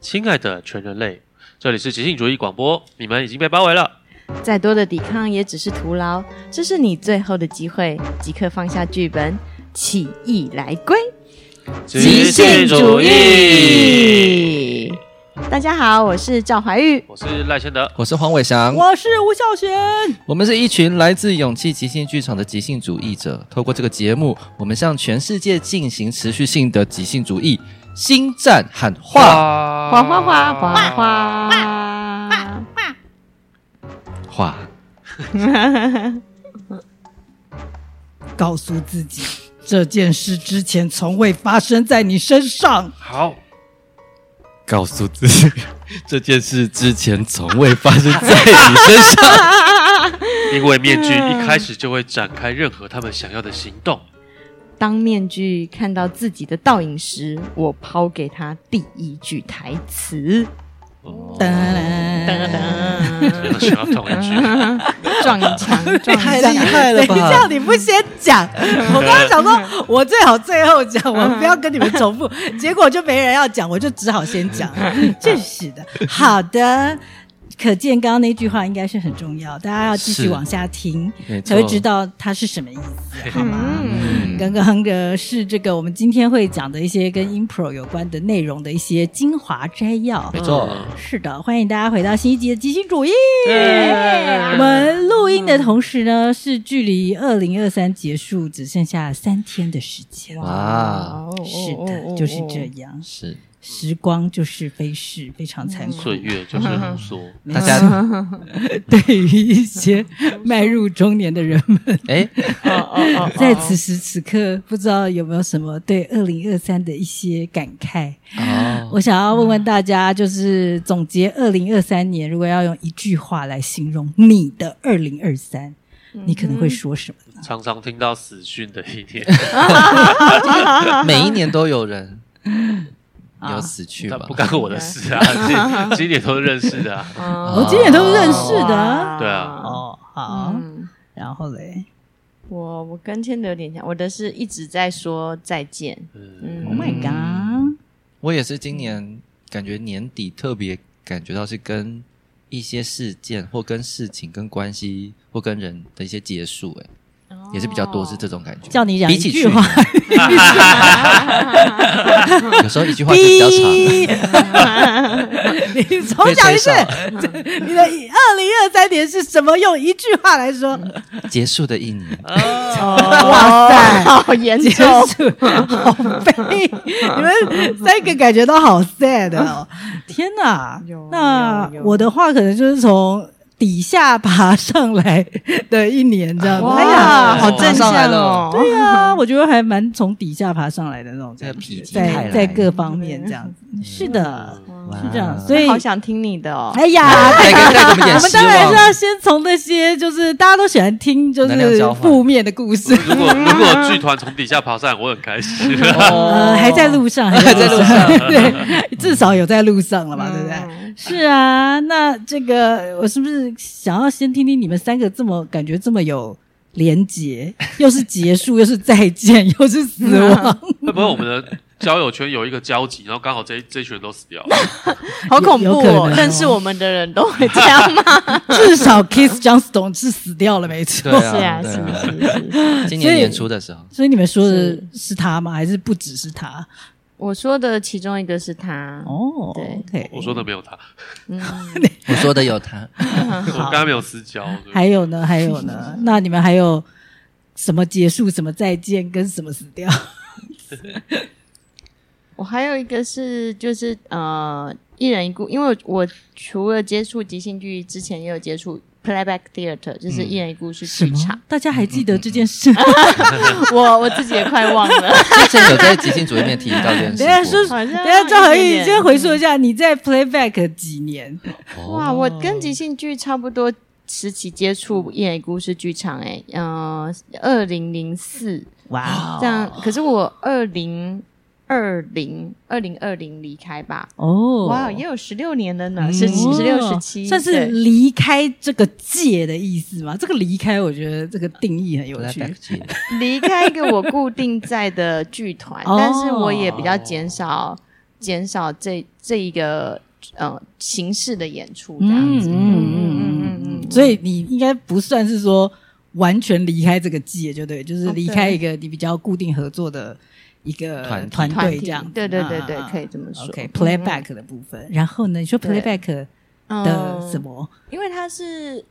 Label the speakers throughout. Speaker 1: 亲爱的全人类，这里是即兴主义广播，你们已经被包围了。
Speaker 2: 再多的抵抗也只是徒劳，这是你最后的机会，即刻放下剧本，起义来归，
Speaker 3: 即兴主义。
Speaker 2: 大家好，我是赵怀玉，
Speaker 1: 我是赖千德，
Speaker 3: 我是黄伟翔，
Speaker 4: 我是吴孝贤。
Speaker 3: 我们是一群来自勇气即兴剧场的即兴主义者。透过这个节目，我们向全世界进行持续性的即兴主义新战喊话。
Speaker 1: 哗
Speaker 2: 哗哗哗哗哗，
Speaker 3: 话
Speaker 4: 告诉自己，这件事之前从未发生在你 身上。
Speaker 1: 好，
Speaker 3: 告诉自己，这件事之前从未发生在你身上。
Speaker 1: 因为面具一开始就会展开任何他们想要的行动。
Speaker 2: 当面具看到自己的倒影时，我抛给他第一句台词，
Speaker 4: 噔噔
Speaker 1: 真的需要同一句，
Speaker 2: 撞墙撞
Speaker 3: 太
Speaker 2: 墙
Speaker 3: 哎厉害了
Speaker 4: 等一下，
Speaker 3: 吧！
Speaker 4: 你不先 讲，我刚刚想说，我最好最后讲，我不要跟你们重 复，结果就没人要讲，我就只好先讲。真是的，好的。可见刚刚那句话应该是很重要，大家要继续
Speaker 3: 是
Speaker 4: 往下听
Speaker 3: 没，
Speaker 4: 才会
Speaker 3: 错
Speaker 4: 知道它是什么意思，好吗？
Speaker 2: 嗯，
Speaker 4: 跟跟亨格是这个我们今天会讲的一些跟 impro 有关的内容的一些精华摘要
Speaker 3: 没。错，
Speaker 4: 是的，欢迎大家回到新一集的即兴主义。
Speaker 1: 耶
Speaker 4: 我们录音的同时呢，是距离二零二三结束只剩下三天的时间。
Speaker 3: 哇，
Speaker 2: 哦
Speaker 4: 是的，就是这，样，
Speaker 3: 是
Speaker 4: 时光就是飞逝，非常残酷。
Speaker 1: 岁月就是浓缩。
Speaker 3: 大家
Speaker 4: 对于一些迈入中年的人们，
Speaker 3: 哎，
Speaker 2: 哦哦哦哦，
Speaker 4: 在此时此刻，不知道有没有什么对二零二三的一些感慨？
Speaker 3: 哦，
Speaker 4: 我想要问问大家，就是总结二零二三年，如果要用一句话来形容你的二零二三，你可能会说什么呢？
Speaker 1: 常常听到死讯的一天，
Speaker 3: 每一年都有人
Speaker 4: 啊
Speaker 3: 有死去
Speaker 1: 但
Speaker 3: 吧
Speaker 1: 不？干我的事 啊，今今年都认识的啊。
Speaker 2: 哦
Speaker 4: 我今年都是认识的啊。
Speaker 1: 对啊
Speaker 4: 哦，好，
Speaker 2: 嗯。
Speaker 4: 然后嘞，
Speaker 2: 我我跟千德有点像，我的是一直在说再见。
Speaker 1: 嗯，
Speaker 4: Oh
Speaker 2: 嗯，
Speaker 4: my god！
Speaker 3: 我也是今年感觉年底特别感觉到是跟一些事件或跟事情、跟关系或跟人的一些结束、欸，也是比较多是这种感觉。
Speaker 4: 叫你讲
Speaker 3: 比
Speaker 4: 一
Speaker 3: 起
Speaker 4: 句
Speaker 3: 去
Speaker 4: 话，
Speaker 3: 年有时候一句话就比较长。
Speaker 4: 你重讲一次
Speaker 3: 被，
Speaker 4: 你的二零二三年是什么？用一句话来说，
Speaker 3: 结束的一 年，
Speaker 4: 哇塞！
Speaker 2: 好哦严
Speaker 4: 结束，好悲！你们三个感觉到好 sad 哦！ 天哪
Speaker 2: 有，
Speaker 4: 那
Speaker 2: 有有
Speaker 4: 我的话可能就是从底下爬上来的一年这样子。哎
Speaker 2: 哇，
Speaker 4: 呀，
Speaker 2: 好正
Speaker 3: 上来
Speaker 2: 向
Speaker 3: 了
Speaker 2: 哦！
Speaker 4: 对啊，我觉得还蛮从底下爬上来的那种
Speaker 3: 这
Speaker 4: 感
Speaker 3: 个
Speaker 4: 觉，
Speaker 3: 否极泰
Speaker 4: 在
Speaker 3: 来
Speaker 4: 在各方面这样子。是的，
Speaker 3: 哇
Speaker 4: 是这样，所以
Speaker 2: 好想听你的哦。
Speaker 4: 哎呀，
Speaker 3: 带给带给我们一点
Speaker 4: 我们
Speaker 3: 希
Speaker 4: 当然是
Speaker 3: 望。
Speaker 4: 要先从那些就是大家都喜欢听，就
Speaker 3: 能量
Speaker 4: 是
Speaker 3: 交换
Speaker 4: 负面的故事。
Speaker 1: 如果如果剧团从底下爬上，我很开 心。
Speaker 4: 呃，还在路上， 还在路上，嗯对，至少有在路上了嘛，对
Speaker 2: 嗯
Speaker 4: 不对？是啊，那这个我是不是想要先听听你们三个这么感觉这么有连结，又是结束，又是再见，又是死亡，
Speaker 1: 会不会我们的交友圈有一个交集，然后刚好这一这一群人都死掉了？
Speaker 2: 好恐
Speaker 4: 有
Speaker 2: 怖
Speaker 4: 有可能
Speaker 2: 哦
Speaker 4: 哦！
Speaker 2: 认识我们的人都会这样吗？
Speaker 4: 至少 Kiss Johnston 是死掉了，
Speaker 3: 对
Speaker 4: 没错。
Speaker 3: 啊，对
Speaker 2: 是
Speaker 3: 啊
Speaker 2: 是是。
Speaker 3: 今年年初的时候，
Speaker 4: 所以你们说的是他吗？还是不只是他？
Speaker 2: 我说的其中一个是他，
Speaker 4: 哦，
Speaker 2: 对
Speaker 4: ，OK，
Speaker 1: 我说的没有他，
Speaker 3: 我说的有他，
Speaker 1: 我刚刚没有私交。对
Speaker 4: 还有呢，还有 呢，那你们还有什么结束，什么再见，跟什么死掉？
Speaker 2: 我还有一个是就是呃一人一故，因为我除了接触即兴剧之前，也有接触 playback theater，就是
Speaker 3: 嗯
Speaker 2: 一人一故事剧场。
Speaker 4: 大家还记得这件事吗？
Speaker 2: 我我自己也快忘了，
Speaker 3: 之前有在即兴主义面提到这件事
Speaker 4: 等一下
Speaker 3: 过。
Speaker 4: 说，
Speaker 2: 好像
Speaker 4: 等一下赵
Speaker 2: 有
Speaker 4: 恒
Speaker 2: 一
Speaker 4: 毅
Speaker 2: 点嗯
Speaker 4: 先回溯一下，你在 Playback 几年？
Speaker 2: 哇，我
Speaker 4: 哦
Speaker 2: 跟即兴剧差不多时期接触一人一故事剧场、欸，哎，嗯、二零零四
Speaker 4: 哇哦
Speaker 2: 这样，可是我二零二零二零二零离开吧，
Speaker 4: 哦，
Speaker 2: 哇，也有十六年了呢，十
Speaker 4: 哦
Speaker 2: 十六十七，
Speaker 4: 算是
Speaker 2: 对
Speaker 4: 离开这个界的意思吗？这个离开，我觉得这个定义很有趣。
Speaker 2: 离开一个我固定在的剧团，
Speaker 4: 哦
Speaker 2: 但是我也比较减少。减少这这一个呃形式的演出这样
Speaker 4: 嗯嗯
Speaker 2: 子。
Speaker 4: 嗯嗯
Speaker 2: 嗯
Speaker 4: 嗯，所以你应该不算是说完全离开这个界，就
Speaker 2: 哦
Speaker 4: 对，就是离开一个你比较固定合作的一个
Speaker 3: 团体
Speaker 4: 团
Speaker 2: 团
Speaker 4: 队
Speaker 2: 体
Speaker 4: 这样。嗯
Speaker 2: 对对对对，可以
Speaker 4: 以。
Speaker 2: 这么说。嗯
Speaker 4: OK，playback、的部分，然后呢？你说
Speaker 2: 对
Speaker 4: playback
Speaker 2: 嗯
Speaker 4: 的什？么？
Speaker 2: 因为他是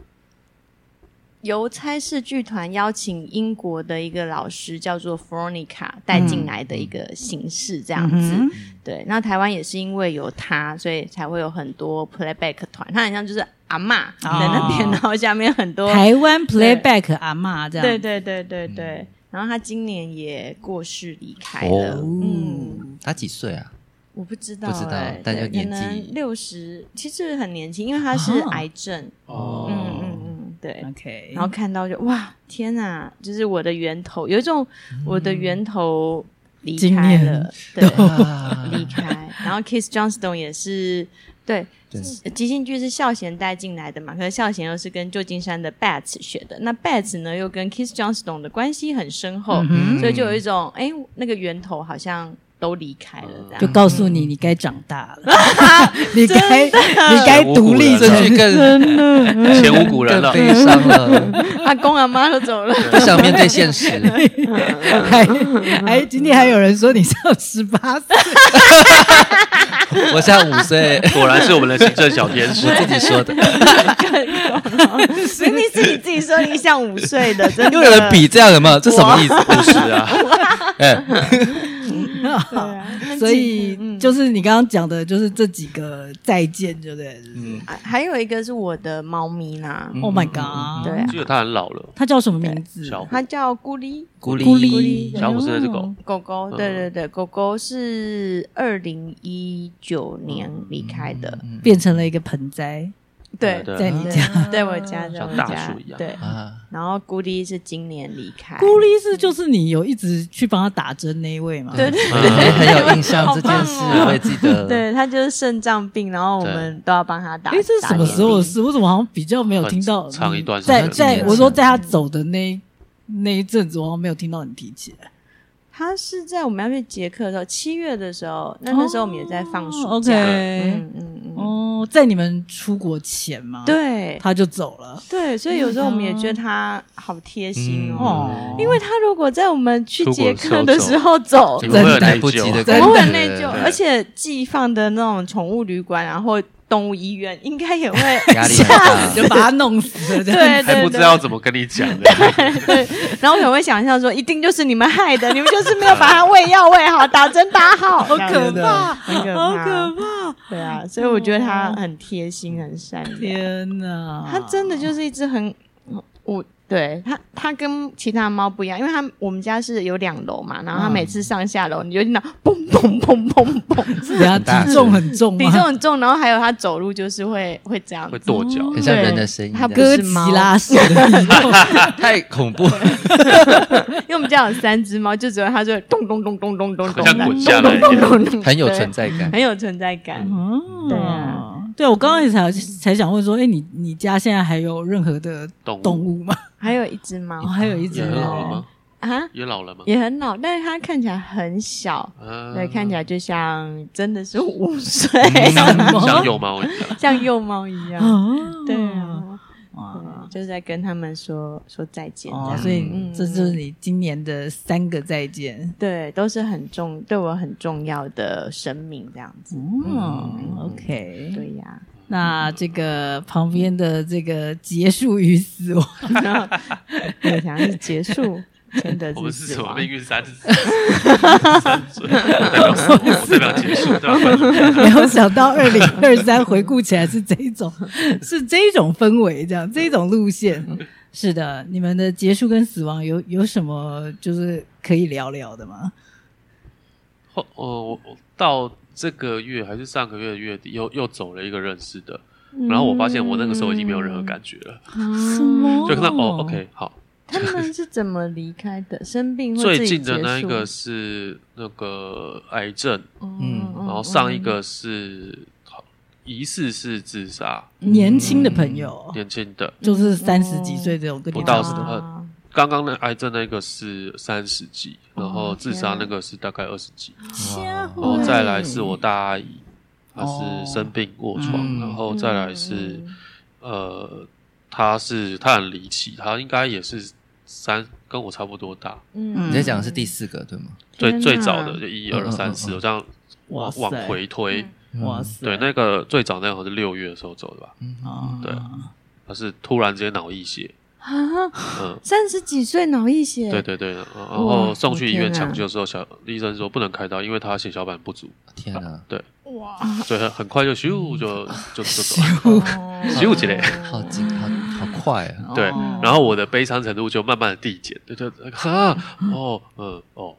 Speaker 2: 由差事剧团邀请英国的一个老师叫做 Veronica 带进来的一个形式，这样子。
Speaker 4: 嗯
Speaker 2: 对，那台湾也是因为有他，所以才会有很多 playback 团，他很像就是阿嬷在那边，
Speaker 4: 哦
Speaker 2: 然后下面很多
Speaker 4: 台湾 playback 阿嬷这样。
Speaker 2: 对对对对对。
Speaker 4: 嗯
Speaker 2: 然后他今年也过世离开了，
Speaker 3: 哦
Speaker 2: 嗯，
Speaker 3: 他几岁啊？
Speaker 2: 我不知道、
Speaker 3: 不知道
Speaker 2: 哎
Speaker 3: 但
Speaker 2: 对
Speaker 3: 就年
Speaker 2: 可能
Speaker 3: 纪
Speaker 2: 六十，其实很年轻，因为他是
Speaker 4: 啊
Speaker 2: 癌症，
Speaker 1: 哦，
Speaker 2: 嗯嗯嗯，对。
Speaker 4: ，OK。
Speaker 2: 然后看到就哇，天哪！就是我的源头，有一种我的源头离
Speaker 4: 经
Speaker 2: 开
Speaker 4: 验
Speaker 2: 了，对，
Speaker 3: 啊
Speaker 2: 离开。然后 Kiss Johnstone 也是对，呃
Speaker 3: 对
Speaker 2: 即兴剧是孝贤带进来的嘛，可是孝贤又是跟旧金山的 Bats 学的，那 Bats 呢又跟 Kiss Johnstone 的关系很深厚，
Speaker 4: 嗯
Speaker 2: 所以就有一种哎，那个源头好像都离开了这样。
Speaker 4: 就告诉你，你该长大 了，你该你该独立
Speaker 1: 真
Speaker 3: 这
Speaker 1: 的
Speaker 4: 成
Speaker 3: 句更
Speaker 1: 前无古人
Speaker 3: 更
Speaker 1: 了，
Speaker 3: 悲伤啊了，
Speaker 2: 阿公阿妈都走了，
Speaker 3: 不想面对现实。
Speaker 4: 还还今天还有人说你像十八岁，
Speaker 3: 我现在五岁，
Speaker 1: 果然是我们的行政小天 使
Speaker 3: 我。自己说的，
Speaker 2: 明明是你自己说你像五岁的，真的
Speaker 3: 又有人比这样了吗？这什么意思？
Speaker 1: 不是啊，
Speaker 3: 哎，
Speaker 2: 啊
Speaker 4: 所
Speaker 2: 嗯
Speaker 4: 以就是你刚刚讲的，就是这几个再见，对不对
Speaker 3: 嗯
Speaker 2: 啊还有一个是我的猫咪啦，
Speaker 1: 嗯
Speaker 4: ？Oh my god！
Speaker 2: 对啊
Speaker 1: 只有他很老了，
Speaker 4: 它叫什么名字？
Speaker 1: 小虎
Speaker 2: 它叫咕哩
Speaker 3: 孤立
Speaker 4: 孤立
Speaker 2: 咕哩
Speaker 1: 小虎是那只狗，
Speaker 2: 狗狗，
Speaker 3: 嗯
Speaker 2: 对对对，狗狗是二零一九年
Speaker 3: 嗯
Speaker 2: 离开的，
Speaker 4: 变成了一个盆栽，
Speaker 2: 对，
Speaker 1: 对
Speaker 4: 在
Speaker 2: 对
Speaker 4: 你家。
Speaker 2: 对我家，在
Speaker 1: 像
Speaker 2: 我
Speaker 1: 大
Speaker 2: 家
Speaker 1: 树一，样
Speaker 2: 对。
Speaker 3: 啊，
Speaker 2: 然后咕哩是今年离开，
Speaker 4: 孤立是就是你有一直去帮他打针那一位嘛？
Speaker 2: 对对
Speaker 3: 我也嗯很有印象这件 事啊
Speaker 2: 好棒哦，
Speaker 3: 我也记 得。
Speaker 2: 对，它就是肾脏病，然后我们都要帮它打。
Speaker 4: 哎，这是什么时候的事？我怎么好像比较没有听到？
Speaker 1: 很长一段时
Speaker 4: 在
Speaker 1: 间
Speaker 4: 在我说在他走的那一那一阵子，我好像没有听到你提起来。
Speaker 2: 它是在我们要去捷克的时候，七月的时候，那那时候我们也在放暑假。
Speaker 4: 哦 OK，
Speaker 2: 嗯嗯嗯，
Speaker 4: 哦，在你们出国前吗？，
Speaker 2: 对
Speaker 4: 他就走了。
Speaker 2: 对，所以有时候我们也觉得它好贴心
Speaker 3: 嗯
Speaker 2: 哦。
Speaker 4: 哦，
Speaker 2: 因为它如果在我们去
Speaker 1: 出国
Speaker 2: 捷
Speaker 1: 的时候
Speaker 2: 克的时候走
Speaker 1: 你，们会有
Speaker 3: 来
Speaker 1: 内
Speaker 3: 不及
Speaker 1: 疚。
Speaker 3: 的感
Speaker 4: 真
Speaker 3: 觉，
Speaker 4: 的
Speaker 2: 我会很内疚，
Speaker 1: 对
Speaker 2: 而且寄放的那种宠物旅馆，然后动物医院，应 该也会
Speaker 3: 压力很 大。
Speaker 4: 就把他弄死了，这样
Speaker 2: 对
Speaker 1: 还
Speaker 2: 对
Speaker 1: 不知
Speaker 2: 对。
Speaker 1: 道怎么跟你讲的，
Speaker 2: 然后我也会想象说，一定就是你们害的，你们就是没有把它喂药喂好，打针打好，好
Speaker 4: 可怕，
Speaker 2: 很可
Speaker 4: 好
Speaker 2: 怕，
Speaker 4: 可怕！
Speaker 2: 对啊，所以我觉得它很贴心，很善良。
Speaker 4: 天哪，
Speaker 2: 它真的就是一只很，我对它，它跟其他的猫不一样，因为它我们家是有两楼嘛，然后它
Speaker 4: 嗯
Speaker 2: 每次上下楼，你就听到砰砰砰砰 砰，
Speaker 4: 是人家体重很重啊吗？
Speaker 2: 体重很重，然后还有它走路就是会会这样
Speaker 1: 会，跺脚。
Speaker 3: 很像人的声音，
Speaker 2: 它不
Speaker 4: 哥
Speaker 2: 是
Speaker 4: 吉
Speaker 2: 猫
Speaker 4: 拉式 的体重，
Speaker 3: 太恐怖了，
Speaker 2: 因为我们家有三只猫，就只有它就会咚咚咚咚咚咚
Speaker 1: 好
Speaker 2: 咚，
Speaker 1: 像滚下来嗯一样，
Speaker 3: 很有存在感。
Speaker 2: 很有存在感。
Speaker 4: 哦
Speaker 2: 对啊
Speaker 4: 对我刚刚也才才想问说，哎，你你家现在还有任何的
Speaker 1: 动物
Speaker 4: 动物吗？
Speaker 2: 还有一只猫
Speaker 4: 哦，还有一只
Speaker 1: 也很老了
Speaker 4: 哦，
Speaker 1: 吗？
Speaker 2: 啊，
Speaker 1: 也老了吗？
Speaker 2: 也很老，但是它看起来很小，
Speaker 1: 啊嗯
Speaker 2: 对，看起来就像真的是五岁，
Speaker 1: 像像幼猫一样。
Speaker 2: 像幼猫一
Speaker 1: 嗯
Speaker 2: 样。
Speaker 4: 哦
Speaker 2: 对，啊，
Speaker 4: 哇
Speaker 2: 对，就是在跟他们说说再见这
Speaker 4: 哦，
Speaker 2: 样。
Speaker 4: 所以
Speaker 2: 嗯
Speaker 4: 这就是你今年的三个再见。
Speaker 2: 对，都是很重，对我很重要的生命这样子。
Speaker 4: 嗯，OK，
Speaker 2: 对呀，
Speaker 4: 那这个旁边的这个结束与死亡，
Speaker 2: 然后对，想要是结 束，真的
Speaker 1: 我们是
Speaker 2: 死
Speaker 1: 什么
Speaker 2: 亡
Speaker 1: 命运三 十三岁？代表什么？我代表结束，代表分手
Speaker 4: 没有想到二零二三回顾起来是这一种，是这一种氛围，这样这一种路线。是的，你们的结束跟死亡有有什么就是可以聊聊的吗？
Speaker 1: 后哦，我我到这个月还是上个月的月底，又又走了一个认识的，
Speaker 2: 嗯
Speaker 1: 然后我发现我那个时候已经没有任何感觉了，
Speaker 4: 什么
Speaker 1: 就看到哦，OK，好，
Speaker 2: 他们是怎么离开的？生病或
Speaker 1: 最
Speaker 2: 自己
Speaker 1: 近的
Speaker 2: 结
Speaker 1: 那一
Speaker 2: 束哦
Speaker 1: 个，是那个癌症，
Speaker 2: 嗯，嗯
Speaker 1: 然后上一个是好疑似是自杀，
Speaker 4: 年轻的朋友，
Speaker 1: 年轻的，
Speaker 4: 就是三十几岁这种跟你
Speaker 1: 不到
Speaker 4: 差
Speaker 1: 是
Speaker 4: 不多
Speaker 1: 的
Speaker 2: 嗯
Speaker 1: 刚刚那癌症那个是三十几，然后自杀那个是大概二十几，
Speaker 3: 哇
Speaker 2: 家伙
Speaker 1: 然后
Speaker 2: 哎
Speaker 1: 再来是我大阿姨，她
Speaker 4: 哦
Speaker 1: 是生病卧床，
Speaker 3: 嗯
Speaker 1: 然后再来是、
Speaker 2: 嗯
Speaker 1: 呃，她是她很离奇，她应该也是三跟我差不多大，
Speaker 2: 嗯
Speaker 3: 你在讲的是第四个对吗？
Speaker 1: 最
Speaker 2: 天
Speaker 1: 嗯最
Speaker 2: 哪
Speaker 1: 早的就一
Speaker 3: 嗯
Speaker 1: 二
Speaker 3: 嗯
Speaker 1: 三
Speaker 3: 嗯
Speaker 1: 四，
Speaker 3: 嗯
Speaker 1: 我这样
Speaker 4: 哇
Speaker 1: 往
Speaker 4: 塞
Speaker 1: 往回推，
Speaker 4: 哇
Speaker 1: 嗯
Speaker 4: 塞，
Speaker 1: 对，那个最早那个好像是六月的时候走的吧，
Speaker 2: 嗯
Speaker 4: 啊，
Speaker 1: 对她是突然之间脑溢血，
Speaker 2: 啊，。
Speaker 1: 嗯
Speaker 2: 三十几岁脑溢血，
Speaker 1: 对对对，然后然
Speaker 2: 哇
Speaker 1: 后送去医
Speaker 2: 我
Speaker 1: 院
Speaker 2: 天啊哪
Speaker 1: 抢救的时候，小医生说不能开刀，因为他血小板不足，
Speaker 3: 天啊哪，
Speaker 1: 所以很很快就
Speaker 2: 嗯
Speaker 1: 咻就就就走了。
Speaker 4: 咻
Speaker 2: 哦，
Speaker 1: 十五级嘞
Speaker 3: 好紧，好好快啊！
Speaker 1: 对
Speaker 4: 哦，
Speaker 1: 然后我的悲伤程度就慢慢的递减，就就啊，哦，嗯，哦，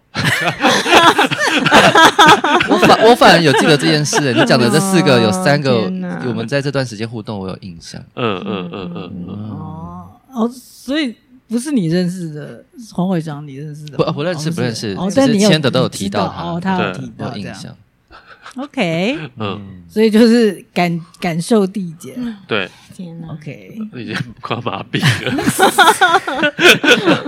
Speaker 3: 我反我反而有记得这件事、欸你讲的这四个有三个，
Speaker 2: 哦天哪
Speaker 3: 我们在这段时间互动，我有印象。
Speaker 1: 嗯嗯
Speaker 2: 啊
Speaker 1: 嗯嗯嗯，
Speaker 4: 哦哦，所以不是你认识的黄伟章，你认识的
Speaker 3: 不
Speaker 4: 吗
Speaker 3: 不认识
Speaker 4: 哦
Speaker 3: 不认识
Speaker 4: 哦，
Speaker 3: 只
Speaker 4: 但
Speaker 3: 是
Speaker 4: 你有
Speaker 3: 签的都有
Speaker 4: 你知
Speaker 3: 提到
Speaker 4: 道
Speaker 3: 他
Speaker 4: 哦，他有
Speaker 1: 对
Speaker 3: 我
Speaker 4: 提到
Speaker 3: 有
Speaker 4: 这
Speaker 3: 印
Speaker 4: 样
Speaker 3: 象。
Speaker 4: OK，
Speaker 1: 嗯，
Speaker 4: 所以就是感感受地姐
Speaker 1: 对，
Speaker 2: 天哪，
Speaker 4: OK，
Speaker 1: 已经快麻痹了。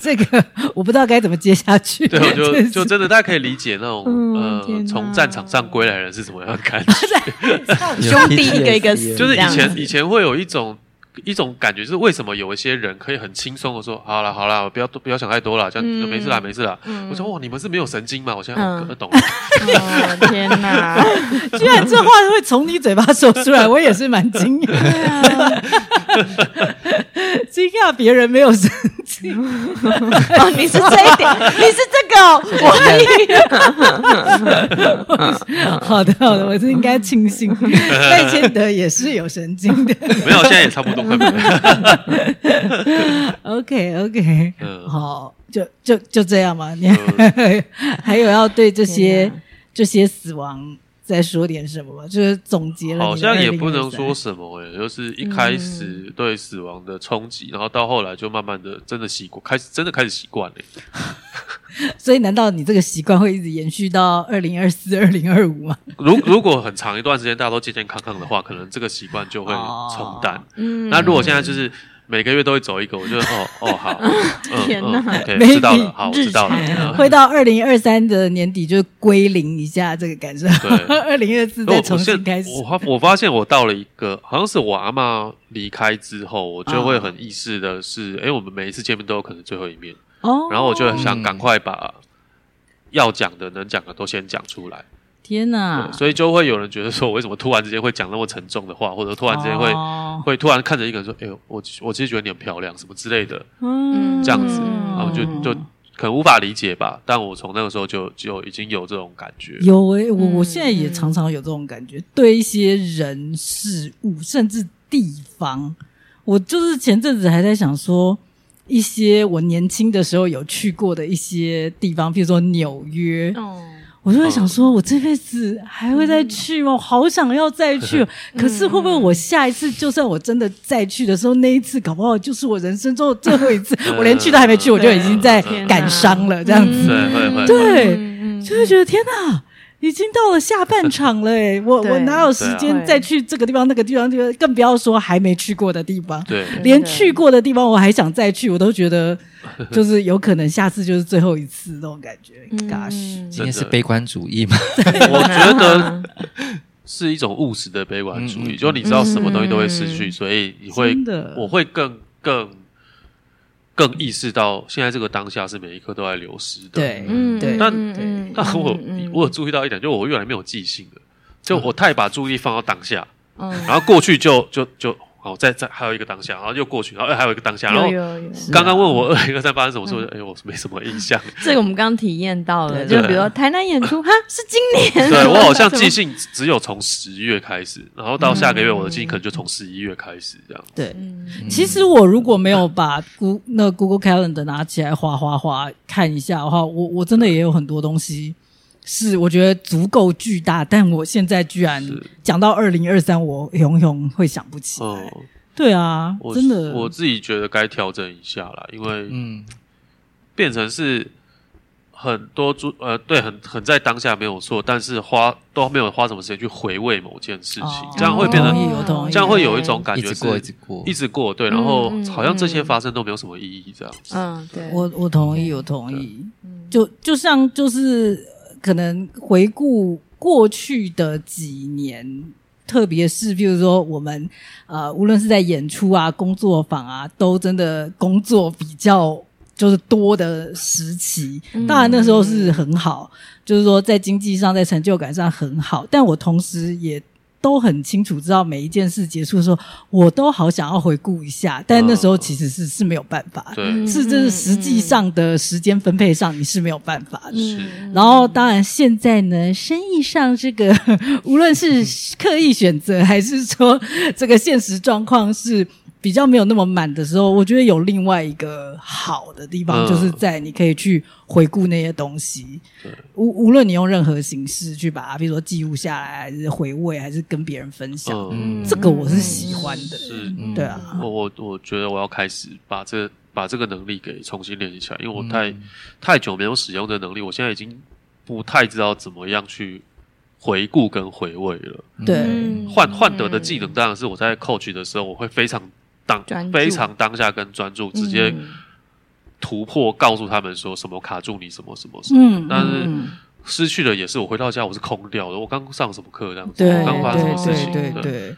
Speaker 4: 这个我不知道该怎么接下去。
Speaker 1: 对，我 就
Speaker 4: 真
Speaker 1: 就是真的大家可以理解那种
Speaker 2: 嗯
Speaker 1: 呃
Speaker 2: 天，哪
Speaker 1: 从战场上归来的人是什么样的感觉。
Speaker 2: 兄弟一个一个死，
Speaker 1: 就是以
Speaker 2: 这样
Speaker 1: 前
Speaker 2: 子
Speaker 1: 以前会有一种一种感觉，就是为什么有一些人可以很轻松的说，好啦好啦，不要多不要想太多啦，这样
Speaker 2: 嗯
Speaker 1: 没事啦没事啦。我说哇，你们是没有神经吗？我现在我
Speaker 2: 嗯
Speaker 1: 懂了。
Speaker 2: 哦天哪，
Speaker 4: 居然这话会从你嘴巴说出来，我也是蛮惊讶的，惊讶别人没有生气。
Speaker 2: 哦，你是这一点，你是这个哦，我还以为
Speaker 4: 好的，好的，我是应该庆幸 赖千德也是有神经的。
Speaker 1: 没有，现在也差不多快没了。
Speaker 4: OK，OK，、
Speaker 1: 嗯
Speaker 4: 好，就就就这样嘛。你还有要对这些
Speaker 2: 天哪
Speaker 4: 这些死亡再说点什么吗？就是总
Speaker 2: 嗯
Speaker 4: 结了你的2023，
Speaker 1: 好像也不能说什么诶、就是一开始
Speaker 2: 嗯
Speaker 1: 对死亡的冲击，然后到后来就慢慢的真的习惯，开始真的开始习惯了。
Speaker 4: 所以，难道你这个习惯会一直延续到二零二四、二零二五吗？
Speaker 1: 如如果很长一段时间大家都健健康康的话，可能这个习惯就会冲淡。
Speaker 2: 嗯
Speaker 1: 那如果现在就是每个月都会走一个，我就 哦哦好，嗯
Speaker 2: 天哪
Speaker 1: 嗯，OK，
Speaker 4: Maybe
Speaker 1: 知道了，好，我知道了。嗯
Speaker 4: 会到二零二三的年底就归零一下这个感受，
Speaker 1: 对
Speaker 4: 二零二四
Speaker 1: 我
Speaker 4: 再
Speaker 1: 我
Speaker 4: 重新
Speaker 1: 现
Speaker 4: 开始。
Speaker 1: 我发我发现我到了一个，好像是我阿妈离开之后，我就会很意识的是，哎、我们每一次见面都有可能最后一面。
Speaker 4: 哦，
Speaker 1: 然后我就想
Speaker 3: 嗯
Speaker 1: 赶快把要讲的、能讲的都先讲出来，
Speaker 4: 天哪
Speaker 1: 对，！所以就会有人觉得说，我为什么突然之间会讲那么沉重的话，或者突然之间会、
Speaker 4: 哦
Speaker 1: 会突然看着一个人说，哎、呦，我我其实觉得你很漂亮，什么之类的，
Speaker 4: 嗯
Speaker 1: 这样子
Speaker 2: 嗯
Speaker 1: 然后就就可能无法理解吧。但我从那个时候就就已经有这种感觉，
Speaker 4: 有诶、我我
Speaker 2: 嗯
Speaker 4: 现在也常常有这种感觉，对一些人事物甚至地方，我就是前阵子还在想说，一些我年轻的时候有去过的一些地方，譬如说纽约，
Speaker 2: 哦，
Speaker 4: 我就在想说，我这辈子还会再去吗？我好想要再去哦，可是会不会我下一次，就算我真的再去的时候，那一次搞不好就是我人生中的最后一次，我连去都还没去，我就已经在
Speaker 1: 天
Speaker 2: 哪
Speaker 4: 感伤 了，这样子。
Speaker 1: 对会会
Speaker 4: 对
Speaker 2: 嗯嗯
Speaker 4: 就会觉得天哪，已经到了下半场了 哎、我
Speaker 2: 对
Speaker 4: 我哪有时
Speaker 1: 对
Speaker 2: 啊
Speaker 4: 间再去这个地方那个地方，就更不要说还没去过的地方，
Speaker 1: 对
Speaker 2: 真的
Speaker 4: 连去过的地方我还想再去，我都觉 得就是有可能下次就是最后一次那种感觉。
Speaker 2: 嗯
Speaker 4: Gosh，嗯
Speaker 3: 今天是悲观主义吗？
Speaker 1: 我觉
Speaker 2: 嗯
Speaker 1: 得。是一种务实的悲观主义，
Speaker 3: 嗯嗯
Speaker 1: 就你知道什么东西都会失去，
Speaker 2: 嗯
Speaker 1: 所以你会
Speaker 4: 真的
Speaker 1: 我会更更更意识到，现在这个当下是每一刻都在流失的。，
Speaker 4: 对，
Speaker 2: 嗯，
Speaker 4: 对
Speaker 1: 但
Speaker 2: 嗯嗯
Speaker 1: 但我
Speaker 2: 嗯嗯
Speaker 1: 我有注意到一点，就我越来越没有记性了，就我太把注意力放到当下，
Speaker 2: 嗯
Speaker 1: 然后过去就就就好，再再还有一个当下，然后又过去，然后哎还有一个当下，然后
Speaker 2: 有有有，
Speaker 1: 刚刚问我二零二三发生什么事，我就哎我没什么印象，
Speaker 2: 这个我们刚刚体验到了，
Speaker 4: 对
Speaker 2: 就比如说台南演 出，哈，是今 年，
Speaker 1: 啊对 我好像记性只有从十月开始，然后到下个月我的记性可能就从十一月开始这样。
Speaker 4: 对。
Speaker 2: 嗯，
Speaker 4: 其实我如果没有把 Google 那 Google Calendar 拿起来划划划看一下的话，我我真的也有很多东西是我觉得足够巨大，但我现在居然
Speaker 1: 是
Speaker 4: 讲到二零二三，我永永会想不起来。
Speaker 1: 哦、
Speaker 4: 对啊，
Speaker 1: 我
Speaker 4: 嗯真的，
Speaker 1: 我自己觉得该调整一下啦，因为
Speaker 3: 嗯，
Speaker 1: 变成是很多注呃，对，很很在当下没有错，但是花都没有花什么时间去回味某件事情，
Speaker 4: 哦
Speaker 1: 这样会变
Speaker 4: 同
Speaker 1: 成
Speaker 4: 意我同意
Speaker 1: 这样会有一种感
Speaker 3: 一
Speaker 1: 觉
Speaker 3: 直
Speaker 1: 是
Speaker 3: 过一直过
Speaker 1: 一，直过对，然后
Speaker 2: 嗯嗯啊
Speaker 1: 好像这些发生都没有什么意义这样。
Speaker 2: 嗯，对，
Speaker 4: 我我同意，我同意。就就像就是呃可能回顾过去的几年，特别是譬如说我们呃，无论是在演出啊、工作坊啊，都真的工作比较就是多的时期。当然那时候是很好，就是说在经济上、在成就感上很好，但我同时也。都很清楚知道每一件事结束的时候，我都好想要回顾一下，但那时候其实是、是没有办法，
Speaker 1: 对，
Speaker 4: 是这是实际上的时间分配上你是没有办法
Speaker 2: 嗯
Speaker 4: 的。
Speaker 1: 是
Speaker 4: 然后，当然现在呢，生意上这个 无论是刻意选择，还是说这个现实状况是比较没有那么满的时候，我觉得有另外一个好的地方，
Speaker 1: 嗯
Speaker 4: 就是在你可以去回顾那些东西
Speaker 1: 对，
Speaker 4: 无无论你用任何形式去把它，比如说记录下来，还是回味，还是跟别人分享，
Speaker 1: 嗯，
Speaker 4: 这个我是喜欢的。
Speaker 1: 是
Speaker 3: 嗯
Speaker 4: 对啊，
Speaker 1: 我我我觉得我要开始把这把这个能力给重新练习起来，因为我太、太久没有使用这能力，我现在已经不太知道怎么样去回顾跟回味了。
Speaker 3: 嗯
Speaker 4: 对，
Speaker 1: 换换得的技能当然是我在 coach 的时候，我会非常当
Speaker 2: 专注
Speaker 1: 非常当下跟专
Speaker 2: 嗯
Speaker 1: 注，直接突破，告诉他们说什么卡住你，什么什么什么。
Speaker 4: 嗯，
Speaker 1: 但是
Speaker 4: 嗯
Speaker 1: 失去了也是我回到家我是空掉的，我刚上什么课这样子，
Speaker 4: 对
Speaker 1: 我刚发生什么事
Speaker 4: 对
Speaker 1: 情，
Speaker 4: 对对对，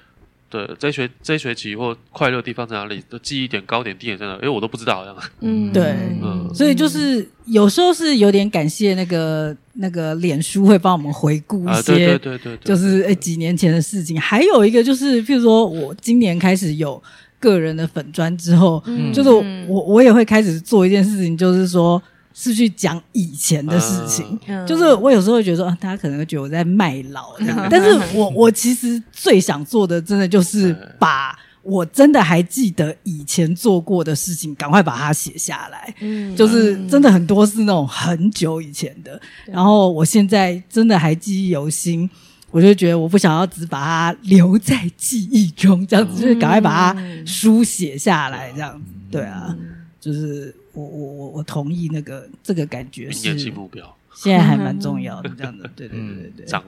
Speaker 1: 对，这学这学期或快乐的地方在哪里？的记忆点、高点、低点在哪？哎，我都不知道，这样。
Speaker 2: 嗯
Speaker 4: 对
Speaker 1: 嗯
Speaker 4: 所以就是有时候是有点感谢那个那个脸书会帮我们回顾一
Speaker 1: 啊，
Speaker 4: 些，
Speaker 1: 对对对对对，
Speaker 4: 就是诶几年前的事情。还有一个就是，譬如说我今年开始有个人的粉砖之后，
Speaker 3: 嗯
Speaker 4: 就是我我我也会开始做一件事情，就是说是去讲以前的事情。
Speaker 2: 嗯
Speaker 4: 就是我有时候会觉得说，啊，大家可能会觉得我在卖老这
Speaker 1: 嗯
Speaker 4: 样，但是我我其实最想做的，真的就是
Speaker 1: 嗯
Speaker 4: 把我真的还记得以前做过的事情，赶快把它写下来。
Speaker 2: 嗯
Speaker 4: 就是真的很多是那种很久以前的，然后我现在真的还记忆犹新，我就觉得我不想要只把它留在记忆中，这样子、就是赶快把它书写下来，这样子，对啊，
Speaker 2: 嗯
Speaker 4: 就是我我我我同意那个这个感觉
Speaker 1: 明
Speaker 4: 是
Speaker 1: 年新目标，
Speaker 4: 现在还蛮重要的，这样的，对对对对对，
Speaker 1: 掌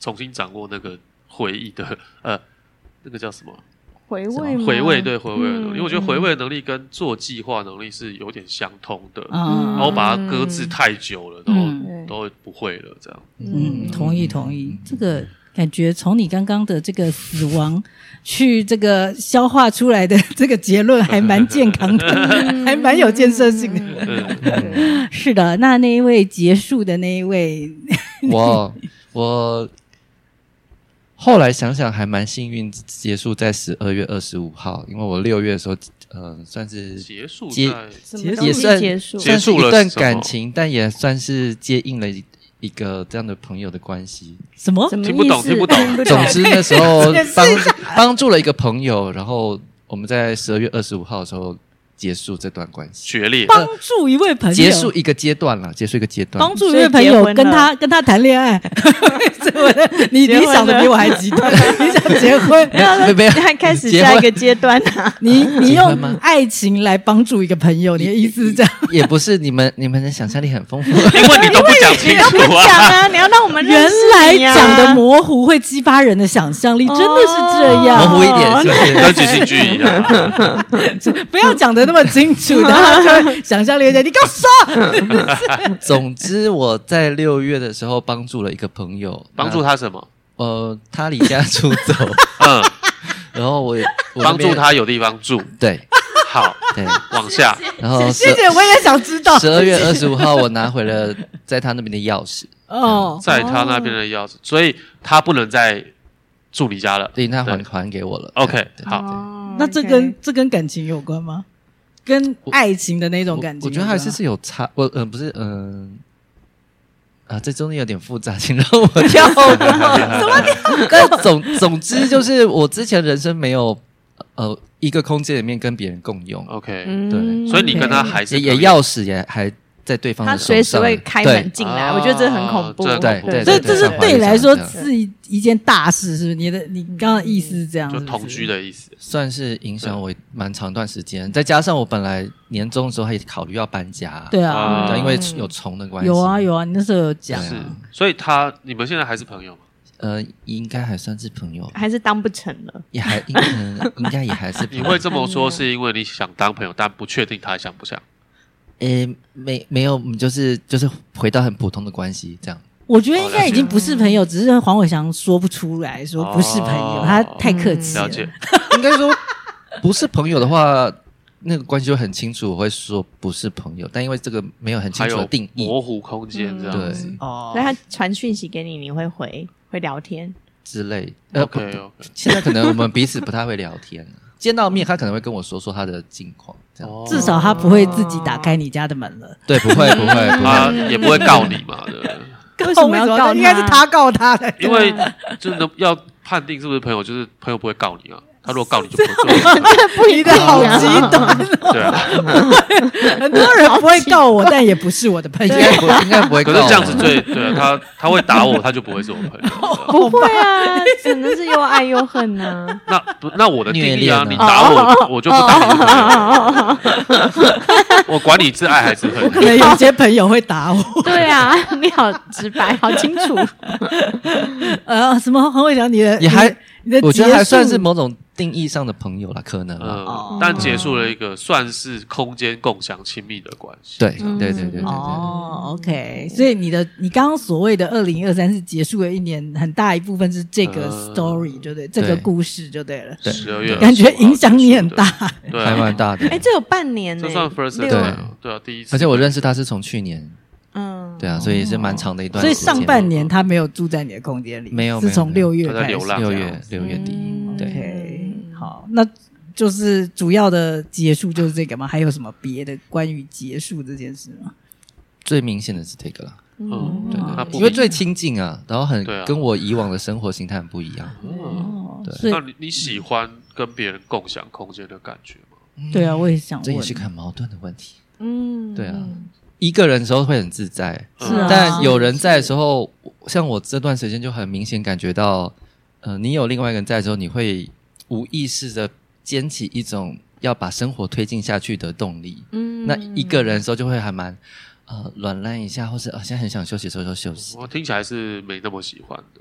Speaker 1: 重新掌握那个回忆的呃，那个叫什么？
Speaker 2: 回味吗
Speaker 1: 回味对回味的能力，
Speaker 2: 嗯
Speaker 1: 因为我觉得回味的能力跟做计划能力是有点相通的，
Speaker 4: 嗯
Speaker 1: 然后把它搁置太久了，
Speaker 4: 嗯
Speaker 1: 都都不会了，这样。
Speaker 4: 嗯，同意同意，这个感觉从你刚刚的这个死亡去这个消化出来的这个结论，还蛮健康的， 还蛮有建设性的。
Speaker 1: 嗯，
Speaker 4: 是的，那那一位结束的那一位，
Speaker 3: 我我后来想想还蛮幸运，结束在十二月二十五号，因为我六月的时候，呃，算是
Speaker 1: 结束
Speaker 3: 接
Speaker 1: 在
Speaker 2: 什
Speaker 4: 结
Speaker 2: 么
Speaker 4: 束
Speaker 2: 东
Speaker 3: 也
Speaker 2: 西
Speaker 3: 算
Speaker 2: 结束
Speaker 1: 结束了
Speaker 3: 算是
Speaker 1: 什
Speaker 3: 一
Speaker 1: 么
Speaker 3: 段感情，但也算是接应了一一个这样的朋友的关系。
Speaker 4: 什么
Speaker 2: 什么
Speaker 1: 听不懂
Speaker 2: 意思
Speaker 1: 听不懂
Speaker 3: 总之那时 候
Speaker 4: 解释
Speaker 3: 帮帮助了一个朋友，然后我们在十二月二十五号的时候结束这段关系，
Speaker 1: 决裂，
Speaker 4: 帮助一位朋友
Speaker 3: 结束一个阶段了，结束一个阶段
Speaker 4: 帮。助一位朋友跟他跟他谈恋爱，这我的你
Speaker 2: 结婚
Speaker 4: 你
Speaker 2: 了
Speaker 4: 想的比我还极端，你想结婚，
Speaker 3: 没有 没有
Speaker 2: 现在开始
Speaker 3: 结
Speaker 2: 下一
Speaker 3: 婚
Speaker 2: 个阶段啊，
Speaker 4: 你你
Speaker 3: 结
Speaker 4: 用
Speaker 3: 婚吗
Speaker 4: 爱情来帮助一个朋友，你的意思是这样？
Speaker 3: 也不是你们，你们的想象力很丰 富。
Speaker 1: 因为你都不讲清
Speaker 2: 不
Speaker 1: 楚
Speaker 2: 讲
Speaker 1: 啊，
Speaker 2: 啊， 你要让我们认
Speaker 4: 原
Speaker 2: 识
Speaker 4: 来
Speaker 2: 你啊
Speaker 4: 讲的模糊会激发人的想象力，真的是这样。
Speaker 3: 模糊一点， 是不
Speaker 1: 跟
Speaker 3: 是？
Speaker 1: 即兴剧一样啊。
Speaker 4: 不要讲的那么清楚，然后就会想象力有点。你告诉我，
Speaker 3: 总之，我在六月的时候帮助了一个朋友，
Speaker 1: 帮助
Speaker 3: 他，
Speaker 1: 他什么？
Speaker 3: 呃，他离家出走，
Speaker 1: 嗯，
Speaker 3: 然后我我那
Speaker 1: 帮
Speaker 3: 边
Speaker 1: 助，他有地方住。
Speaker 3: 对
Speaker 1: 好，
Speaker 3: 对，
Speaker 1: 往下，
Speaker 3: 然后
Speaker 4: 谢谢，我也想知道。
Speaker 3: 十二月二十五号，我拿回了在他那边的钥匙，
Speaker 4: 哦，
Speaker 1: 在他那边的钥匙，所以他不能再住你家了。
Speaker 3: 对，他还
Speaker 1: 对
Speaker 3: 还给我了。
Speaker 1: OK，
Speaker 3: 对
Speaker 1: 好，
Speaker 2: 哦
Speaker 4: 那这
Speaker 2: OK
Speaker 4: 跟这跟感情有关吗？跟爱情的那种
Speaker 3: 我
Speaker 4: 感情
Speaker 3: 我觉得还是是有差，我嗯、呃、不是嗯、啊，这中间有点复杂，请让我跳过。什么但总总之就是我之前人生没有呃一个空间里面跟别人共用，
Speaker 1: OK，
Speaker 2: 嗯
Speaker 3: 对
Speaker 1: 所以你跟他哦还是
Speaker 3: 也也
Speaker 1: 朋友
Speaker 3: 钥匙也还在对方
Speaker 2: 他
Speaker 3: 的手上，
Speaker 2: 随时会开门
Speaker 3: 对
Speaker 2: 进来，
Speaker 1: 哦
Speaker 2: 我觉得这很恐怖。
Speaker 1: 这很
Speaker 3: 恐怖对
Speaker 4: 这这
Speaker 3: 对
Speaker 4: 是
Speaker 3: 对
Speaker 4: 对你来说
Speaker 3: 对
Speaker 4: 是一一件大事，是不是？你的你刚刚的意思是这样，
Speaker 1: 就是
Speaker 4: 不是
Speaker 1: 同居的意思。
Speaker 3: 算是影响我蛮长段时间，再加上我本来年终的时候还考虑要搬家，
Speaker 4: 对
Speaker 1: 啊
Speaker 4: 啊，
Speaker 3: 对，因为有虫的关系，
Speaker 4: 有啊有啊，你那时候有讲，
Speaker 1: 是，所以他你们现在还是朋友吗？
Speaker 3: 呃，应该还算是朋友，
Speaker 2: 还是当不成了，
Speaker 3: 也还应嗯应该也还是朋
Speaker 1: 你
Speaker 3: 友。
Speaker 1: 会这么说是因为你想当朋友，但不确定他还想不想。
Speaker 3: 呃，没没有，我们就是就是回到很普通的关系这样。
Speaker 4: 我觉得应该已经不是朋友，只是黄伟翔说不出来，说不是朋友，
Speaker 1: 哦嗯
Speaker 4: 他太客气
Speaker 1: 了解，
Speaker 3: 应该说不是朋友的话，那个关系会很清楚，我会说不是朋友，但因为这个没有很清
Speaker 1: 还
Speaker 3: 楚的
Speaker 1: 有
Speaker 3: 定义，
Speaker 1: 模糊空间这样
Speaker 3: 对
Speaker 1: 子。
Speaker 4: 哦
Speaker 2: 所以他传讯息给你，你会回，会聊天。
Speaker 3: 之类。呃，不
Speaker 1: OK OK，
Speaker 3: 现在可能我们彼此不太会聊天了，见到面他可能会跟我说说他的近况，这
Speaker 1: 哦
Speaker 3: 样、
Speaker 4: 至少他不会自己打开你家的门了。
Speaker 3: 对，不会不会不
Speaker 1: 他
Speaker 3: 会，
Speaker 1: 也不会告你嘛，对不对？
Speaker 4: 哦
Speaker 2: 为什么要告他
Speaker 4: 应该是他告他的，
Speaker 1: 因为就能要判定是不是朋友，就是朋友不会告你啊。他如果告你就不会做，
Speaker 4: 你的好极端，
Speaker 1: 对啊。
Speaker 4: 很多人不会告我，但也不是我的朋友
Speaker 3: 应。 该不应该不会
Speaker 1: 可
Speaker 3: 告
Speaker 1: 是
Speaker 3: 我。
Speaker 1: 这样子最对啊，他他会打我，他就不会是我朋友。
Speaker 2: 不会 啊，只能是又爱又恨啊呐、
Speaker 1: 那不那我的定义啊，
Speaker 3: 虐恋啊
Speaker 1: 你打我，我就不打你了。 我管你是爱还是
Speaker 4: 我可
Speaker 1: 恨，
Speaker 4: 能有些朋友会打我，
Speaker 2: 对啊， 你好直白，好清楚。
Speaker 4: 呃，什么黄伟翔，你的
Speaker 3: 也还
Speaker 4: 你的，
Speaker 3: 我觉得还算
Speaker 4: 结
Speaker 3: 是
Speaker 4: 束
Speaker 3: 某种定义上的朋友啦，可能啦。
Speaker 1: 嗯，但结束了一个算是空间共享亲密的关系。
Speaker 3: 对
Speaker 2: 嗯
Speaker 3: 对对对对对
Speaker 4: 哦，OK，所以你的你刚刚所谓的二零二三是结束了一年，很大一部分是这个
Speaker 1: 嗯
Speaker 4: story，对不对？这个
Speaker 3: 对
Speaker 4: 故事就对了，
Speaker 3: 呃对
Speaker 1: 十二月
Speaker 4: 感觉影响你很
Speaker 1: 25号
Speaker 4: 大。
Speaker 1: 结束的，对
Speaker 3: 还
Speaker 1: 啊，
Speaker 3: 蛮大的。
Speaker 2: 哎、这有半年呢、
Speaker 1: 这算 first
Speaker 2: 六
Speaker 1: date
Speaker 3: 对
Speaker 1: 啊对啊，第一次。
Speaker 3: 而且我认识他是从去年，
Speaker 2: 嗯，
Speaker 3: 对啊，所以也是蛮长的一段
Speaker 4: 所
Speaker 3: 时
Speaker 4: 以
Speaker 3: 间。
Speaker 4: 上半年他没有住在你的空间里，
Speaker 3: 没有
Speaker 4: 是从
Speaker 3: 没有
Speaker 4: 六月
Speaker 1: 他在
Speaker 4: 开始
Speaker 1: 流浪
Speaker 3: 六
Speaker 1: 这
Speaker 3: 月
Speaker 1: 样
Speaker 3: 六月底，
Speaker 2: 嗯
Speaker 3: 对，
Speaker 4: OK，
Speaker 2: 嗯
Speaker 4: 好，那就是主要的结束就是这个吗？还有什么别的关于结束这件事吗？
Speaker 3: 最明显的是这个啦，
Speaker 1: 嗯
Speaker 3: 对
Speaker 1: 哦那
Speaker 3: 对
Speaker 1: 不
Speaker 3: 对，
Speaker 1: 明
Speaker 3: 因为最亲近啊，然后很
Speaker 1: 对啊
Speaker 3: 跟我以往的生活形态很不一样。
Speaker 1: 嗯，
Speaker 4: 哦，
Speaker 3: 对
Speaker 4: 所
Speaker 1: 那
Speaker 4: 以
Speaker 1: 你你喜欢跟别人共享空间的感觉吗？
Speaker 4: 对啊，我也想
Speaker 3: 这
Speaker 4: 问
Speaker 3: 也，是个很矛盾的问题。
Speaker 2: 嗯，
Speaker 3: 对啊一个人的时候会很自在，
Speaker 4: 是啊，
Speaker 3: 但有人在的时候，像我这段时间就很明显感觉到，呃，你有另外一个人在的时候，你会无意识的捡起一种要把生活推进下去的动力。
Speaker 2: 嗯
Speaker 3: 那一个人的时候就会还蛮呃软烂一下，或是啊、呃现在很想休息的时候就休息。
Speaker 1: 我听起来是没那么喜欢的。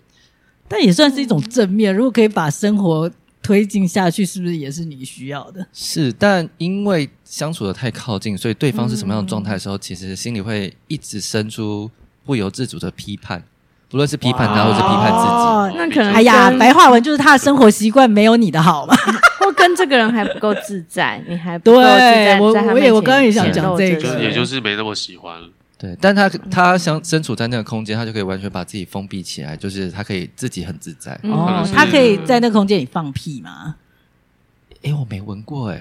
Speaker 4: 但也算是一种正面。如果可以把生活推进下去，是不是也是你需要的？
Speaker 3: 是，但因为相处的太靠近，所以对方是什么样的状态的时候，其实心里会一直生出不由自主的批判，不论是批判他或是批判自己。
Speaker 1: 嗯
Speaker 4: 哦
Speaker 2: 那可能
Speaker 4: 哎呀，
Speaker 2: 跟
Speaker 4: 白话文就是他的生活习惯没有你的好嘛。
Speaker 2: 或跟这个人还不够自在，你还不
Speaker 4: 对
Speaker 2: 够自在，
Speaker 4: 我
Speaker 2: 在他
Speaker 4: 我也
Speaker 2: 面
Speaker 4: 我刚刚也
Speaker 2: 前
Speaker 4: 想
Speaker 2: 显
Speaker 4: 讲
Speaker 2: 露
Speaker 4: 这
Speaker 2: 这
Speaker 4: 个
Speaker 1: 就是
Speaker 4: 对
Speaker 1: 也就是没那么喜欢。
Speaker 3: 对，但他他相身处在那个空间，他就可以完全把自己封闭起来，就是他可以自己很自在。哎、
Speaker 2: 嗯
Speaker 1: 可能
Speaker 4: 哦，
Speaker 1: 是
Speaker 4: 他可以在那个空间里放屁嘛？
Speaker 3: 我没闻过哎、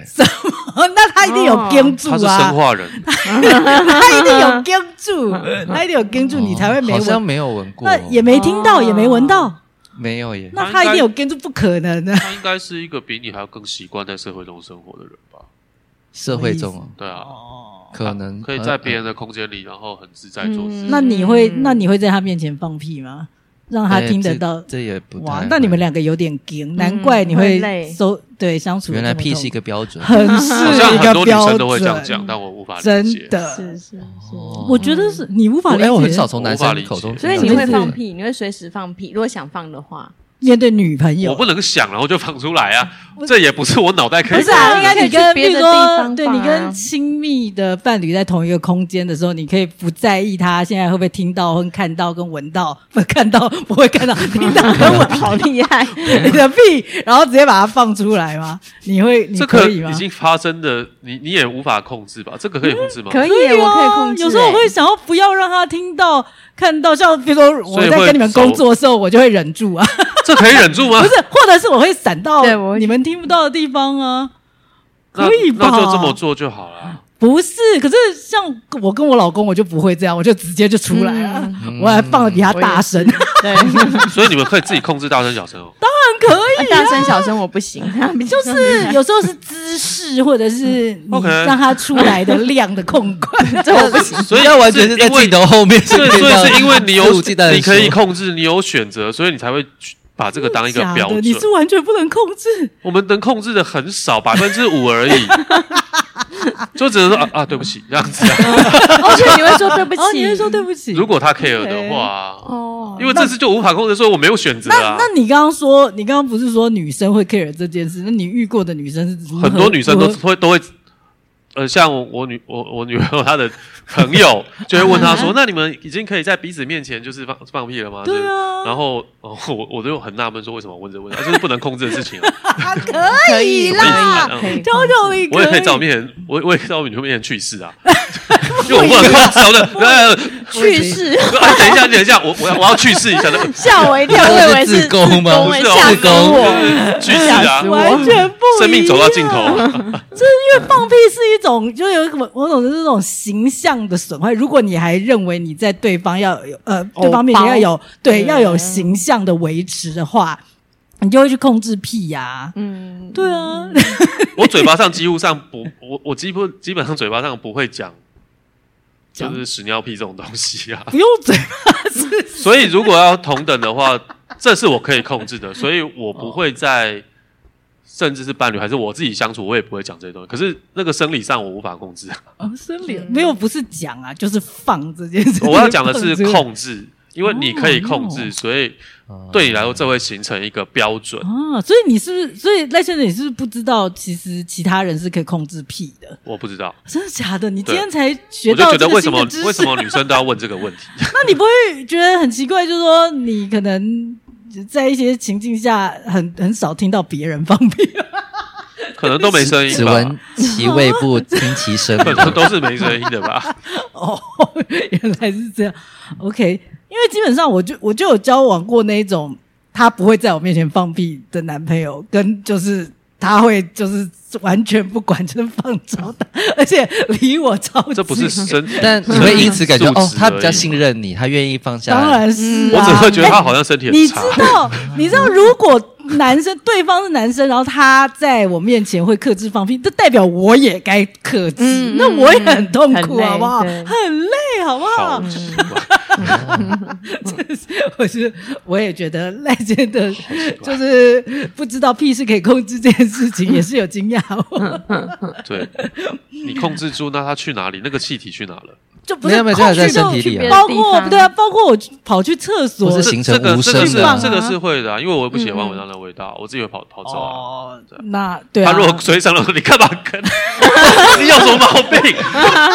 Speaker 4: 哦，那他一定有跟住
Speaker 1: 哦他是
Speaker 4: 啊
Speaker 1: 生，化人，
Speaker 4: 他一定有跟住，他一定有跟住，你才会没
Speaker 3: 哦好像
Speaker 4: 闻。
Speaker 3: 没有闻过，
Speaker 4: 那也没听到，也没闻到，
Speaker 3: 没有耶。
Speaker 4: 那他一定有跟住，不可能的。
Speaker 1: 他应该是一个比你还要更习惯在社会中生活的人吧？
Speaker 3: 社会中哦，
Speaker 1: 对啊，
Speaker 4: 哦，
Speaker 3: 可能呃
Speaker 1: 可以在别人的空间里，然后很自在做自己。
Speaker 4: 那你会，
Speaker 2: 嗯
Speaker 4: 那你会在他面前放屁吗？让他
Speaker 3: 哎
Speaker 4: 听得
Speaker 3: 这
Speaker 4: 到
Speaker 3: 这？也不
Speaker 4: 哇
Speaker 3: 太，
Speaker 4: 那你
Speaker 3: 会
Speaker 4: 们两个有点硬，难怪你
Speaker 2: 会累
Speaker 4: 收对相处得
Speaker 3: 原来
Speaker 4: 这么
Speaker 3: 屁是一
Speaker 4: 痛
Speaker 3: 个标准，
Speaker 4: 很
Speaker 1: 好
Speaker 4: 是
Speaker 1: 像
Speaker 4: 一
Speaker 1: 很
Speaker 4: 个
Speaker 1: 多女
Speaker 4: 标
Speaker 1: 生
Speaker 4: 准，
Speaker 1: 都会这样讲，但我无法理解
Speaker 4: 真。的。
Speaker 2: 是是是。
Speaker 3: 哦
Speaker 4: 我觉得是你无法理
Speaker 3: 哎，
Speaker 4: 解，
Speaker 3: 我很少从男
Speaker 1: 我无法
Speaker 3: 生
Speaker 1: 理解
Speaker 3: 口中听
Speaker 2: 所
Speaker 3: 到
Speaker 2: 以
Speaker 3: 这个字，
Speaker 2: 你会放屁，你会随时放屁，如果想放的话，
Speaker 4: 面对女朋友，
Speaker 1: 我不能想，然后就放出来啊！这也不是我脑袋可以
Speaker 4: 不是啊，
Speaker 2: 可以
Speaker 4: 应该你
Speaker 2: 可
Speaker 4: 跟
Speaker 2: 以去别
Speaker 4: 比
Speaker 2: 的
Speaker 4: 如
Speaker 2: 地
Speaker 4: 说，
Speaker 2: 方
Speaker 4: 对
Speaker 2: 放啊
Speaker 4: 你跟亲密的伴侣在同一个空间的时候，你可以不在意他现在会不会听到、跟看到、跟闻到，不看到不会看到，听到跟闻
Speaker 2: 好 厉害！
Speaker 4: 你的屁，然后直接把它放出来吗？你会你
Speaker 1: 这
Speaker 4: 可
Speaker 1: 个
Speaker 4: 以吗
Speaker 1: 已？经发生的，你你也无法控制吧？这个可以控制吗？
Speaker 2: 可以，
Speaker 4: 对
Speaker 2: 我可以
Speaker 4: 啊
Speaker 2: 控制欸。
Speaker 4: 有时候我会想要不要让他听到、看到，像比如说我
Speaker 1: 所以
Speaker 4: 在
Speaker 1: 会
Speaker 4: 跟你们
Speaker 1: 走
Speaker 4: 工作的时候，我就会忍住啊，
Speaker 1: 这可以忍住吗？
Speaker 4: 不是，或者是我会闪到
Speaker 2: 对我会
Speaker 4: 你们听不到的地方啊，
Speaker 1: 那
Speaker 4: 可以吧？
Speaker 1: 那就这么做就好了。啊
Speaker 4: 不是，可是像我跟我老公，我就不会这样，我就直接就出来了，我还放的比他大声，很
Speaker 2: 嗯对，
Speaker 1: 所以你们可以自己控制大声小声哦。
Speaker 4: 可
Speaker 2: 大声小声我不行，
Speaker 4: 以。有时候是姿势，或者是你
Speaker 1: OK
Speaker 4: 让他出来的量的控管，这我不行。
Speaker 1: 所以
Speaker 3: 那完全是在
Speaker 1: 因为
Speaker 3: 镜头后面，
Speaker 1: 所以所以是因为你有
Speaker 3: 肆无忌惮地
Speaker 1: 你可以
Speaker 3: 说
Speaker 1: 控制，你有选择，所以你才会去把这个 当一个
Speaker 4: 假
Speaker 1: 标
Speaker 4: 的，
Speaker 1: 准。
Speaker 4: 你是完全不能控制。
Speaker 1: 我们能控制的很少，百分之五而已， 就只能说啊啊，对不起这样子、 啊。
Speaker 2: 而且你会说对不
Speaker 4: 哦，你
Speaker 2: 起，
Speaker 4: 会说对不起。
Speaker 1: 如果他 care 的话，
Speaker 2: 哦，
Speaker 1: 因为这次就无法控制，所以我没有选择啊
Speaker 4: 那。你刚刚说，你刚刚不是说女生会 care 这件事？那你遇过的女生是如何？
Speaker 1: 很多女生都
Speaker 4: 如何
Speaker 1: 会都会呃，像我我女我我女朋友她的朋 友就会问她说：“那你们已经可以在彼此面前就是放放屁了吗？”
Speaker 4: 对
Speaker 1: 就是
Speaker 4: 啊
Speaker 1: 然后 哦，我我就很纳闷说为什么问这个问题，啊就是不能控制的事 情啊。
Speaker 4: 可以啦，
Speaker 2: 可
Speaker 1: 嗯
Speaker 2: 以，
Speaker 4: 张仲林，
Speaker 1: 我也可以在我面前，我我也可以在我女朋友面前去世 啊，因为我不能控制啊。我就呃，
Speaker 2: 去世，
Speaker 1: 哎等一下，等一下，我我要我要去世一下 的，
Speaker 2: 吓我一跳，我以为
Speaker 3: 自宫吗
Speaker 2: 我
Speaker 1: 不是哦
Speaker 2: 吓
Speaker 3: 自
Speaker 2: 死
Speaker 3: 宫
Speaker 2: 我，
Speaker 1: 去世啊
Speaker 2: 吓死，我
Speaker 4: 完全不一样
Speaker 1: 生命走到尽头啊，
Speaker 4: 因为放屁是一种，就有一种某种就是这种形象的损坏。如果你还认为你在对方要有呃
Speaker 2: 偶包
Speaker 4: 对方面前要有对
Speaker 2: 嗯
Speaker 4: 要有形象的维持的话，你就会去控制屁呀、
Speaker 2: 嗯，
Speaker 4: 对啊，
Speaker 1: 我嘴巴上几乎上不，我我几乎基本上嘴巴上不会讲，就是屎尿屁这种东西啊。
Speaker 4: 不用嘴巴是
Speaker 1: 所以如果要同等的话，这是我可以控制的，所以我不会在，甚至是伴侣还是我自己相处，我也不会讲这些东西。可是那个生理上我无法控制啊，
Speaker 4: 生理没有不是讲啊，就是放这件事。
Speaker 1: 我要讲的是
Speaker 4: 就是
Speaker 1: 控制，因为你可以控制，
Speaker 4: 哦
Speaker 1: 所以对你来说这会形成一个标准。
Speaker 4: 啊，所以你是不是？所以赖先生，你是不是不知道其实其他人是可以控制屁的？
Speaker 1: 我不知道，
Speaker 4: 真的假的？你今
Speaker 1: 对
Speaker 4: 天才学
Speaker 1: 我就
Speaker 4: 到
Speaker 1: 觉
Speaker 4: 这
Speaker 1: 得
Speaker 4: 个
Speaker 1: 为什
Speaker 4: 新
Speaker 1: 么
Speaker 4: 的知识？
Speaker 1: 为什么女生都要问这个问 题？
Speaker 4: 那你不会觉得很奇怪？就是说，你可能在一些情境下很很少听到别人放屁，
Speaker 1: 可能都没声音
Speaker 3: 只
Speaker 1: 吧
Speaker 3: 闻。其味不听其声。
Speaker 1: 可能都是没声音的 吧，
Speaker 4: 哦，原来是这样。OK，因为基本上我就我就有交往过那一种他不会在我面前放屁的男朋友，跟就是他会就是完全不管，就是放超大，而且离我超近。
Speaker 1: 这不是身体，
Speaker 3: 但你会因此感觉
Speaker 1: 素质
Speaker 3: 哦，他比较
Speaker 1: 而已
Speaker 3: 信任你，他愿意放下。
Speaker 4: 当，然是、
Speaker 1: 我
Speaker 4: 啊，
Speaker 1: 只会觉得他好像身体很
Speaker 4: 你知
Speaker 1: 差。
Speaker 4: 道，你 知道，如果男生对方是男生，然后他在我面前会克制放屁，这代表我也该克制，
Speaker 2: 嗯
Speaker 4: 那我也很痛
Speaker 2: 很
Speaker 4: 苦，
Speaker 2: 累
Speaker 4: 好不好？
Speaker 2: 对
Speaker 4: 很累，好不
Speaker 1: 好
Speaker 4: 好？
Speaker 1: 奇怪，
Speaker 4: 我是我也觉得赖真的就是不知道屁是可以控制这件事情，也是有惊讶
Speaker 3: 嗯
Speaker 4: 哦，
Speaker 1: 对，你控制住，那他去哪里？那个气体去哪了？
Speaker 4: 就不
Speaker 3: 没
Speaker 4: 是
Speaker 3: 有没有
Speaker 4: 控
Speaker 3: 这个在
Speaker 4: 制就
Speaker 3: 身体里啊
Speaker 2: 别的
Speaker 4: 包
Speaker 2: 地
Speaker 4: 括
Speaker 2: 方
Speaker 4: 对啊，包括我跑去厕所
Speaker 3: 不
Speaker 1: 这
Speaker 3: 是形成
Speaker 1: 这个
Speaker 3: 无
Speaker 1: 这
Speaker 3: 声
Speaker 1: 个
Speaker 3: 的嗯
Speaker 1: 是
Speaker 4: 棒啊
Speaker 1: 这个是会的啊，因为我又不喜欢闻到那味道，我自己会跑跑走啊。
Speaker 4: 哦，那对啊，
Speaker 1: 他如果追上了，你干嘛跟？ 你有什么毛病？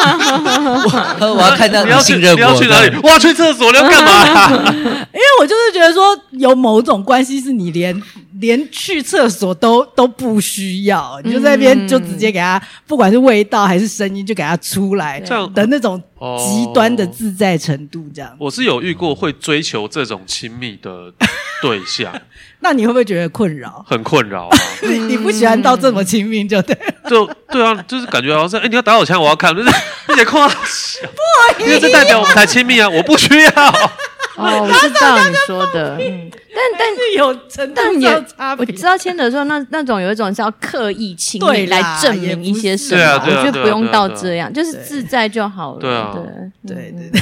Speaker 3: 哦我要看到
Speaker 1: 你要去
Speaker 3: 信
Speaker 1: 你
Speaker 3: 任我。
Speaker 1: 要去哪里？我要去厕所，你要干嘛 啊？
Speaker 4: 因为我就是觉得说，有某种关系是你连 连去厕所都都不需要，你就在那边就直接给他，不管是味道还是声音，就给他出来
Speaker 1: 这样
Speaker 4: 的那种
Speaker 1: 哦
Speaker 4: 极端的自在程度，这样。
Speaker 1: 我是有遇过会追求这种亲密的对象，
Speaker 4: 那你会不会觉得困扰？
Speaker 1: 很困扰啊。
Speaker 4: 你你不喜欢到这么亲密，就对。
Speaker 1: 就对啊，就是感觉好像是，哎、你要打我枪，我要看，就是 你得夸小，因为这代表我们才亲密啊，我不需要。
Speaker 2: 哦，我知道你说的，嗯但但
Speaker 4: 是 有程度
Speaker 2: 但也
Speaker 4: 上差
Speaker 2: 我
Speaker 4: 别。
Speaker 2: 知道牵的时候，那那种有一种是要刻意亲
Speaker 4: 对
Speaker 2: 密
Speaker 4: 啦
Speaker 2: 来证明一些什
Speaker 1: 也
Speaker 2: 么，
Speaker 1: 不是对啊对啊
Speaker 2: 我
Speaker 1: 对
Speaker 2: 觉得
Speaker 1: 啊
Speaker 2: 不用
Speaker 1: 对啊
Speaker 2: 到
Speaker 1: 对啊
Speaker 2: 这样，就是自在就好了。
Speaker 1: 对啊
Speaker 4: 对对
Speaker 2: 对，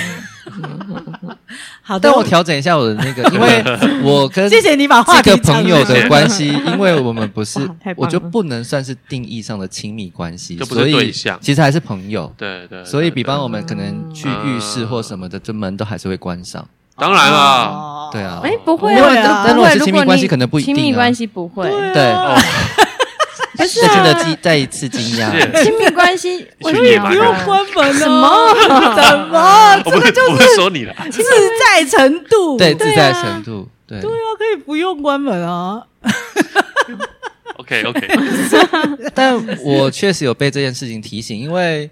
Speaker 2: 嗯
Speaker 4: 嗯 好的，
Speaker 3: 但我调整一下我的那个，因 为我跟
Speaker 4: 谢谢你把
Speaker 3: 这
Speaker 4: 话题
Speaker 3: 个
Speaker 4: 岔
Speaker 3: 朋友的关系， 因为我们不是
Speaker 2: 哇太棒了，
Speaker 3: 我就不能算是定义上的亲密关系，
Speaker 1: 就不是
Speaker 3: 所以
Speaker 1: 对象
Speaker 3: 其实还是朋友。
Speaker 1: 对对
Speaker 3: 所以，比方
Speaker 1: 我，
Speaker 3: 我们可能去浴室或什么的，这门都还是会关上。
Speaker 1: 当然啦，
Speaker 4: 哦
Speaker 3: 对啊，
Speaker 2: 哎，不会
Speaker 4: 不会啊
Speaker 2: 啊，
Speaker 4: 但
Speaker 2: 不
Speaker 3: 如果
Speaker 2: 会，
Speaker 3: 是
Speaker 2: 如
Speaker 3: 亲密
Speaker 2: 果
Speaker 3: 关系
Speaker 2: 你
Speaker 3: 可能不一定啊
Speaker 2: 亲密关系不会，
Speaker 3: 对，
Speaker 4: 啊
Speaker 1: 哦，
Speaker 3: 可是真的激再一次惊讶，
Speaker 1: 是
Speaker 2: 亲密关系
Speaker 1: 你 去野蛮
Speaker 4: 不
Speaker 1: 对
Speaker 4: 用
Speaker 1: 啊
Speaker 4: 关门
Speaker 2: 什
Speaker 4: 哦
Speaker 2: 么？
Speaker 4: 怎么？
Speaker 1: 我不
Speaker 4: 这个
Speaker 1: 会
Speaker 4: 就
Speaker 1: 我不会说你 了，
Speaker 4: 自在程度。
Speaker 3: 对自在程度，对
Speaker 4: 对啊，可以不用关门啊。
Speaker 1: OK OK，
Speaker 3: 但我确实有被这件事情提醒，因为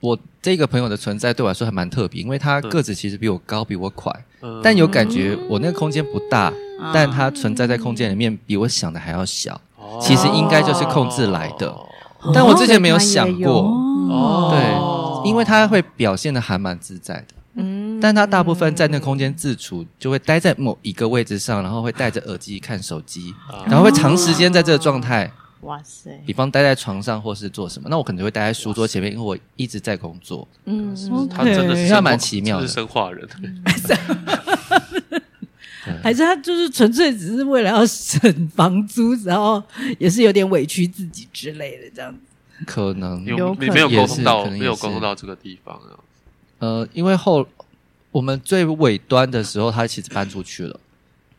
Speaker 3: 我这个朋友的存在对我来说还蛮特别，因为他个子其实比我高，比我快，
Speaker 1: 嗯
Speaker 3: 但有感觉我那个空间不大，但他存在在空间里面比我想的还要小，
Speaker 1: 嗯
Speaker 3: 其实应该就是控制来的。但我之前没有想过，
Speaker 1: 哦
Speaker 3: 对，因为他会表现的还蛮自在的。
Speaker 2: 嗯，
Speaker 3: 但他大部分在那空间自处，就会待在某一个位置上，然后会戴着耳机看手机，
Speaker 1: 哦
Speaker 3: 然后会长时间在这个状态，
Speaker 4: 嗯
Speaker 2: 哇塞，
Speaker 3: 比方待在床上或是做什么。那我可能就会待在书桌前面，因为我一直在工作。
Speaker 2: 嗯，
Speaker 1: 他真的
Speaker 4: 对
Speaker 1: 是
Speaker 3: 那蛮奇妙的
Speaker 1: 这是生化人，
Speaker 4: 还是他就是纯粹只是为了要省房租，然后也是有点委屈自己之类的这样子。
Speaker 3: 可能
Speaker 1: 你
Speaker 2: 有
Speaker 1: 你没有
Speaker 3: 可能
Speaker 1: 沟通到，
Speaker 3: 也是可
Speaker 1: 没
Speaker 3: 能也是
Speaker 1: 有沟通到这个地方啊。
Speaker 3: 呃，因为后我们最尾端的时候，他其实搬出去了，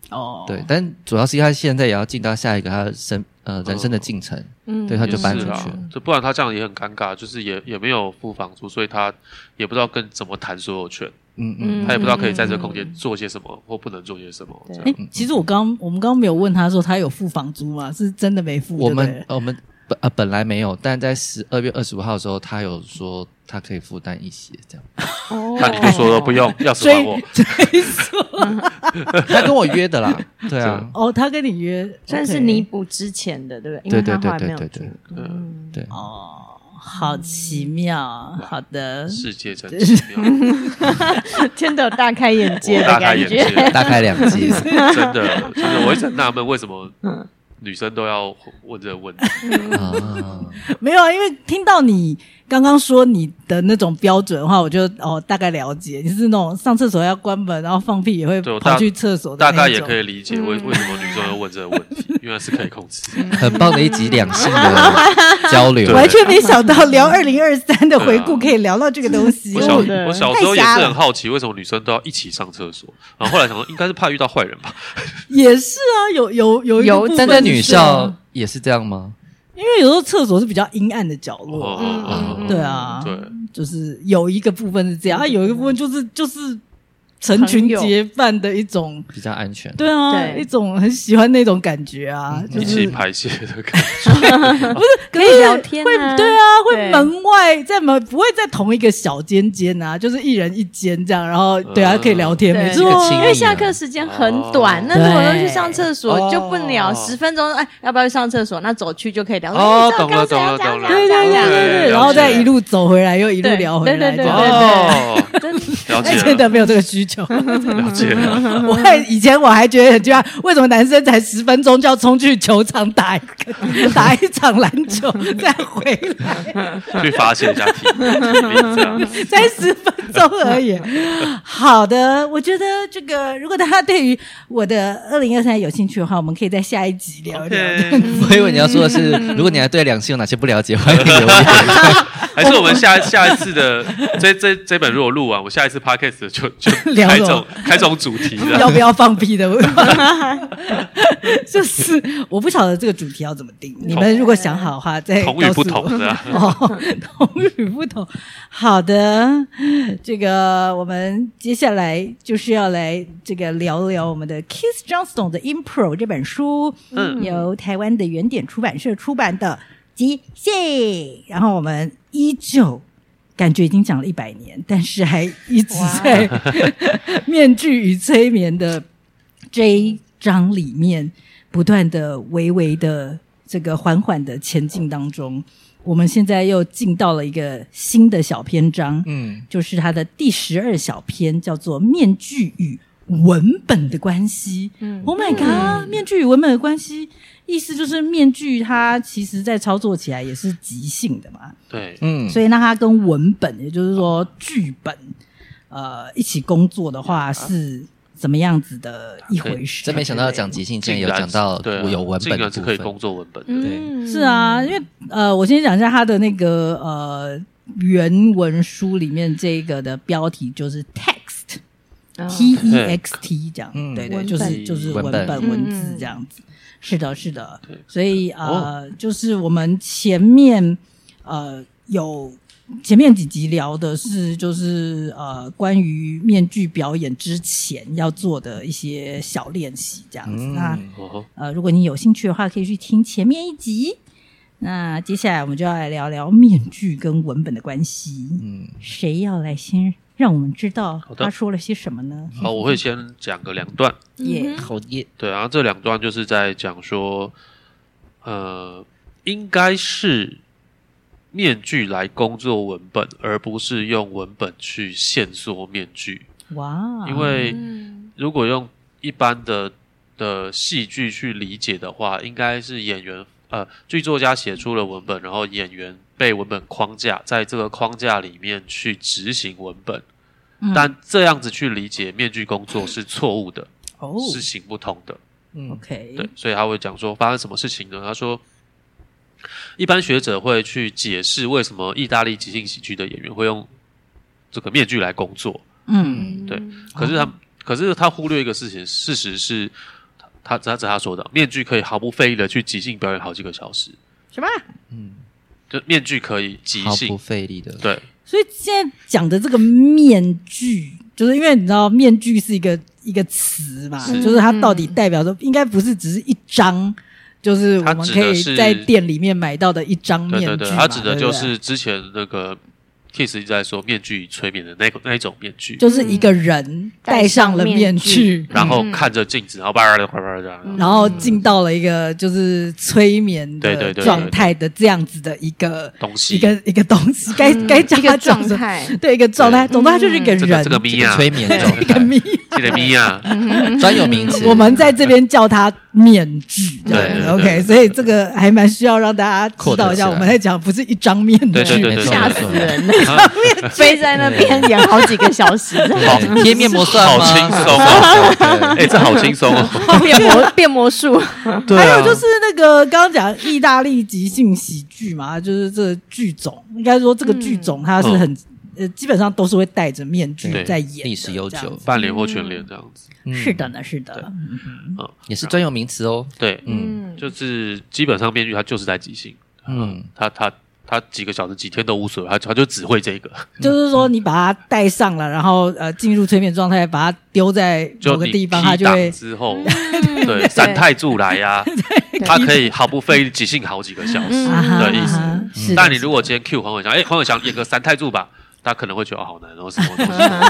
Speaker 4: 哦，
Speaker 3: 对，但主要是他现在也要进到下一个他生呃人生的进程，
Speaker 2: 嗯，
Speaker 3: 对他就搬
Speaker 1: 也
Speaker 3: 出
Speaker 1: 是
Speaker 3: 去
Speaker 1: 啦
Speaker 3: 了。
Speaker 1: 就不然他这样也很尴尬，就是也也没有付房租，所以他也不知道跟怎么谈所有权，
Speaker 3: 嗯嗯
Speaker 1: 他也不知道可以在这个
Speaker 2: 嗯
Speaker 1: 空
Speaker 2: 嗯
Speaker 1: 间
Speaker 2: 嗯
Speaker 1: 做些什么或不能做些什么。
Speaker 2: 对
Speaker 1: 这样
Speaker 4: 哎，其实我刚我们刚刚没有问他说他有付房租吗？是真的没付，
Speaker 3: 我
Speaker 4: 对不
Speaker 3: 们
Speaker 4: 对
Speaker 3: 呃我们本呃本来没有，但在十二月二十五号的时候，他有说他可以负担一些这样。
Speaker 2: 哦，
Speaker 1: 那你就说了不用，钥匙
Speaker 4: 所
Speaker 1: 还
Speaker 4: 以
Speaker 1: 我。
Speaker 4: 所以说
Speaker 3: 他跟我约的啦，对啊，
Speaker 4: 哦，他跟你约
Speaker 2: 算是
Speaker 4: OK
Speaker 2: 弥补之前的，对不对？因
Speaker 3: 对
Speaker 2: 为
Speaker 3: 对
Speaker 2: 他后
Speaker 3: 对
Speaker 2: 来没
Speaker 3: 对
Speaker 2: 有
Speaker 3: 对
Speaker 2: 住
Speaker 3: 对，
Speaker 2: 嗯，
Speaker 3: 对，
Speaker 4: 哦，好奇妙，好的，
Speaker 1: 世界真奇妙，
Speaker 2: 天的大开眼界
Speaker 1: 我
Speaker 2: 的
Speaker 1: 大开
Speaker 2: 感
Speaker 1: 眼
Speaker 2: 觉，
Speaker 1: 界，
Speaker 3: 大开两季。
Speaker 1: 真的，真的，我一直很纳闷为什么女生都要问这个问题。
Speaker 3: 啊，
Speaker 4: 没有啊，因为听到你刚刚说你的那种标准的话，我就哦大概了解，你是那种上厕所要关门，然后放屁也会
Speaker 1: 对我大
Speaker 4: 跑去厕所的
Speaker 1: 大
Speaker 4: 那
Speaker 1: 概
Speaker 4: 一
Speaker 1: 也
Speaker 4: 种
Speaker 1: 可以理解为为什么女生要问这个问题，原来是可以控制。
Speaker 3: 很棒的一集两性的交流
Speaker 1: 对。
Speaker 4: 完全没想到 聊二零二三的回顾可以聊到这个东西，哦
Speaker 1: 我小
Speaker 2: 对
Speaker 1: 我小时候也是很好奇，为什么女生都要一起上厕所？然后后来想说，应该是怕遇到坏人吧？
Speaker 4: 也是啊，有有有一个
Speaker 2: 有
Speaker 4: 部分
Speaker 3: 但在女
Speaker 4: 是这样
Speaker 3: 校，也是这样吗？
Speaker 4: 因为有时候厕所是比较阴暗的角落，
Speaker 1: 嗯嗯嗯
Speaker 4: 对啊，
Speaker 1: 对，
Speaker 4: 就是有一个部分是这
Speaker 2: 嗯
Speaker 4: 样，啊，有一个部分就是就是成群
Speaker 2: 朋友
Speaker 4: 结伴的一种。
Speaker 3: 比较安全。
Speaker 4: 对啊，
Speaker 2: 对嗯
Speaker 4: 一种很喜欢那种感觉啊，就
Speaker 1: 一
Speaker 4: 是
Speaker 1: 起排泄的感觉。
Speaker 4: 可
Speaker 2: 可以
Speaker 4: 是
Speaker 2: 聊天
Speaker 4: 会
Speaker 2: 啊
Speaker 4: 对啊，会
Speaker 2: 对
Speaker 4: 门外在门不会在同一个小间间啊，就是一人一间这样，然后对啊，
Speaker 1: 嗯
Speaker 4: 可以聊天，
Speaker 2: 对
Speaker 4: 没
Speaker 3: 这
Speaker 4: 错
Speaker 3: 个。亲
Speaker 2: 因
Speaker 3: 密
Speaker 2: 为
Speaker 3: 啊
Speaker 2: 下课时间很短
Speaker 1: 哦，
Speaker 2: 那如果要去上厕
Speaker 3: 对
Speaker 2: 所就不聊
Speaker 1: 哦
Speaker 2: 十分钟，哎，要不要去上厕所？那走去就可以聊。
Speaker 1: 哦
Speaker 2: 哎你知道
Speaker 1: 懂了
Speaker 2: 刚才
Speaker 1: 懂了
Speaker 2: 要讲
Speaker 1: 懂了
Speaker 4: 对
Speaker 2: 讲
Speaker 4: 对对
Speaker 2: 讲讲
Speaker 4: 对对，
Speaker 1: 了解
Speaker 4: 然后再一路走回来，又一路
Speaker 2: 对
Speaker 4: 聊回来，
Speaker 2: 对对
Speaker 4: 这样
Speaker 1: 哦，了
Speaker 4: 哎
Speaker 1: 解
Speaker 4: 真
Speaker 1: 了
Speaker 4: 的没有这个需求。
Speaker 1: 了解了，
Speaker 4: 我还以前我还觉得很奇怪，为什么男生才十分钟就要冲去球场打一个打一场篮球，再回来，
Speaker 1: 去发泄一下体力，这样子。
Speaker 4: 才十分钟而已。好的，我觉得这个如果大家对于我的二零二三有兴趣的话，我们可以在下一集聊一聊。
Speaker 1: OK，
Speaker 3: 我以为你要说的是，如果你还对两性有哪些不了解，欢迎留言。
Speaker 1: 还是我们下下一次的这这这本如果录完，我下一次 podcast 就就
Speaker 4: 聊
Speaker 1: 开
Speaker 4: 什
Speaker 1: 这
Speaker 4: 么
Speaker 1: 种开这种主题
Speaker 4: 要
Speaker 1: 的。
Speaker 4: 不要放屁的？就是我不晓得这个主题要怎么定，你们如果想好的话，再
Speaker 1: 同
Speaker 4: 告
Speaker 1: 与
Speaker 4: 诉
Speaker 1: 不
Speaker 4: 我
Speaker 1: 同的啊
Speaker 4: 哦，同与不同。好的，这个我们接下来就是要来这个聊聊我们的 Kiss Johnston 的《Impro》这本书，
Speaker 1: 嗯
Speaker 4: 由台湾的原点出版社出版的《即兴》，然后我们依旧。感觉已经讲了一百年，但是还一直在面具与催眠的这一章里面，不断的微微的这个缓缓的前进当中，我们现在又进到了一个新的小篇章，
Speaker 3: 嗯，
Speaker 4: 就是它的第十二小篇，叫做《面具与文本的关系》。
Speaker 2: 嗯
Speaker 4: Oh my god！、面具与文本的关系，意思就是面具它其实在操作起来也是即兴的嘛，
Speaker 1: 对，
Speaker 3: 嗯，
Speaker 4: 所以那它跟文本，也就是说剧本，呃，一起工作的话是怎么样子的一回事？
Speaker 3: 嗯真没想到讲即兴，竟然
Speaker 1: 竟
Speaker 3: 有
Speaker 1: 然
Speaker 3: 讲到
Speaker 1: 对啊
Speaker 3: 有文
Speaker 1: 竟
Speaker 3: 本的
Speaker 1: 然是
Speaker 3: 部
Speaker 1: 可以
Speaker 3: 分。
Speaker 1: 工作文本的。
Speaker 2: 嗯，
Speaker 4: 是啊，因为呃，我先讲一下他的那个呃原文书里面这个的标题就是 text
Speaker 2: 哦
Speaker 4: t e x t 这样，
Speaker 3: 嗯
Speaker 4: 对对，
Speaker 2: 文本
Speaker 4: 就是就是文
Speaker 3: 文
Speaker 4: 本
Speaker 3: 本
Speaker 4: 文字
Speaker 2: 嗯
Speaker 4: 这样子。是的，是的
Speaker 1: 对，
Speaker 4: 所以呃，就是我们前面呃有前面几集聊的是就是呃关于面具表演之前要做的一些小练习这样子，
Speaker 3: 嗯
Speaker 4: 那。
Speaker 1: 哦，
Speaker 4: 呃，如果你有兴趣的话，可以去听前面一集。那接下来我们就要来聊聊面具跟文本的关系。
Speaker 3: 嗯，
Speaker 4: 谁要来先让我们知道
Speaker 1: 好的
Speaker 4: 他说了些什么呢？
Speaker 1: 好，我会先讲个两段。
Speaker 2: 嗯
Speaker 4: 耶，
Speaker 3: 好耶，
Speaker 1: 对，然后这两段就是在讲说，呃，应该是面具来工作文本，而不是用文本去限缩面具。
Speaker 4: 哇，
Speaker 1: 因为
Speaker 2: 嗯
Speaker 1: 如果用一般的的戏剧去理解的话，应该是演员呃剧作家写出了文本，然后演员被文本框架，在这个框架里面去执行文本。
Speaker 4: 嗯
Speaker 1: 但这样子去理解面具工作是错误的，
Speaker 4: 哦
Speaker 1: 是行不通的。
Speaker 3: 嗯，
Speaker 4: ，OK，
Speaker 1: 对，所以他会讲说发生什么事情呢？他说，一般学者会去解释为什么意大利即兴喜剧的演员会用这个面具来工作，
Speaker 4: 嗯
Speaker 1: 对可是他、可是他忽略一个事情，事实是他他是他说的，面具可以毫不费力的去即兴表演好几个小时，
Speaker 2: 什么？
Speaker 3: 嗯，
Speaker 1: 就面具可以即
Speaker 3: 毫不
Speaker 1: 兴，
Speaker 3: 费力的，
Speaker 1: 对，
Speaker 4: 所以现在讲的这个面具，就是因为你知道面具是一个一个词嘛，
Speaker 1: 是
Speaker 4: 就是它到底代表说，应该不是只是一张，就是我们
Speaker 1: 它
Speaker 4: 可
Speaker 1: 指的
Speaker 4: 以
Speaker 1: 是
Speaker 4: 在店里面买到的一张
Speaker 1: 对
Speaker 4: 面具嘛
Speaker 1: 对对，他指的
Speaker 4: 对不
Speaker 1: 就
Speaker 4: 对
Speaker 1: 是之前那个 Kiss 一直在说面具与催眠的那个那一种面具，
Speaker 4: 就是一个人戴上了面具，
Speaker 1: 然后看着镜子，然后叭叭叭叭叭这样，
Speaker 4: 然后进到了一个就是催眠
Speaker 1: 对对对
Speaker 4: 的
Speaker 1: 对
Speaker 4: 状态的这样子的一个
Speaker 1: 东
Speaker 4: 一
Speaker 1: 西，
Speaker 4: 个一个东西，该该讲
Speaker 2: 嗯一
Speaker 4: 它
Speaker 2: 个
Speaker 4: 讲
Speaker 2: 状
Speaker 4: 什么，
Speaker 2: 态，
Speaker 4: 对一个状态，
Speaker 1: 对
Speaker 4: 总之它就是一个
Speaker 1: 这个
Speaker 4: 人
Speaker 1: 这个咪
Speaker 3: 这
Speaker 1: 呀
Speaker 3: 个，催眠
Speaker 1: 对
Speaker 4: 一个
Speaker 3: 种
Speaker 4: 迷
Speaker 1: 这个咪呀，
Speaker 3: 专有名词，
Speaker 4: 我们在这边叫它面具，
Speaker 1: 嗯对对对
Speaker 4: o
Speaker 1: 对
Speaker 4: k 所以这个还蛮需要让大家知
Speaker 3: 扩
Speaker 4: 道
Speaker 3: 展
Speaker 4: 一
Speaker 3: 起
Speaker 4: 下，
Speaker 3: 来
Speaker 4: 我们在讲不是一张面具，
Speaker 1: 对对对对，
Speaker 2: 吓
Speaker 1: 对
Speaker 2: 死 人了！飞在那边演好几个小时，
Speaker 1: 好
Speaker 3: 对贴面膜算
Speaker 1: 好
Speaker 3: 吗？
Speaker 1: 轻松哦，
Speaker 3: 对
Speaker 1: 哎，这好轻松哦，
Speaker 2: 变魔变魔术，
Speaker 1: 对
Speaker 4: 还有就是那个刚刚讲意大利即兴喜剧嘛，就是这个剧种，应该说这个剧种它是很、呃，基本上都是会戴着面具
Speaker 1: 嗯对
Speaker 4: 在演的，
Speaker 3: 历史悠
Speaker 4: 这样
Speaker 3: 久
Speaker 4: 子。
Speaker 1: 半脸或全脸这样子，
Speaker 3: 嗯
Speaker 4: 是的呢，是的，
Speaker 1: 嗯，
Speaker 3: 也是专有名词哦。
Speaker 1: 对，
Speaker 3: 嗯
Speaker 1: 就是基本上面具它就是在即兴，
Speaker 3: 嗯，
Speaker 1: 他他他几个小时几天都无所谓，他他就只会这个，
Speaker 4: 就是说你把它戴上了，然后呃进入催眠状态，把它丢在某
Speaker 1: 就
Speaker 4: 个
Speaker 1: 你
Speaker 4: 地
Speaker 1: 踢
Speaker 4: 方，它
Speaker 1: 档
Speaker 4: 就会
Speaker 1: 之后， 对三太助来呀，他可以毫不费力即兴好几个小时。
Speaker 4: 啊哈
Speaker 1: 的意思
Speaker 4: 啊哈是的
Speaker 1: 但 你如果今天 Q 黄伟翔，哎，黄伟翔演个三太助吧，他可能会觉得哦好难哦，什么东西怎么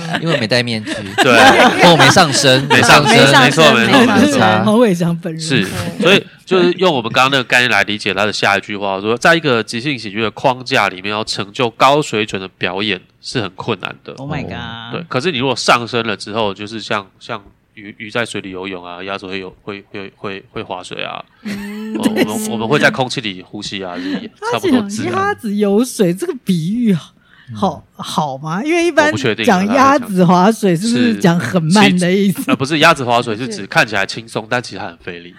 Speaker 1: 办？
Speaker 3: 因为没戴面具，
Speaker 4: 嗯
Speaker 1: 对，
Speaker 3: 或我没上身，
Speaker 1: 没上
Speaker 2: 没
Speaker 1: 身，
Speaker 2: 上
Speaker 1: 没错
Speaker 2: 身
Speaker 1: 没
Speaker 2: 没
Speaker 1: 错没
Speaker 2: 上身
Speaker 1: 错。
Speaker 3: 差
Speaker 4: 黄伟翔本人
Speaker 1: 是，所以就是用我们刚刚那个概念来理解他的下一句话，说在一个即兴喜剧的框架里面，要成就高水准的表演是很困难的。
Speaker 4: ，Oh my god，
Speaker 1: 对，可是你如果上升了之后，就是像像鱼鱼在水里游泳啊，鸭子会游会会会会划水啊，哦我们我们会在空气里呼吸啊，就是也差
Speaker 4: 他
Speaker 1: 不多
Speaker 4: 讲
Speaker 1: 自
Speaker 4: 鸭
Speaker 1: 然。
Speaker 4: 子游水这个比喻好好好吗？因为一
Speaker 1: 嗯我
Speaker 4: 般
Speaker 1: 不确定啊
Speaker 4: 讲鸭子划水是不是
Speaker 1: 是
Speaker 4: 讲很慢的意思？
Speaker 1: 呃，不是鸭子划水，是指看起来轻松，但其实它很费力。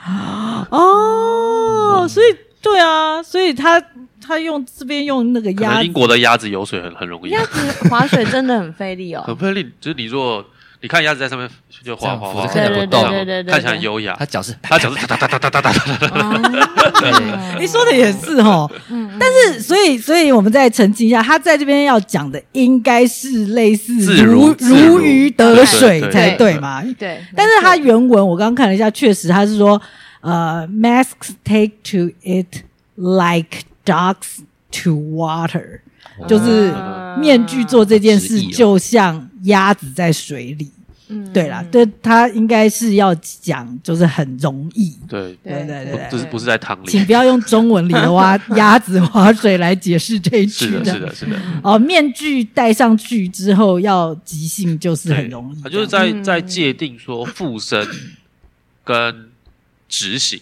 Speaker 1: 嗯
Speaker 4: 哦，所以对啊，所以他他用这边用那个
Speaker 1: 可
Speaker 4: 鸭
Speaker 1: 能
Speaker 4: 子
Speaker 1: 英国的鸭子游水很很容易，
Speaker 2: 鸭子划水真的很费 力
Speaker 1: 很
Speaker 2: 哦。
Speaker 1: 费力。就是你如果你看鸭子在上面就
Speaker 3: 这
Speaker 1: 划
Speaker 3: 样
Speaker 1: 划
Speaker 3: 扶
Speaker 1: 划
Speaker 3: 着
Speaker 1: 划，
Speaker 3: 看
Speaker 2: 着不动对对对对对
Speaker 1: 看起来很优雅
Speaker 3: 他。脚是
Speaker 1: 它脚是哒哒哒哒哒哒哒
Speaker 2: 哦
Speaker 1: 哒，
Speaker 4: 你说的也是哦，但是所以所以我们再澄清一下，他在这边要讲的应该是类似
Speaker 1: 自
Speaker 4: 如
Speaker 1: 如自如
Speaker 4: 如鱼得
Speaker 1: 对
Speaker 4: 水
Speaker 1: 对
Speaker 4: 才
Speaker 1: 对
Speaker 4: 对嘛？
Speaker 2: 对，
Speaker 4: 但是它原文我刚看了一下，确实它是说，呃，masks take to it like dogs to water，、就是
Speaker 1: 哦
Speaker 2: 嗯
Speaker 4: 面具做这件
Speaker 3: 好
Speaker 4: 事
Speaker 1: 啊
Speaker 3: 诗意哦
Speaker 4: 就像鸭子在水里。
Speaker 2: 嗯
Speaker 4: 对啦，对，它应该是要讲，就是很容易。
Speaker 1: 对，
Speaker 4: 对对对
Speaker 1: 不
Speaker 4: 对
Speaker 1: 不是不是在汤
Speaker 4: 请
Speaker 1: 里，
Speaker 4: 不要用中文里的蛙鸭子划水来解释这一句
Speaker 1: 是的，是的，是的。
Speaker 4: 哦，面具戴上去之后要即兴，就是
Speaker 1: 对，
Speaker 4: 很容易这样。
Speaker 1: 他就是在
Speaker 2: 嗯
Speaker 1: 在界定说附身跟执行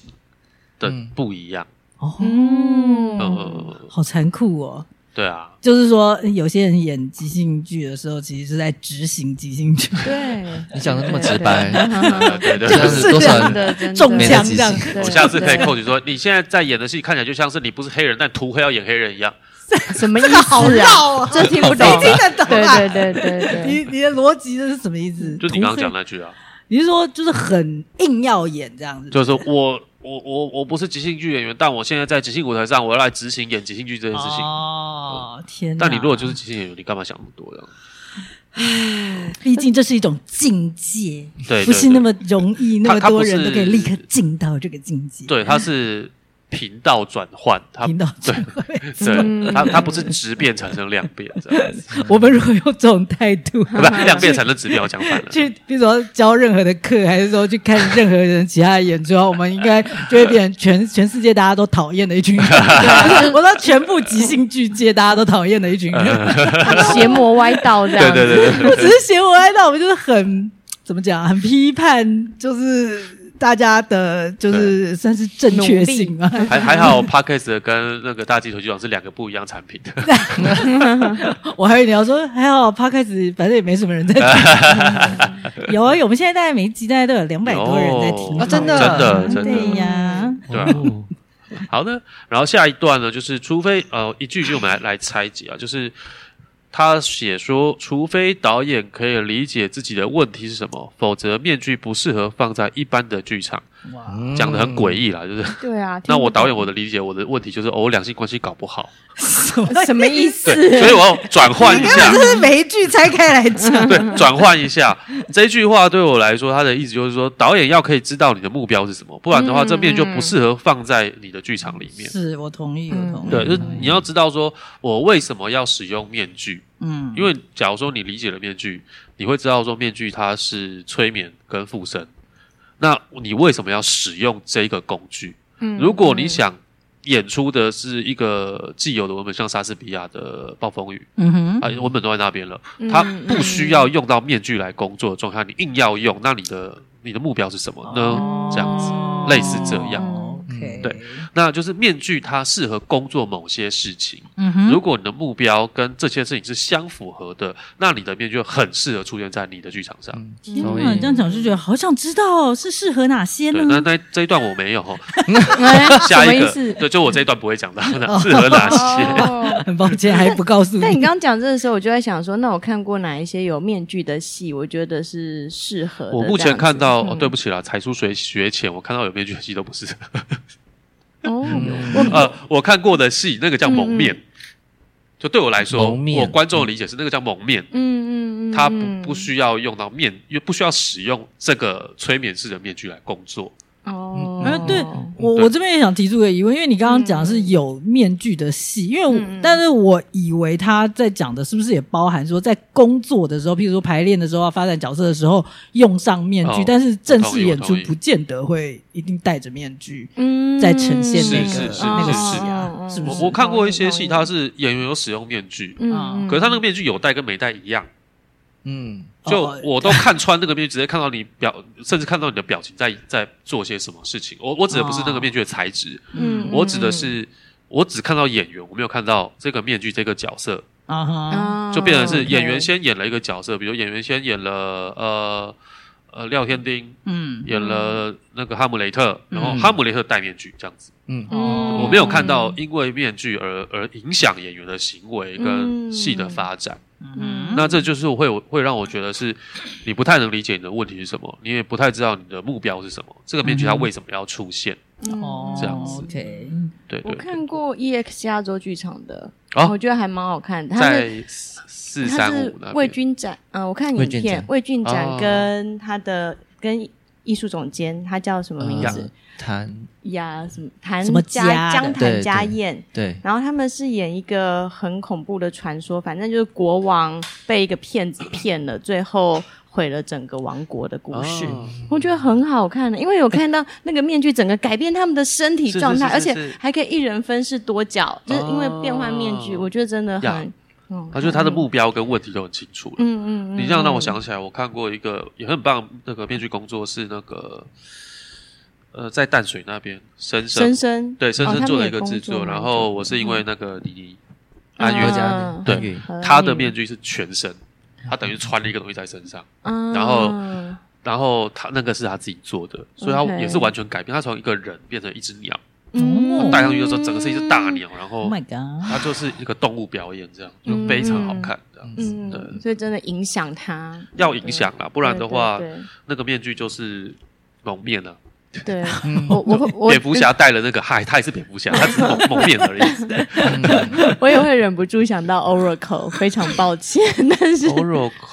Speaker 1: 的
Speaker 3: 嗯
Speaker 1: 不一样。
Speaker 4: 哦，
Speaker 2: 嗯，
Speaker 1: 呃，
Speaker 4: 好残酷哦。
Speaker 1: 对啊，
Speaker 4: 就是说，有些人演即兴剧的时候，其实是在执行即兴剧，
Speaker 2: 对，嗯
Speaker 3: 你讲的那么直白，
Speaker 2: 啊
Speaker 1: 呃对对
Speaker 3: 这样
Speaker 1: 对。
Speaker 3: 子多少
Speaker 2: 真
Speaker 3: 人
Speaker 2: 的真的
Speaker 4: 中
Speaker 3: 没
Speaker 4: 枪
Speaker 3: 在
Speaker 4: 这
Speaker 3: 即
Speaker 4: 样
Speaker 3: 兴。
Speaker 2: 对
Speaker 1: 我下次可以
Speaker 2: 对
Speaker 1: coach 说，你现在在演的戏看起来就像是你不是黑人，但涂黑要演黑人一样。
Speaker 2: 什么意思啊？
Speaker 4: 绕啊！
Speaker 2: 这听不懂
Speaker 4: 谁，听得懂啊？
Speaker 2: 对对对对对，
Speaker 4: 你你的逻辑这是什么意思？
Speaker 1: 就你刚刚讲
Speaker 4: 的，
Speaker 1: 那句啊，
Speaker 4: 你是说就是很硬要演这样子？
Speaker 1: 就是我我我我不是即兴剧演员，但我现在在即兴舞台上，我要来执行演即兴剧这件事情。
Speaker 4: 哦，天哪！
Speaker 1: 但你如果就是即兴演员，你干嘛想那么多呀？
Speaker 4: 毕竟这是一种境界，
Speaker 1: 对对
Speaker 4: 不是那么容易，那
Speaker 1: 它
Speaker 4: 么
Speaker 1: 它
Speaker 4: 多
Speaker 1: 不是
Speaker 4: 人都可以立刻进到这个境界。
Speaker 1: 对，它是频道转换，它
Speaker 4: 听到这
Speaker 1: 对
Speaker 4: 个位置，
Speaker 1: 对它它不是质变产生量变这样子。
Speaker 4: 我们如果用这种态度，
Speaker 1: 不是量变成了指标，我讲反了。
Speaker 4: 去，比如说教任何的课，还是说去看任何人其他的演出，我们应该就会变成全全世界大家都讨厌的 一群人。我说全部即兴剧界大家都讨厌的一群人，
Speaker 2: 邪魔歪道这样
Speaker 1: 对
Speaker 2: 子，
Speaker 1: 对对 对，
Speaker 4: 不只是邪魔歪道，我们就是很怎么讲啊，很批判，就是大家的，就是算是正确性嘛。
Speaker 1: 还还好 p a d k a s 跟那个大鸡腿局长是两个不一样产品的。
Speaker 4: 我还以为你要说还好 p 开始反正也没什么人在 听。有啊，有我们现在大概每一集大概都有两百多人在听
Speaker 1: 有哦
Speaker 3: 啊真的
Speaker 1: 真的真
Speaker 4: 对
Speaker 1: 的。
Speaker 4: 呀。
Speaker 1: 对啊
Speaker 3: 哦
Speaker 1: 好的，然后下一段呢，就是除非呃一句一句我们来来拆解啊，就是他写说，除非导演可以理解自己的问题是什么，否则面具不适合放在一般的剧场。
Speaker 4: 哇，
Speaker 1: 讲的很诡异啦，就是。
Speaker 2: 对啊，
Speaker 1: 那我导演我的理解，我的问题就是，哦，我两性关系搞不好，
Speaker 4: 什么
Speaker 2: 什么意思？
Speaker 1: 对，所以我要转换一
Speaker 4: 根本
Speaker 1: 下
Speaker 4: 就，是每一句拆开来讲。
Speaker 1: 对，转换一下。这句话对我来说，他的意思就是说，导演要可以知道你的目标是什么，不然的话，
Speaker 2: 嗯
Speaker 1: 这面就不适合放在你的剧场里面。
Speaker 4: 是我同意，
Speaker 2: 嗯
Speaker 4: 我同意。
Speaker 1: 对，就是你要知道说，我为什么要使用面具？
Speaker 4: 嗯，
Speaker 1: 因为假如说你理解了面具，你会知道说面具它是催眠跟附身。那你为什么要使用这个工具？
Speaker 2: 嗯
Speaker 1: 如果你想演出的是一个既有的文本，像莎士比亚的《暴风雨》
Speaker 4: 嗯哼，
Speaker 1: 啊，文本都在那边了，
Speaker 2: 嗯
Speaker 1: 它不需要用到面具来工作的状态，你硬要用，那你的你的目标是什么呢？这样子类似这样
Speaker 4: 哦 OK，
Speaker 1: 对，那就是面具它适合工作某些事情。
Speaker 4: 嗯哼，
Speaker 1: 如果你的目标跟这些事情是相符合的，那你的面具很适合出现在你的剧场上。
Speaker 3: 嗯
Speaker 2: 天
Speaker 3: 所
Speaker 4: 天
Speaker 3: 以
Speaker 4: 哪，这样讲就觉得好想知道哦是适合哪些
Speaker 1: 对，那
Speaker 4: 呢？
Speaker 1: 那这一段我没有哦，
Speaker 2: 哎
Speaker 1: 下一
Speaker 2: 什么意
Speaker 1: 个，
Speaker 2: 思？
Speaker 1: 对，就我这一段不会讲到哪 适合哪些。
Speaker 2: 哦
Speaker 4: 很 抱歉，还不告诉
Speaker 2: 但你
Speaker 4: 你。
Speaker 2: 刚刚讲这个时候，我就在想说，那我看过哪一些有面具的戏？我觉得是适合的
Speaker 1: 我目前看到，哦，对不
Speaker 2: 起，
Speaker 1: 起啦，才疏学学浅，我看到有面具的戏都不是。
Speaker 2: 哦，
Speaker 3: 嗯
Speaker 1: 呃，我看过的戏，那个叫蒙
Speaker 2: 嗯
Speaker 1: 面，就对我来说，
Speaker 3: 蒙面
Speaker 1: 我观众的理解是那个叫蒙面，
Speaker 2: 嗯嗯嗯，
Speaker 1: 它不不需要用到面，又不需要使用这个催眠式的面具来工作。
Speaker 2: 哦，
Speaker 4: 哎对我
Speaker 1: 对
Speaker 4: 我这边也想提出个疑问，因为你刚刚讲的是有面具的戏，因为我、
Speaker 2: 嗯嗯嗯
Speaker 4: 但是我以为他在讲的是不是也包含说在工作的时候，譬如说排练的时候啊、发展角色的时候用上面具，
Speaker 1: 哦
Speaker 4: 但是正式演
Speaker 1: 我
Speaker 4: 出
Speaker 1: 同意我同意
Speaker 4: 不见得会一定戴着面具。
Speaker 2: 嗯
Speaker 4: 在呈现
Speaker 1: 是
Speaker 4: 那个
Speaker 1: 是是
Speaker 4: 那个
Speaker 1: 是
Speaker 4: 戏啊
Speaker 2: 哦，
Speaker 4: 是不
Speaker 1: 我
Speaker 4: 是？
Speaker 1: 我看过一些戏，
Speaker 2: 同意
Speaker 1: 它是演员有使用面具，
Speaker 2: 嗯，
Speaker 1: 可是他那个面具有戴跟没戴一样，
Speaker 3: 嗯，
Speaker 1: 就
Speaker 4: 哦
Speaker 1: 我都看穿那个面具，直接看到你表，甚至看到你的表情在在做些什么事情。我我指的不是那个面具的材质，
Speaker 2: 嗯
Speaker 1: 我指的是我只看到演员，我没有看到这个面具这个角色。
Speaker 4: 啊哈，
Speaker 2: 哦
Speaker 1: 就变成是演员
Speaker 2: OK
Speaker 1: 先演了一个角色，比如演员先演了呃呃廖天丁，
Speaker 4: 嗯
Speaker 1: 演了那个哈姆雷特，然后
Speaker 3: 嗯
Speaker 1: 哈姆雷特戴面具这样子。
Speaker 2: 嗯
Speaker 4: 哦
Speaker 1: 我没有看到因为面具而而影响演员的行为跟
Speaker 2: 嗯
Speaker 1: 戏的发展。
Speaker 4: 嗯
Speaker 1: 那这就是会会让我觉得是你不太能理解你的问题是什么，你也不太知道你的目标是什么。这个面具它为什么要出现？
Speaker 2: 嗯
Speaker 4: 哦
Speaker 1: 这样子
Speaker 4: OK，
Speaker 1: 对对
Speaker 2: 我
Speaker 1: 对。
Speaker 2: 看过 EX 加州剧场的，
Speaker 1: 哦
Speaker 2: 我觉得还蛮好看的。它是
Speaker 1: 在四
Speaker 2: 它
Speaker 1: 三
Speaker 2: 是
Speaker 1: 五那
Speaker 2: 魏
Speaker 1: 边，
Speaker 2: 军展，嗯，我看
Speaker 3: 魏
Speaker 2: 影
Speaker 3: 军
Speaker 2: 片
Speaker 3: 展，
Speaker 2: 魏军展
Speaker 1: 哦
Speaker 2: 跟他的跟艺术总监，他叫什么名
Speaker 3: 呃
Speaker 2: 字？
Speaker 3: 谈
Speaker 2: 呀，什么谭
Speaker 4: 什么
Speaker 2: 家
Speaker 4: 家
Speaker 2: 江
Speaker 4: 的
Speaker 2: 谭
Speaker 3: 对
Speaker 2: 家
Speaker 3: 对
Speaker 2: 燕。
Speaker 3: 对，
Speaker 2: 然后他们是演一个很恐怖的传说，反正就是国王被一个骗子骗了，最后毁了整个王国的故事。
Speaker 1: 哦
Speaker 2: 我觉得很好看的，因为有看到那个面具整个改变他们的身体
Speaker 1: 是是
Speaker 2: 状态，
Speaker 1: 是
Speaker 2: 而
Speaker 1: 是
Speaker 2: 且
Speaker 1: 是
Speaker 2: 还可以一人分饰多角，就是因为变换面具，
Speaker 1: 哦
Speaker 2: 我觉得真的
Speaker 1: 呀
Speaker 2: 很，嗯，
Speaker 1: 他就是他的目标跟问题都很清楚了。
Speaker 2: 嗯，嗯嗯，
Speaker 1: 你这样让我想起来，我看过一个也很棒，那个面具工作是那个，呃，在淡水那边，深深
Speaker 2: 深深
Speaker 1: 对深
Speaker 2: 哦他
Speaker 1: 深
Speaker 2: 们
Speaker 1: 做了
Speaker 2: 也
Speaker 1: 一个制
Speaker 2: 工
Speaker 1: 作，
Speaker 2: 作
Speaker 1: 然
Speaker 2: 嘛
Speaker 1: 后我是因为那个李妮
Speaker 2: 嗯
Speaker 1: 安
Speaker 3: 何
Speaker 1: 源，
Speaker 4: 嗯
Speaker 3: 家
Speaker 1: 对
Speaker 3: 安宇
Speaker 2: 和
Speaker 1: 她的
Speaker 2: 安
Speaker 1: 面具是全身，她等于穿了一个东西在身上，
Speaker 2: 嗯
Speaker 1: 然后然后她那个是她自己做的，所以她
Speaker 2: OK
Speaker 1: 也是完全改变，她从一个人变成一只鸟，
Speaker 2: 嗯
Speaker 1: 戴上去的时候整个是一只大鸟，然后
Speaker 4: ，Oh my God，
Speaker 1: 它就是一个动物表演，这样就非常好看，这样子，
Speaker 2: 嗯，
Speaker 1: 对
Speaker 2: 所以真的影响他，
Speaker 1: 要影响啦，不
Speaker 2: 不
Speaker 1: 然的话。那个面具就是蒙面啊，
Speaker 2: 对， 我我会我
Speaker 1: 蝙蝠侠戴了那个，嗨，他也是蝙蝠侠，他只是蒙蒙面而已。
Speaker 2: 我也会忍不住想到 Oracle，非常抱歉，但是
Speaker 1: 哦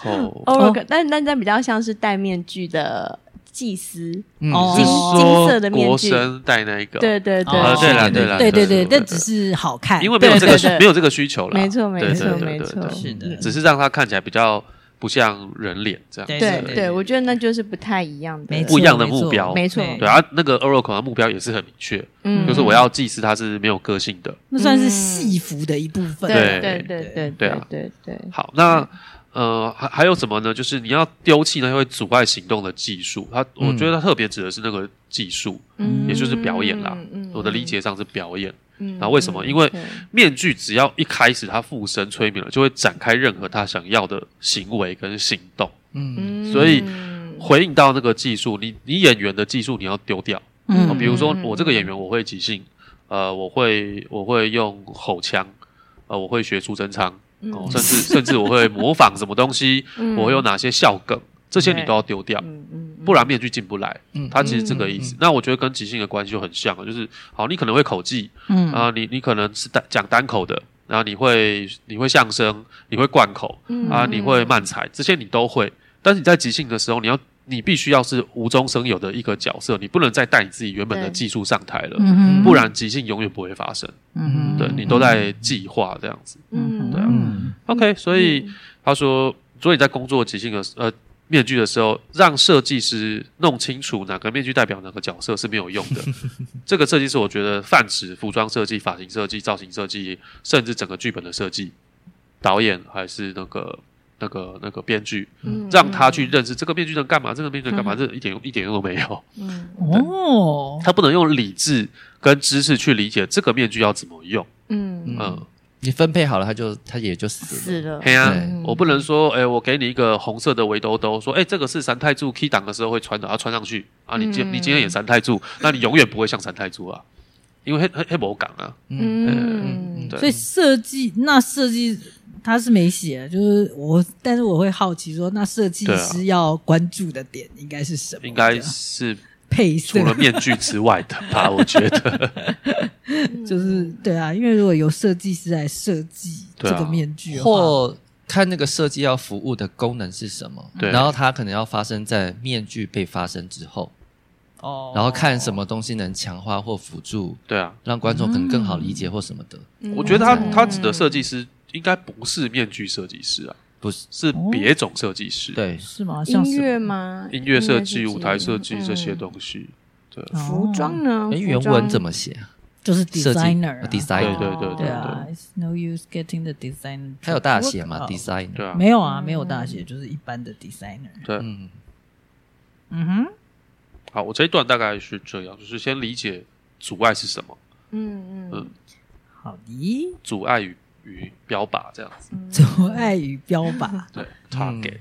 Speaker 1: Oracle，
Speaker 2: Oracle，但但但比较像是戴面具的祭司，
Speaker 3: 嗯
Speaker 4: 哦
Speaker 1: 是
Speaker 4: 金
Speaker 2: 金色
Speaker 1: 说
Speaker 2: 的面具
Speaker 1: 国生戴那一个，
Speaker 2: 对对对，
Speaker 1: 啊，对了对了，
Speaker 4: 哦对对
Speaker 1: 对
Speaker 4: 对，但只是好看，
Speaker 1: 因为没有这个
Speaker 2: 对对对
Speaker 1: 没有这个需求了，
Speaker 2: 没错没
Speaker 1: 对对
Speaker 2: 错
Speaker 1: 对对
Speaker 2: 没
Speaker 1: 对
Speaker 2: 错嗯
Speaker 1: 对
Speaker 4: 是的，
Speaker 1: 只是让他看起来比较不像人脸这样，
Speaker 4: 对
Speaker 2: 对
Speaker 4: 对
Speaker 2: 对，我觉得那就是不太一样
Speaker 4: 没
Speaker 2: 的，
Speaker 4: 错
Speaker 1: 不一样的目标，
Speaker 2: 没错，
Speaker 4: 对
Speaker 1: 对啊，那个 Oracle 的目标也是很明确，
Speaker 2: 嗯
Speaker 1: 就是我要祭祀他是没有个性的，
Speaker 4: 那算是戏服的一部分。
Speaker 1: 对
Speaker 2: 对对对对
Speaker 1: 对啊
Speaker 2: 对对，
Speaker 1: 好，那呃还还有什么呢？就是你要丢弃那些会阻碍行动的技术，它我
Speaker 3: 嗯
Speaker 1: 觉得它特别指的是那个技术，
Speaker 2: 嗯
Speaker 1: 也就是表演啦。
Speaker 2: 嗯
Speaker 1: 我的理，解上是表演。
Speaker 2: 嗯
Speaker 1: 那为什么因为
Speaker 2: 对
Speaker 1: 面具只要一开始他附身催眠了，就会展开任何他想要的行为跟行动，
Speaker 3: 嗯
Speaker 2: 嗯
Speaker 1: 所以回应到那个技术，你你演员的技术你要丢掉。啊
Speaker 2: 嗯
Speaker 1: 比如说我这个演员我会即兴，呃，我会我会用吼腔，呃，我会学出真唱，
Speaker 2: 嗯
Speaker 1: 哦，甚至甚至我会模仿什么东西，
Speaker 2: 嗯
Speaker 1: 我会有哪些笑梗，这些你都要丢掉，
Speaker 2: 嗯嗯，嗯
Speaker 1: 不然面具进不来。
Speaker 3: 嗯
Speaker 1: 它其实这个意思。那我觉得跟即兴的关系就很像了，就是好，你可能会口技，
Speaker 4: 嗯
Speaker 1: 啊，你你可能是单讲单口的，然后你会你会相声，你会贯口
Speaker 2: 嗯
Speaker 1: 啊，
Speaker 2: 嗯
Speaker 1: 你会慢才，这些你都会。但是你在即兴的时候，你要你必须要是无中生有的一个角色，你不能再带你自己原本的
Speaker 2: 对
Speaker 1: 技术上台了，
Speaker 4: 嗯
Speaker 1: 不然即兴永远不会发生。
Speaker 4: 嗯
Speaker 1: 对你都在计划这样子。
Speaker 2: 嗯
Speaker 1: 对啊
Speaker 3: 嗯
Speaker 1: OK，所以他说，所以在工作即兴的时呃面具的时候，让设计师弄清楚哪个面具代表哪个角色是没有用的。这个设计是我觉得泛指服装设计、发型设计、造型设计，甚至整个剧本的设计，导演还是那个。那个那个编剧，
Speaker 2: 嗯
Speaker 1: 让他去认识这个面具能干嘛，这个面具能干嘛，这一点一点用都没有。
Speaker 2: 嗯
Speaker 4: 哦，
Speaker 1: 他不能用理智跟知识去理解这个面具要怎么用。
Speaker 2: 嗯
Speaker 1: 嗯，
Speaker 3: 呃你分配好了，他就他也就死了。
Speaker 2: 死了，
Speaker 1: 嘿啊
Speaker 3: 对，
Speaker 1: 我不能说，哎、我给你一个红色的围兜兜，说，哎、这个是三太柱 key 档的时候会穿的，要穿上去啊。你今、
Speaker 2: 嗯
Speaker 1: 你今天演三太柱，那你永远不会像三太柱啊，因为黑黑黑魔港啊，
Speaker 2: 嗯
Speaker 1: 对啊
Speaker 4: 所以设计那设计他是没写，就是我，但是我会好奇说，那设计
Speaker 1: 对啊
Speaker 4: 师要关注的点应该是什么？
Speaker 1: 应该
Speaker 4: 对啊
Speaker 1: 是
Speaker 4: 配色
Speaker 1: 除了面具之外的 吧，我觉得。
Speaker 4: 就是对啊，因为如果由设计师来设计这
Speaker 1: 对啊
Speaker 4: 个面具的话，
Speaker 3: 或看那个设计要服务的功能是什么，
Speaker 1: 对
Speaker 3: 然后它可能要发生在面具被发生之后，
Speaker 4: 哦
Speaker 3: 然后看什么东西能强化或辅助，
Speaker 1: 对啊，
Speaker 3: 让观众可能更好理
Speaker 4: 嗯
Speaker 3: 解或什么的，
Speaker 1: 我觉得他
Speaker 3: 嗯
Speaker 1: 他指的设计师应该不是面具设计师啊，
Speaker 3: 不是
Speaker 1: 是别种设计师，，
Speaker 3: 对，
Speaker 4: 是吗？像
Speaker 2: 音
Speaker 4: 是
Speaker 2: 乐吗？
Speaker 1: 音乐设计、舞台设计
Speaker 2: 嗯
Speaker 1: 这些东西。对，
Speaker 4: 哦
Speaker 2: 服装呢？
Speaker 3: 哎，
Speaker 2: 服
Speaker 3: 原
Speaker 2: 装
Speaker 3: 文怎么写啊？
Speaker 4: 就是
Speaker 3: 设计呃
Speaker 4: designer 啊
Speaker 1: 对
Speaker 3: ，design，
Speaker 1: 对对
Speaker 4: 对
Speaker 1: 对
Speaker 4: 啊，it's no use getting the design。
Speaker 3: 它有大写嘛
Speaker 4: 哦
Speaker 3: ？design，
Speaker 1: 对啊，
Speaker 4: 没有啊，没有大写，就是一般的 designer。
Speaker 1: 对，
Speaker 3: 嗯，
Speaker 4: 嗯哼，
Speaker 1: 好，我这一段大概是这样，就是先理解阻碍是什么。
Speaker 2: 嗯嗯
Speaker 1: 嗯
Speaker 4: 好的，
Speaker 1: 阻碍与与标靶这样子。
Speaker 4: 阻碍与标靶。
Speaker 3: 嗯
Speaker 1: 对，target，、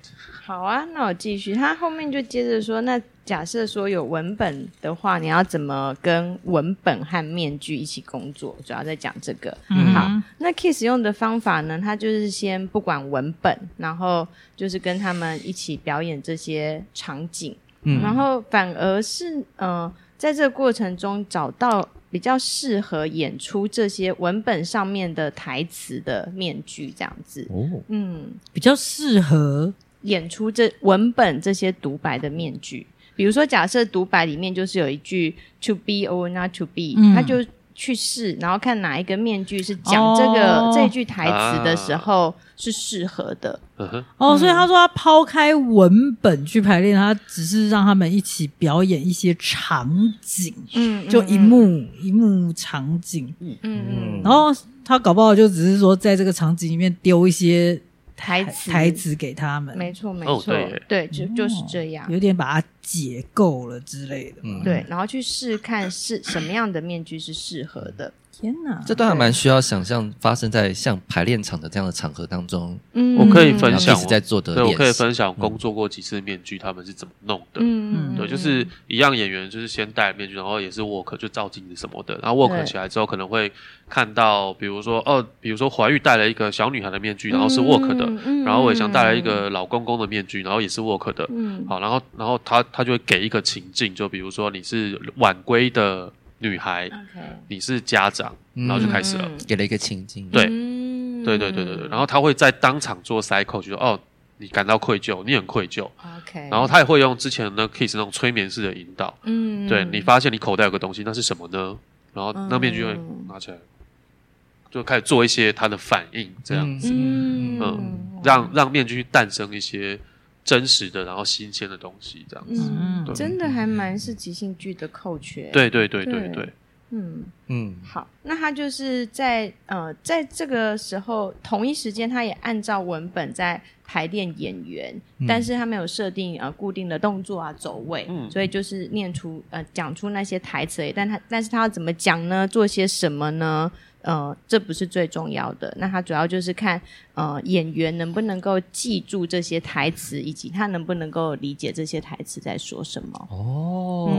Speaker 2: 好啊，那我继续。他后面就接着说，那假设说有文本的话，你要怎么跟文本和面具一起工作？主要在讲这个。
Speaker 4: 嗯
Speaker 2: 好，那 Kiss 用的方法呢？他就是先不管文本，然后就是跟他们一起表演这些场景，
Speaker 3: 嗯
Speaker 2: 然后反而是呃，在这个过程中找到比较适合演出这些文本上面的台词的面具，这样子。
Speaker 3: 哦，
Speaker 2: 嗯，
Speaker 4: 比较适合
Speaker 2: 演出这文本这些独白的面具。比如说，假设独白里面就是有一句 “to be or not to be”，、
Speaker 4: 嗯
Speaker 2: 他就去试，然后看哪一个面具是讲这个、
Speaker 4: 哦
Speaker 2: 这句台词的时候是适合的。
Speaker 1: 嗯哼，
Speaker 4: 哦，
Speaker 2: 嗯
Speaker 4: 所以他说他抛开文本去排练，他只是让他们一起表演一些场景，
Speaker 2: 嗯
Speaker 4: 就一，幕一幕场景，
Speaker 2: 嗯嗯，
Speaker 4: 然后他搞不好就只是说在这个场景里面丢一些
Speaker 2: 台词
Speaker 4: 台，词给他们，
Speaker 2: 嗯没错没
Speaker 1: 哦
Speaker 2: 错，
Speaker 1: 对耶
Speaker 2: 对，就就是这样。
Speaker 4: 嗯有点把它解构了之类的嘛。
Speaker 3: 嗯
Speaker 2: 对，然后去试看是什么样的面具是适合的。
Speaker 4: 天哪，
Speaker 3: 这段还蛮需要想象发生在像排练场的这样的场合当中，
Speaker 2: 嗯
Speaker 1: 我可以分享
Speaker 3: 一直在做的
Speaker 1: 对我
Speaker 3: 练
Speaker 1: 可以
Speaker 3: 习，
Speaker 1: 分享工作过几次面具，他们是怎么弄的。
Speaker 2: 嗯，嗯
Speaker 1: 对，就是一样演员，就是先戴面具，然后也是 work 就照镜子什么的，然后 work
Speaker 2: 对
Speaker 1: 起来之后，可能会看到，比如说哦，比如说怀玉戴了一个小女孩的面具，然后是 work 的，
Speaker 2: 嗯
Speaker 1: 然后伟翔戴了一，个老公公的面具，然后也是 work 的，
Speaker 2: 嗯，
Speaker 1: 好，然后然后他他就会给一个情境，就比如说你是晚归的女孩，
Speaker 2: ，OK，
Speaker 1: 你是家长，
Speaker 3: 嗯
Speaker 1: 然后就开始了。
Speaker 2: 嗯
Speaker 3: 给了一个情境，
Speaker 1: 对
Speaker 2: 嗯
Speaker 1: 对对对对对，然后他会在当场做 cycle，就说哦，你感到愧疚，你很愧疚，
Speaker 2: OK，
Speaker 1: 然后他也会用之前的 kiss 那种催眠式的引导，
Speaker 2: 嗯，
Speaker 1: 对你发现你口袋有个东西，那是什么呢？然后那面具会
Speaker 2: 嗯
Speaker 1: 拿起来，就开始做一些他的反应，这样
Speaker 3: 子
Speaker 2: 嗯
Speaker 1: 让让面具诞生一些真实的，然后新鲜的东西，这样子。
Speaker 2: 嗯
Speaker 1: 对
Speaker 2: 真的还蛮是即兴剧的扣缺，，
Speaker 1: 对对对对
Speaker 2: 对
Speaker 1: 对，
Speaker 2: 嗯，
Speaker 3: 嗯
Speaker 2: 好，那他就是在呃，在这个时候同一时间，他也按照文本在排练演员，但是他没有设定呃固定的动作啊、走位，
Speaker 1: 嗯
Speaker 2: 所以就是念出呃讲出那些台词而已，但他但是他要怎么讲呢？做些什么呢？呃，这不是最重要的，那他主要就是看呃演员能不能够记住这些台词，以及他能不能够理解这些台词在说什么。
Speaker 3: 哦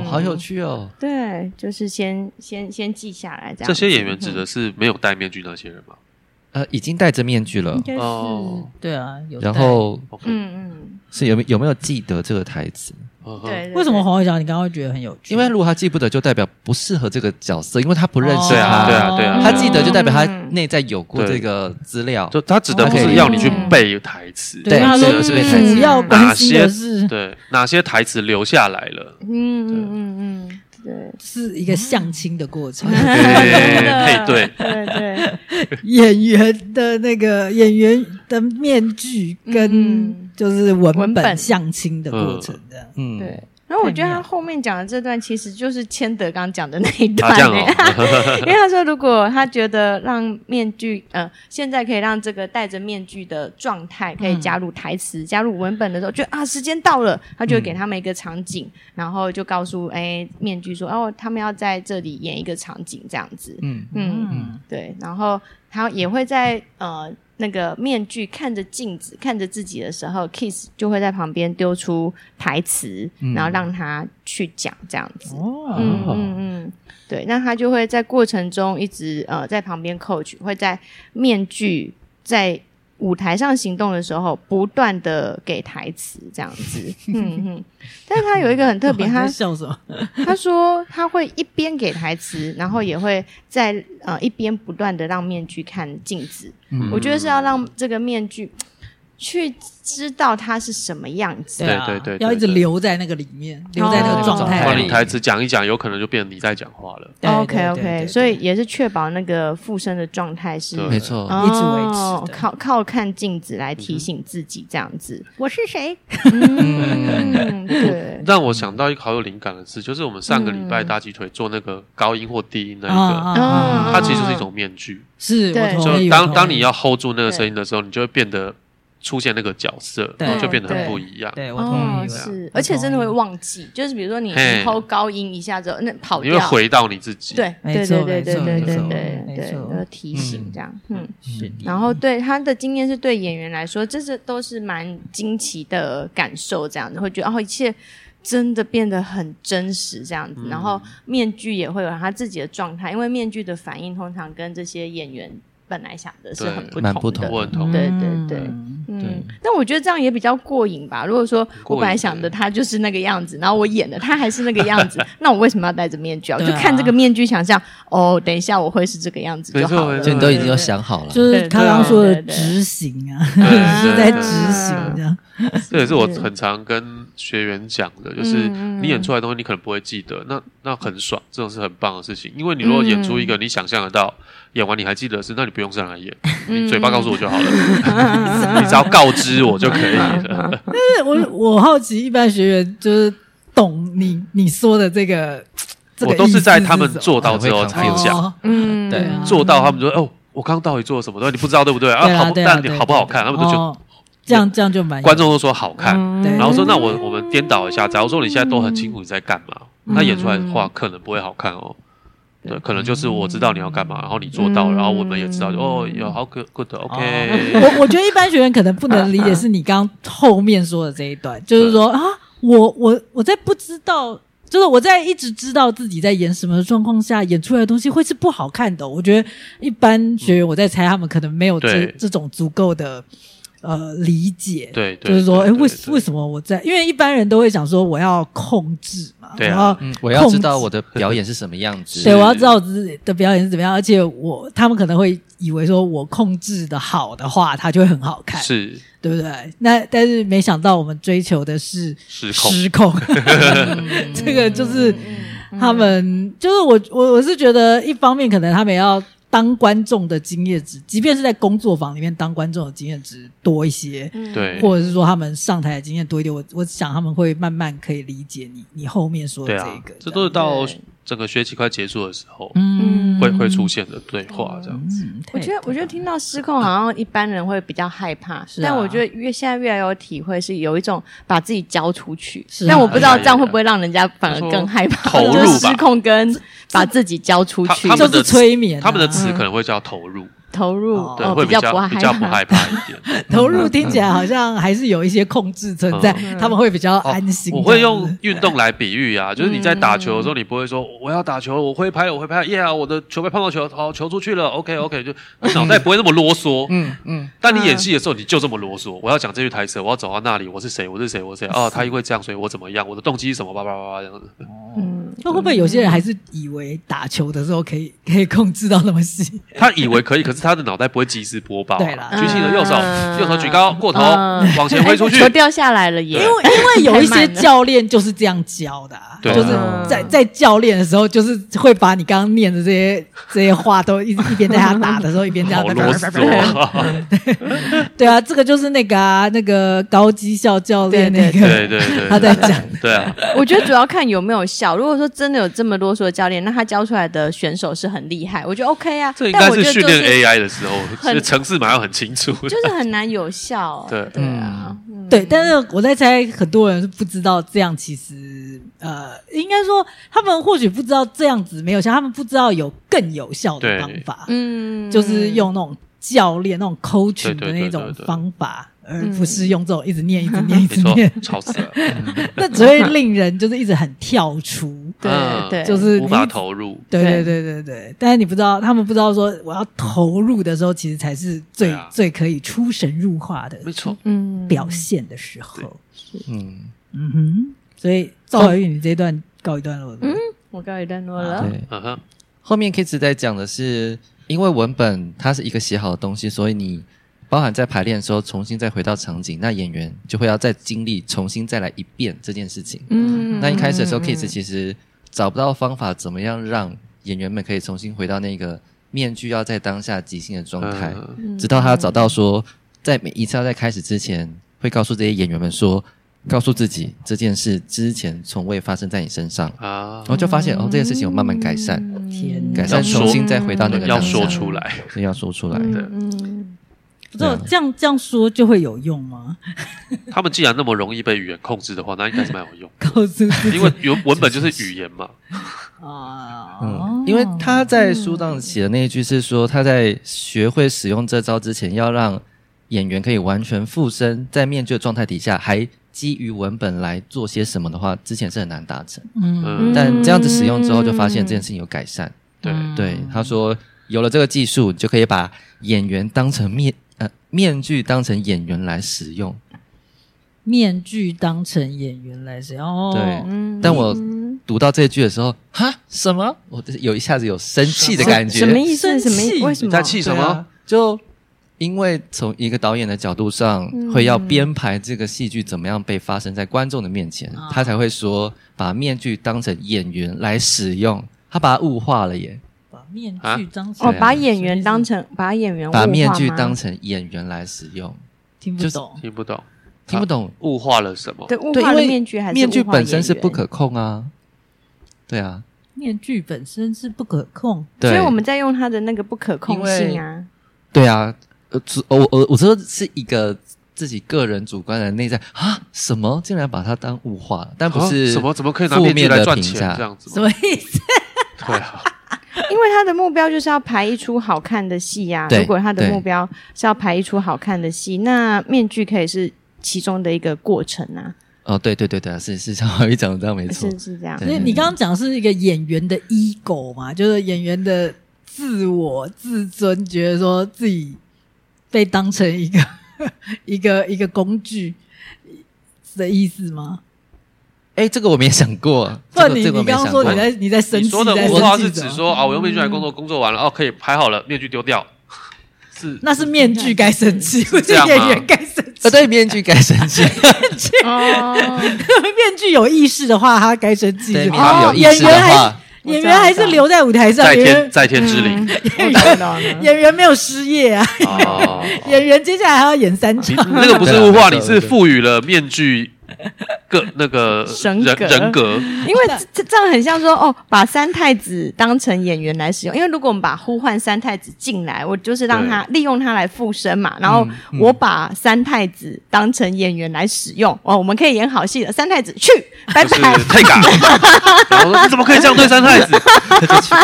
Speaker 2: 嗯，
Speaker 3: 好有趣哦，
Speaker 2: 对，就是先先先记下来，这样
Speaker 1: 这些
Speaker 2: 子
Speaker 1: 演员指
Speaker 2: 嗯
Speaker 1: 的是没有戴面具那些人嘛？
Speaker 3: 呃，已经戴着面具了
Speaker 4: 应，该是
Speaker 1: 哦
Speaker 4: 对啊，有戴。
Speaker 3: 然后
Speaker 1: OK，
Speaker 2: 嗯
Speaker 3: 是有没有没有记得这个台词？
Speaker 1: 嗯
Speaker 2: 嗯，对，对
Speaker 4: 为什么黄伟翔你刚刚会觉得很有趣？
Speaker 3: 因为如果他记不得，就代表不适合这个角色，因为他不认识
Speaker 1: 对啊
Speaker 3: 他。
Speaker 1: 对啊对啊
Speaker 3: 他记得就代表他
Speaker 2: 嗯
Speaker 3: 内在有过
Speaker 1: 对
Speaker 3: 这个资料。
Speaker 1: 就他指的不是要你去
Speaker 2: 嗯
Speaker 1: 背台词，
Speaker 4: 对，
Speaker 3: 对
Speaker 4: 他
Speaker 1: 是
Speaker 4: 说
Speaker 1: 的是被
Speaker 3: 台词
Speaker 4: 主要关心的是
Speaker 1: 对哪些台词留下来 了，
Speaker 2: 嗯嗯嗯嗯，对，
Speaker 4: 是一个相亲的过程，哎
Speaker 1: 对配对，
Speaker 2: 嗯对对，
Speaker 4: 演员的那个演员的面具跟
Speaker 2: 嗯
Speaker 4: 就是文
Speaker 2: 文
Speaker 4: 本
Speaker 2: 本
Speaker 4: 相亲的过程，这样
Speaker 3: 嗯，
Speaker 2: 对。然后我觉得
Speaker 4: 太
Speaker 2: 他
Speaker 4: 妙
Speaker 2: 后面讲的这段，其实就是千德刚讲的那一段、
Speaker 1: 啊这样
Speaker 2: 欸 因为他说，如果他觉得让面具，呃，现在可以让这个戴着面具的状态
Speaker 4: 嗯
Speaker 2: 可以加入台词、加入文本的时候，就啊，时间到了，他就会
Speaker 4: 嗯
Speaker 2: 给他们一个场景，然后就告诉哎、面具说，哦，他们要在这里演一个场景这样子，
Speaker 3: 嗯，
Speaker 2: 嗯
Speaker 4: 嗯，
Speaker 2: 对，然后他也会在呃那个面具看着镜子看着自己的时候，Kiss 就会在旁边丢出台词，然后让他去讲这样子。
Speaker 4: 嗯哦，
Speaker 2: 嗯嗯嗯，对，那他就会在过程中一直呃在旁边 coach，会在面具在舞台上行动的时候，不断的给台词这样 子。嗯嗯，但是他有一个很特别，
Speaker 4: 我还
Speaker 2: 他
Speaker 4: 哦在笑什么？
Speaker 2: 他说他会一边给台词，然后也会在呃一边不断的让面具看镜子。
Speaker 1: 嗯
Speaker 2: 我觉得是要让这个面具去知道他是什么样子。
Speaker 4: 啊
Speaker 1: 对对对
Speaker 4: 要一直
Speaker 1: 对
Speaker 4: 留在那个里面，留在那个状
Speaker 1: 不
Speaker 4: 态
Speaker 1: 然
Speaker 4: 里
Speaker 1: 你台词讲一讲，有可能就变成你在讲话了。
Speaker 4: 对对
Speaker 2: OK
Speaker 4: 对对
Speaker 2: OK，
Speaker 4: 对
Speaker 2: 所以也是确保那个附身的状态是
Speaker 1: 对
Speaker 3: 没错。
Speaker 2: 哦
Speaker 4: 一直维持的
Speaker 2: 靠靠看镜子来提醒自己这样子。
Speaker 4: 我是谁？
Speaker 2: 嗯，
Speaker 4: 哎
Speaker 2: 对，
Speaker 1: 让我想到一个好有灵感的事，就是我们上个礼拜大鸡腿做那个高音或低音那一个，
Speaker 2: 嗯
Speaker 1: 它其实就是一种面具。
Speaker 4: 是，
Speaker 2: 对
Speaker 4: 我同
Speaker 1: 就
Speaker 4: 意
Speaker 1: 当当你，
Speaker 4: 我
Speaker 1: 要 hold 住那个声音的时候，你就会变得出现那个角色，
Speaker 4: 对
Speaker 1: 然后就变得很不一样
Speaker 4: 同意。对我同
Speaker 2: 哦
Speaker 4: 意，嗯
Speaker 2: 是，而且真的会忘记，就是比如说你
Speaker 1: 嘿
Speaker 2: 你抛高音一下之后，那跑
Speaker 1: 你会
Speaker 2: 掉，
Speaker 1: 回到你自己。
Speaker 2: 对
Speaker 4: 没
Speaker 2: 对
Speaker 4: 错
Speaker 2: 对对对
Speaker 4: 没
Speaker 2: 对
Speaker 4: 错没
Speaker 2: 对
Speaker 4: 错
Speaker 2: 对
Speaker 4: 没
Speaker 2: 对，
Speaker 4: 错
Speaker 2: 要提醒这样，嗯。
Speaker 4: 是
Speaker 2: 然后对他的经验是对演员来说，这是都是蛮惊奇的感受，这样子会觉得哦，一切真的变得很真实这样子。然后面具也会有他自己的状态，因为面具的反应通常跟这些演员本来想的是很
Speaker 1: 对
Speaker 2: 不
Speaker 3: 蛮
Speaker 2: 同的。
Speaker 3: 不同
Speaker 1: 我很同意。
Speaker 2: 对对对
Speaker 4: 嗯
Speaker 2: 嗯，但我觉得这样也比较过瘾吧。如果说我本来想的他就是那个样子，然后我演的他还是那个样 子，那我为什么要戴着面具啊？我
Speaker 4: 对
Speaker 2: 就
Speaker 4: 啊
Speaker 2: 看这个面具，想象哦，等一下我会是这个样子就好
Speaker 1: 没
Speaker 2: 了
Speaker 1: 错。
Speaker 3: 就你都已经有想好了，
Speaker 4: 就是他刚刚说的
Speaker 2: 对对对
Speaker 4: 执行啊，
Speaker 1: 对对
Speaker 4: 就是在
Speaker 1: 对
Speaker 4: 执行这样。
Speaker 1: 这也是我很常跟学员讲的，就是你演出来的东西你可能不会记得，那那很爽，这种是很棒的事情。因为你如果演出一个你想象得到，演完你还记得的事，那你不用上来演，你嘴巴告诉我就好了，你只要告知我就可以了。
Speaker 4: 但是我我好奇，一般学员就是懂你你说的这个，这个
Speaker 1: 我都
Speaker 4: 意思
Speaker 1: 是
Speaker 4: 是
Speaker 1: 在他们
Speaker 4: 什么
Speaker 1: 做到之后才讲，
Speaker 4: 哦
Speaker 2: 嗯，
Speaker 3: 对
Speaker 4: 啊
Speaker 1: 做到他们说哦，我刚刚到底做了什么？对，你不知道对不对
Speaker 4: 对
Speaker 1: 啊？
Speaker 4: 啊
Speaker 1: 好，
Speaker 4: 对啊
Speaker 1: 但你
Speaker 4: 对啊
Speaker 1: 好不好看？他们都觉得
Speaker 4: 哦这样这样就蛮有
Speaker 1: 观众都说好看，
Speaker 4: 对
Speaker 1: 然后说那
Speaker 2: 嗯
Speaker 1: 我我们颠倒一下，假如说你现在都很清楚你在干嘛，那演出来的话可能不会好看哦。对，可能就是我知道你要干嘛，然后你做到，了，然后我们也知道，哦，有好 good good OK，
Speaker 4: 我我觉得一般学员可能不能理解是你刚刚后面说的这一段，就是说啊，我我我在不知道，就是我在一直知道自己在演什么的状况下，演出来的东西会是不好看的。我觉得一般学员，我在猜他们可能没有这
Speaker 1: 对
Speaker 4: 这种足够的呃理解，
Speaker 1: 对对，
Speaker 4: 就是说，哎，
Speaker 1: 对
Speaker 4: 为
Speaker 1: 对
Speaker 4: 为什么我在？因为一般人都会想说我要控制嘛，
Speaker 1: 对啊
Speaker 4: 我要
Speaker 3: 嗯，我要知道
Speaker 4: 控制
Speaker 3: 我的表演是什么样子。
Speaker 4: 对，我要知道我自己的表演是怎么样，而且我他们可能会以为说我控制的好的话，它就会很好看，
Speaker 1: 是
Speaker 4: 对不对？那但是没想到我们追求的是
Speaker 1: 失控？
Speaker 4: 失控，这个就是
Speaker 2: 嗯
Speaker 4: 他们就是我我我是觉得一方面可能他们也要当观众的经验值，即便是在工作坊里面当观众的经验值多一些，
Speaker 2: 嗯
Speaker 1: 对
Speaker 4: 或者是说他们上台的经验多一点，我我想他们会慢慢可以理解你你后面说的
Speaker 1: 对
Speaker 4: 这
Speaker 1: 啊
Speaker 4: 个，，
Speaker 1: 这都是到
Speaker 2: 对
Speaker 1: 整个学期快结束的时候
Speaker 4: 嗯
Speaker 1: 会会出现的对话，这样子。
Speaker 4: 嗯
Speaker 2: 我觉得，我觉得听到失控，好像一般人会比较害怕。
Speaker 4: 是啊
Speaker 2: 但我觉得越现在越来越有体会，是有一种把自己交出去。
Speaker 4: 是啊
Speaker 2: 但我不知道这样会
Speaker 1: 哎
Speaker 2: 不会让人家反而更害怕。
Speaker 1: 投入吧
Speaker 2: 就是失控跟把自己交出去
Speaker 1: 他他，们
Speaker 4: 就是
Speaker 1: 的
Speaker 4: 催眠啊、
Speaker 1: 他们的词可能会叫投入，
Speaker 2: 投入，
Speaker 4: 哦
Speaker 1: 对，
Speaker 2: 哦
Speaker 1: 会
Speaker 2: 比较
Speaker 1: 较
Speaker 2: 不
Speaker 1: 比较不
Speaker 2: 怕。
Speaker 1: 害怕一点。
Speaker 4: 投入听起来好像还是有一些控制存在，他们会比较安心。
Speaker 1: 嗯哦我会用运动来比喻啊，就是你在打球的时候，你不会说我要打球，我会拍，我会拍，耶、啊！我的球被碰到球，好，球出去了，OK OK，就你脑袋不会那么啰嗦。
Speaker 3: 嗯嗯，
Speaker 1: 但你演戏的时候，你就这么啰嗦。我要讲这句台词，我要走到那里，我是谁，我是谁，我是谁。哦，他因为这样，所以我怎么样？我的动机是什么？叭叭叭叭这样子。
Speaker 2: 嗯，
Speaker 4: 那会不会有些人还是以为打球的时候可以 可以控制到那么细？
Speaker 1: 他以为可以，可是他的脑袋不会及时播报啊、
Speaker 4: 对啦
Speaker 1: 举起你的右手，
Speaker 2: 嗯
Speaker 1: 右手举高，过头，
Speaker 2: 嗯
Speaker 1: 往前挥出去
Speaker 2: 球。掉下来了耶！
Speaker 1: 因为
Speaker 4: 因为有一些教练就是这样教的、啊，
Speaker 1: 对啊
Speaker 4: 就是在在教练的时候，就是会把你刚刚念的这些这些话都一直一边在他打的时候，一边这样
Speaker 1: 好啰嗦、啊，
Speaker 4: 对啊，这个就是那个啊，那个高绩效教练那
Speaker 2: 对
Speaker 1: 对
Speaker 4: 个
Speaker 1: 对对，
Speaker 4: 他在讲，
Speaker 1: 对啊，
Speaker 2: 我觉得主要看有没有效。如果说真的有这么啰嗦的教练，那他教出来的选手是很厉害，我觉得 OK 啊。
Speaker 1: 这应
Speaker 2: 但
Speaker 1: 该
Speaker 2: 我觉
Speaker 1: 是
Speaker 2: 得
Speaker 1: 训
Speaker 2: 就
Speaker 1: 练
Speaker 2: 是
Speaker 1: AI 的时候，
Speaker 2: 很
Speaker 1: 这城市马上很清楚。
Speaker 2: 就是很难有效。
Speaker 1: 对
Speaker 2: 对啊，嗯
Speaker 4: 对，但是我在猜，很多人是不知道这样其实呃，应该说他们或许不知道这样子没有效，他们不知道有更有效的
Speaker 1: 对
Speaker 4: 方法，
Speaker 2: 嗯
Speaker 4: 就是用那种教练那种
Speaker 1: 对
Speaker 4: coaching 的
Speaker 1: 对对
Speaker 4: 那
Speaker 1: 对
Speaker 4: 种
Speaker 1: 对
Speaker 4: 方法，而
Speaker 2: 嗯
Speaker 4: 不是用这种一直念、一直念、一
Speaker 1: 没
Speaker 4: 直
Speaker 1: 错
Speaker 4: 念，，
Speaker 1: 吵死 了，嗯
Speaker 4: 那只会令人就是一直很跳 出。
Speaker 2: 对
Speaker 1: 嗯
Speaker 2: 对，
Speaker 4: 就是
Speaker 1: 无
Speaker 4: 你
Speaker 1: 法
Speaker 4: 一
Speaker 1: 投入。
Speaker 4: 对
Speaker 2: 对
Speaker 4: 对对对对，但是你不知道，他们不知道说我要投入的时候，其实才是最、
Speaker 1: 对啊
Speaker 4: 最可以出神入化的
Speaker 1: 没错，
Speaker 2: 嗯
Speaker 4: 表现的时候。
Speaker 3: 嗯，
Speaker 4: 嗯哼，所以赵怀玉，你这一段告一段落了。嗯，
Speaker 2: 我告一段落了。
Speaker 3: 啊对。
Speaker 1: 嗯哼，
Speaker 3: 后面 Kids 在讲的是，因为文本它是一个写好的东西，所以你包含在排练的时候重新再回到场景，那演员就会要再经历重新再来一遍这件事情。
Speaker 2: 嗯
Speaker 3: 那一开始的时候
Speaker 2: 嗯
Speaker 3: ，Kids 其实找不到方法，怎么样让演员们可以重新回到那个面具要在当下即兴的状态，
Speaker 1: 嗯
Speaker 2: 嗯
Speaker 3: 直到他找到说，在每一次要在开始之前，会告诉这些演员们说，告诉自己这件事之前从未发生在你身上，
Speaker 1: 啊
Speaker 3: 然，后就发现哦，这件事情有慢慢改善。
Speaker 4: 天
Speaker 2: 嗯
Speaker 4: 哪
Speaker 3: 改善，
Speaker 1: 要说
Speaker 3: 重新再回到那个
Speaker 1: 要
Speaker 3: 当下
Speaker 1: 说出来，
Speaker 3: 所以要说出来。
Speaker 1: 对
Speaker 2: 嗯，
Speaker 4: 不知道这样这样说就会有用吗？，
Speaker 3: 嗯
Speaker 1: 他们既然那么容易被语言控制的话，那应该是蛮有用
Speaker 4: 告诉自己
Speaker 1: 因为原文本就是语言嘛。
Speaker 4: 啊，
Speaker 3: 嗯，因为他在书上写的那一句是说，他在学会使用这招之前，要让演员可以完全附身在面具的状态底下，还基于文本来做些什么的话，之前是很难达成。
Speaker 1: 嗯
Speaker 4: 嗯，
Speaker 3: 但这样子使用之后，就发现这件事情有改善。
Speaker 1: 对
Speaker 4: 嗯
Speaker 3: 对，他说有了这个技术，你就可以把演员当成面呃面具当成演员来使用。
Speaker 4: 面具当成演员来使用。哦
Speaker 3: 对
Speaker 2: 嗯
Speaker 3: 但我
Speaker 2: 嗯
Speaker 3: 读到这句的时候，哈，什么？我有一下子有生气的
Speaker 1: 什么
Speaker 3: 感觉。
Speaker 2: 什么意思？
Speaker 4: 生
Speaker 2: 什么意
Speaker 4: 气
Speaker 2: 为什
Speaker 1: 你
Speaker 2: 么
Speaker 1: 在？气什
Speaker 3: 对
Speaker 1: 么
Speaker 3: 啊？就因为从一个导演的角度上，
Speaker 2: 嗯
Speaker 3: 会要编排这个戏剧怎么样被发生在观众的面前，
Speaker 4: 啊
Speaker 3: 他才会说把面具当成演员来使用，他把它物化了耶，
Speaker 4: 把面
Speaker 1: 啊
Speaker 4: 具当成
Speaker 2: 哦，
Speaker 3: 对啊
Speaker 2: 把演员当成把演员物
Speaker 3: 把面
Speaker 2: 化
Speaker 3: 具
Speaker 2: 吗
Speaker 3: 当成演员来使用，
Speaker 4: 听不
Speaker 3: 就是
Speaker 4: 懂，
Speaker 1: 听不懂，
Speaker 3: 听不懂？
Speaker 1: 物化了什么？
Speaker 2: 对物
Speaker 3: 对，
Speaker 2: 化
Speaker 3: 因
Speaker 2: 的
Speaker 3: 为
Speaker 2: 面具还是
Speaker 3: 面具
Speaker 2: 物化
Speaker 3: 本身
Speaker 2: 演
Speaker 3: 是不
Speaker 2: 员
Speaker 3: 可控啊，对啊，
Speaker 4: 面具本身是不可控。
Speaker 3: 对，
Speaker 2: 所以我们在用它的那个不可控
Speaker 3: 因为
Speaker 2: 性啊。
Speaker 3: 对啊，呃，主我我我说是一个。自己个人主观的内在啊，什么竟然把它当物化了？但不
Speaker 1: 啊
Speaker 3: 是
Speaker 1: 什么怎么可以拿
Speaker 3: 负
Speaker 1: 面具
Speaker 3: 面
Speaker 1: 来
Speaker 3: 的
Speaker 1: 赚
Speaker 3: 评
Speaker 1: 钱
Speaker 3: 价
Speaker 1: 这样子
Speaker 4: 什
Speaker 1: 吗？
Speaker 4: 么意思？
Speaker 1: 对 啊，
Speaker 2: 因为他的目标就是要排一出好看的戏呀、
Speaker 3: 对
Speaker 2: 如果他的
Speaker 3: 对
Speaker 2: 目标是要排一出好看的戏，那面具可以是其中的一个过程啊，
Speaker 3: 哦，对对对对啊，是是小华宇讲的这样没错
Speaker 2: 是，是这样。
Speaker 3: 对
Speaker 4: 所以你刚刚讲的是一个演员的 ego 嘛，就是演员的自我自尊，觉得说自己被当成一个 一个一个工具的意思吗？
Speaker 3: 哎，这个我没想过，这
Speaker 4: 不然
Speaker 3: 个
Speaker 4: 你
Speaker 3: 这个我
Speaker 4: 你
Speaker 3: 没
Speaker 4: 刚刚
Speaker 3: 想
Speaker 4: 说
Speaker 3: 过
Speaker 4: 你。在你在生
Speaker 1: 你
Speaker 4: 气，
Speaker 1: 说的
Speaker 4: 在
Speaker 1: 物
Speaker 4: 生
Speaker 1: 化
Speaker 4: 气
Speaker 1: 是
Speaker 4: 什
Speaker 1: 指
Speaker 4: 么嗯
Speaker 1: 说啊，我用面具来工作，工作完了哦，可以排好了，面具丢掉，是
Speaker 4: 那是面具该生气，不是
Speaker 1: 这样吗
Speaker 4: 演员该生气
Speaker 3: 呃，。对，面具该生 气，
Speaker 2: 哦，
Speaker 4: 面具有意识的话，他该生气。
Speaker 3: 对，
Speaker 4: 是
Speaker 3: 面具
Speaker 4: 吧
Speaker 3: 有意
Speaker 4: 演
Speaker 1: 哦
Speaker 3: 识的
Speaker 4: 员还
Speaker 3: 话，
Speaker 4: 演员还是留在舞嗯台上，
Speaker 1: 在
Speaker 4: 演
Speaker 1: 天
Speaker 4: 员
Speaker 1: 在天之灵
Speaker 2: 我懂了。
Speaker 4: 演员没有失业啊，
Speaker 1: 哦。
Speaker 4: 演员接下来还要演三场。
Speaker 1: 那个不是物化，你是赋予了面具个那个
Speaker 2: 神
Speaker 1: 人
Speaker 2: 格
Speaker 1: 人格，
Speaker 2: 因为这这这样很像说哦，把三太子当成演员来使用。因为如果我们把呼唤三太子进来，我就是让他利用他来附身嘛，然后我把三太子当成演员来使用。哦，我们可以演好戏了，三太子去，拜
Speaker 1: 就是
Speaker 2: 拜。
Speaker 1: 太嘎。然后我说你怎么可以这样对三太子？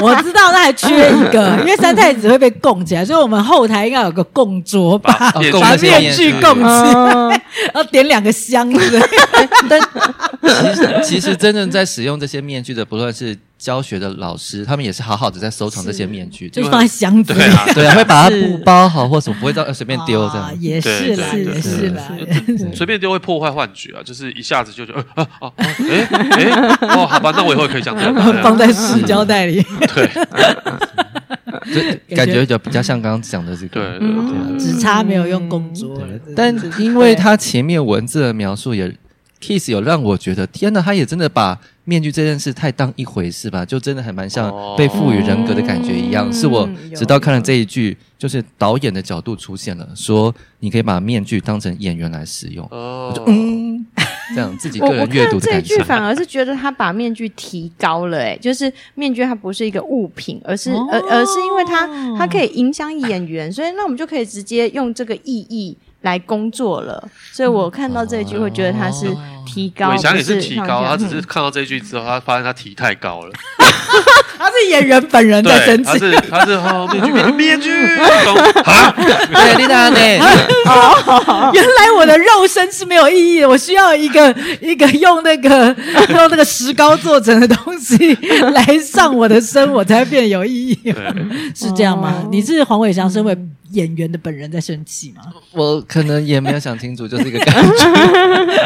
Speaker 4: 我知道，那还缺一个， 因为三太子会被供起来，所以我们后台应该有个供桌吧，
Speaker 1: 把面具
Speaker 3: 哦
Speaker 4: 把
Speaker 3: 把
Speaker 4: 面
Speaker 3: 面
Speaker 4: 具
Speaker 3: 具
Speaker 4: 供起
Speaker 2: 嗯
Speaker 4: 来，然后点两个香子。
Speaker 3: 其实其实真正在使用这些面具的，不论是教学的老师，他们也是好好的在收藏这些面具的
Speaker 4: 就。放在箱子里
Speaker 1: 对。啊，
Speaker 3: 对啊，会把它
Speaker 2: 是
Speaker 3: 布包好或什么，不会到呃随便丢这
Speaker 4: 啊
Speaker 3: 样。
Speaker 4: 也是啦，
Speaker 1: 对对
Speaker 4: 也
Speaker 1: 对
Speaker 4: 是啦。
Speaker 1: 随便就会破坏幻觉啊，就是一下子就觉得，呃啊啊啊，哎、哎、哦，好吧，那我以后也可以这样对他
Speaker 4: 放在塑胶袋里，
Speaker 1: 对
Speaker 3: 就感觉就比较像刚刚讲的这
Speaker 1: 对
Speaker 3: 个。啊
Speaker 1: 对对
Speaker 2: 嗯
Speaker 1: 对，
Speaker 4: 只差没有用供桌了
Speaker 1: 嗯
Speaker 3: 对。，但
Speaker 4: 这是
Speaker 3: 因为他前面文字的描述也，Kiss 有让我觉得，天哪，他也真的把面具这件事太当一回事吧，就真的还蛮像
Speaker 1: 哦
Speaker 3: 被赋予人格的感觉一样。
Speaker 2: 嗯
Speaker 3: 是我
Speaker 2: 有
Speaker 3: 直到看了这一句，就是导演的角度出现了，说你可以把面具当成演员来使用，
Speaker 1: 哦，
Speaker 3: 嗯，这样自己
Speaker 2: 我
Speaker 3: 个
Speaker 2: 我
Speaker 3: 人阅
Speaker 2: 看
Speaker 3: 读的
Speaker 2: 这一
Speaker 3: 感
Speaker 2: 句
Speaker 3: 受。
Speaker 2: 反而是觉得他把面具提高了、欸，哎，就是面具它不是一个物品，而是、而而是因为它
Speaker 3: 哦
Speaker 2: 它可以影响演员，所以那我们就可以直接用这个意义来工作了。所以我看到这一句会觉得它
Speaker 3: 哦
Speaker 2: 是提高，
Speaker 1: 伟翔也
Speaker 2: 不是
Speaker 1: 是提
Speaker 2: 上
Speaker 1: 高，
Speaker 2: 下
Speaker 1: 他只是
Speaker 2: 嗯
Speaker 1: 看到这一句之后，他发现他提太高了，
Speaker 4: 他是演员本人在
Speaker 1: 对，
Speaker 4: 生
Speaker 1: 他
Speaker 4: 气，
Speaker 1: 是他是哦面具面具面具，啊，
Speaker 3: 对，丽娜呢？
Speaker 4: 原来我的肉身是没有意义的，我需要一个 一个用那个 用那个石膏做成的东西来上我的身，我才会变得有意义，
Speaker 1: 对，
Speaker 4: 是这样吗
Speaker 2: 哦？
Speaker 4: 你是黄伟翔身为演员的本人在生气吗？
Speaker 3: 我可能也没有想清楚，就是一个感 觉。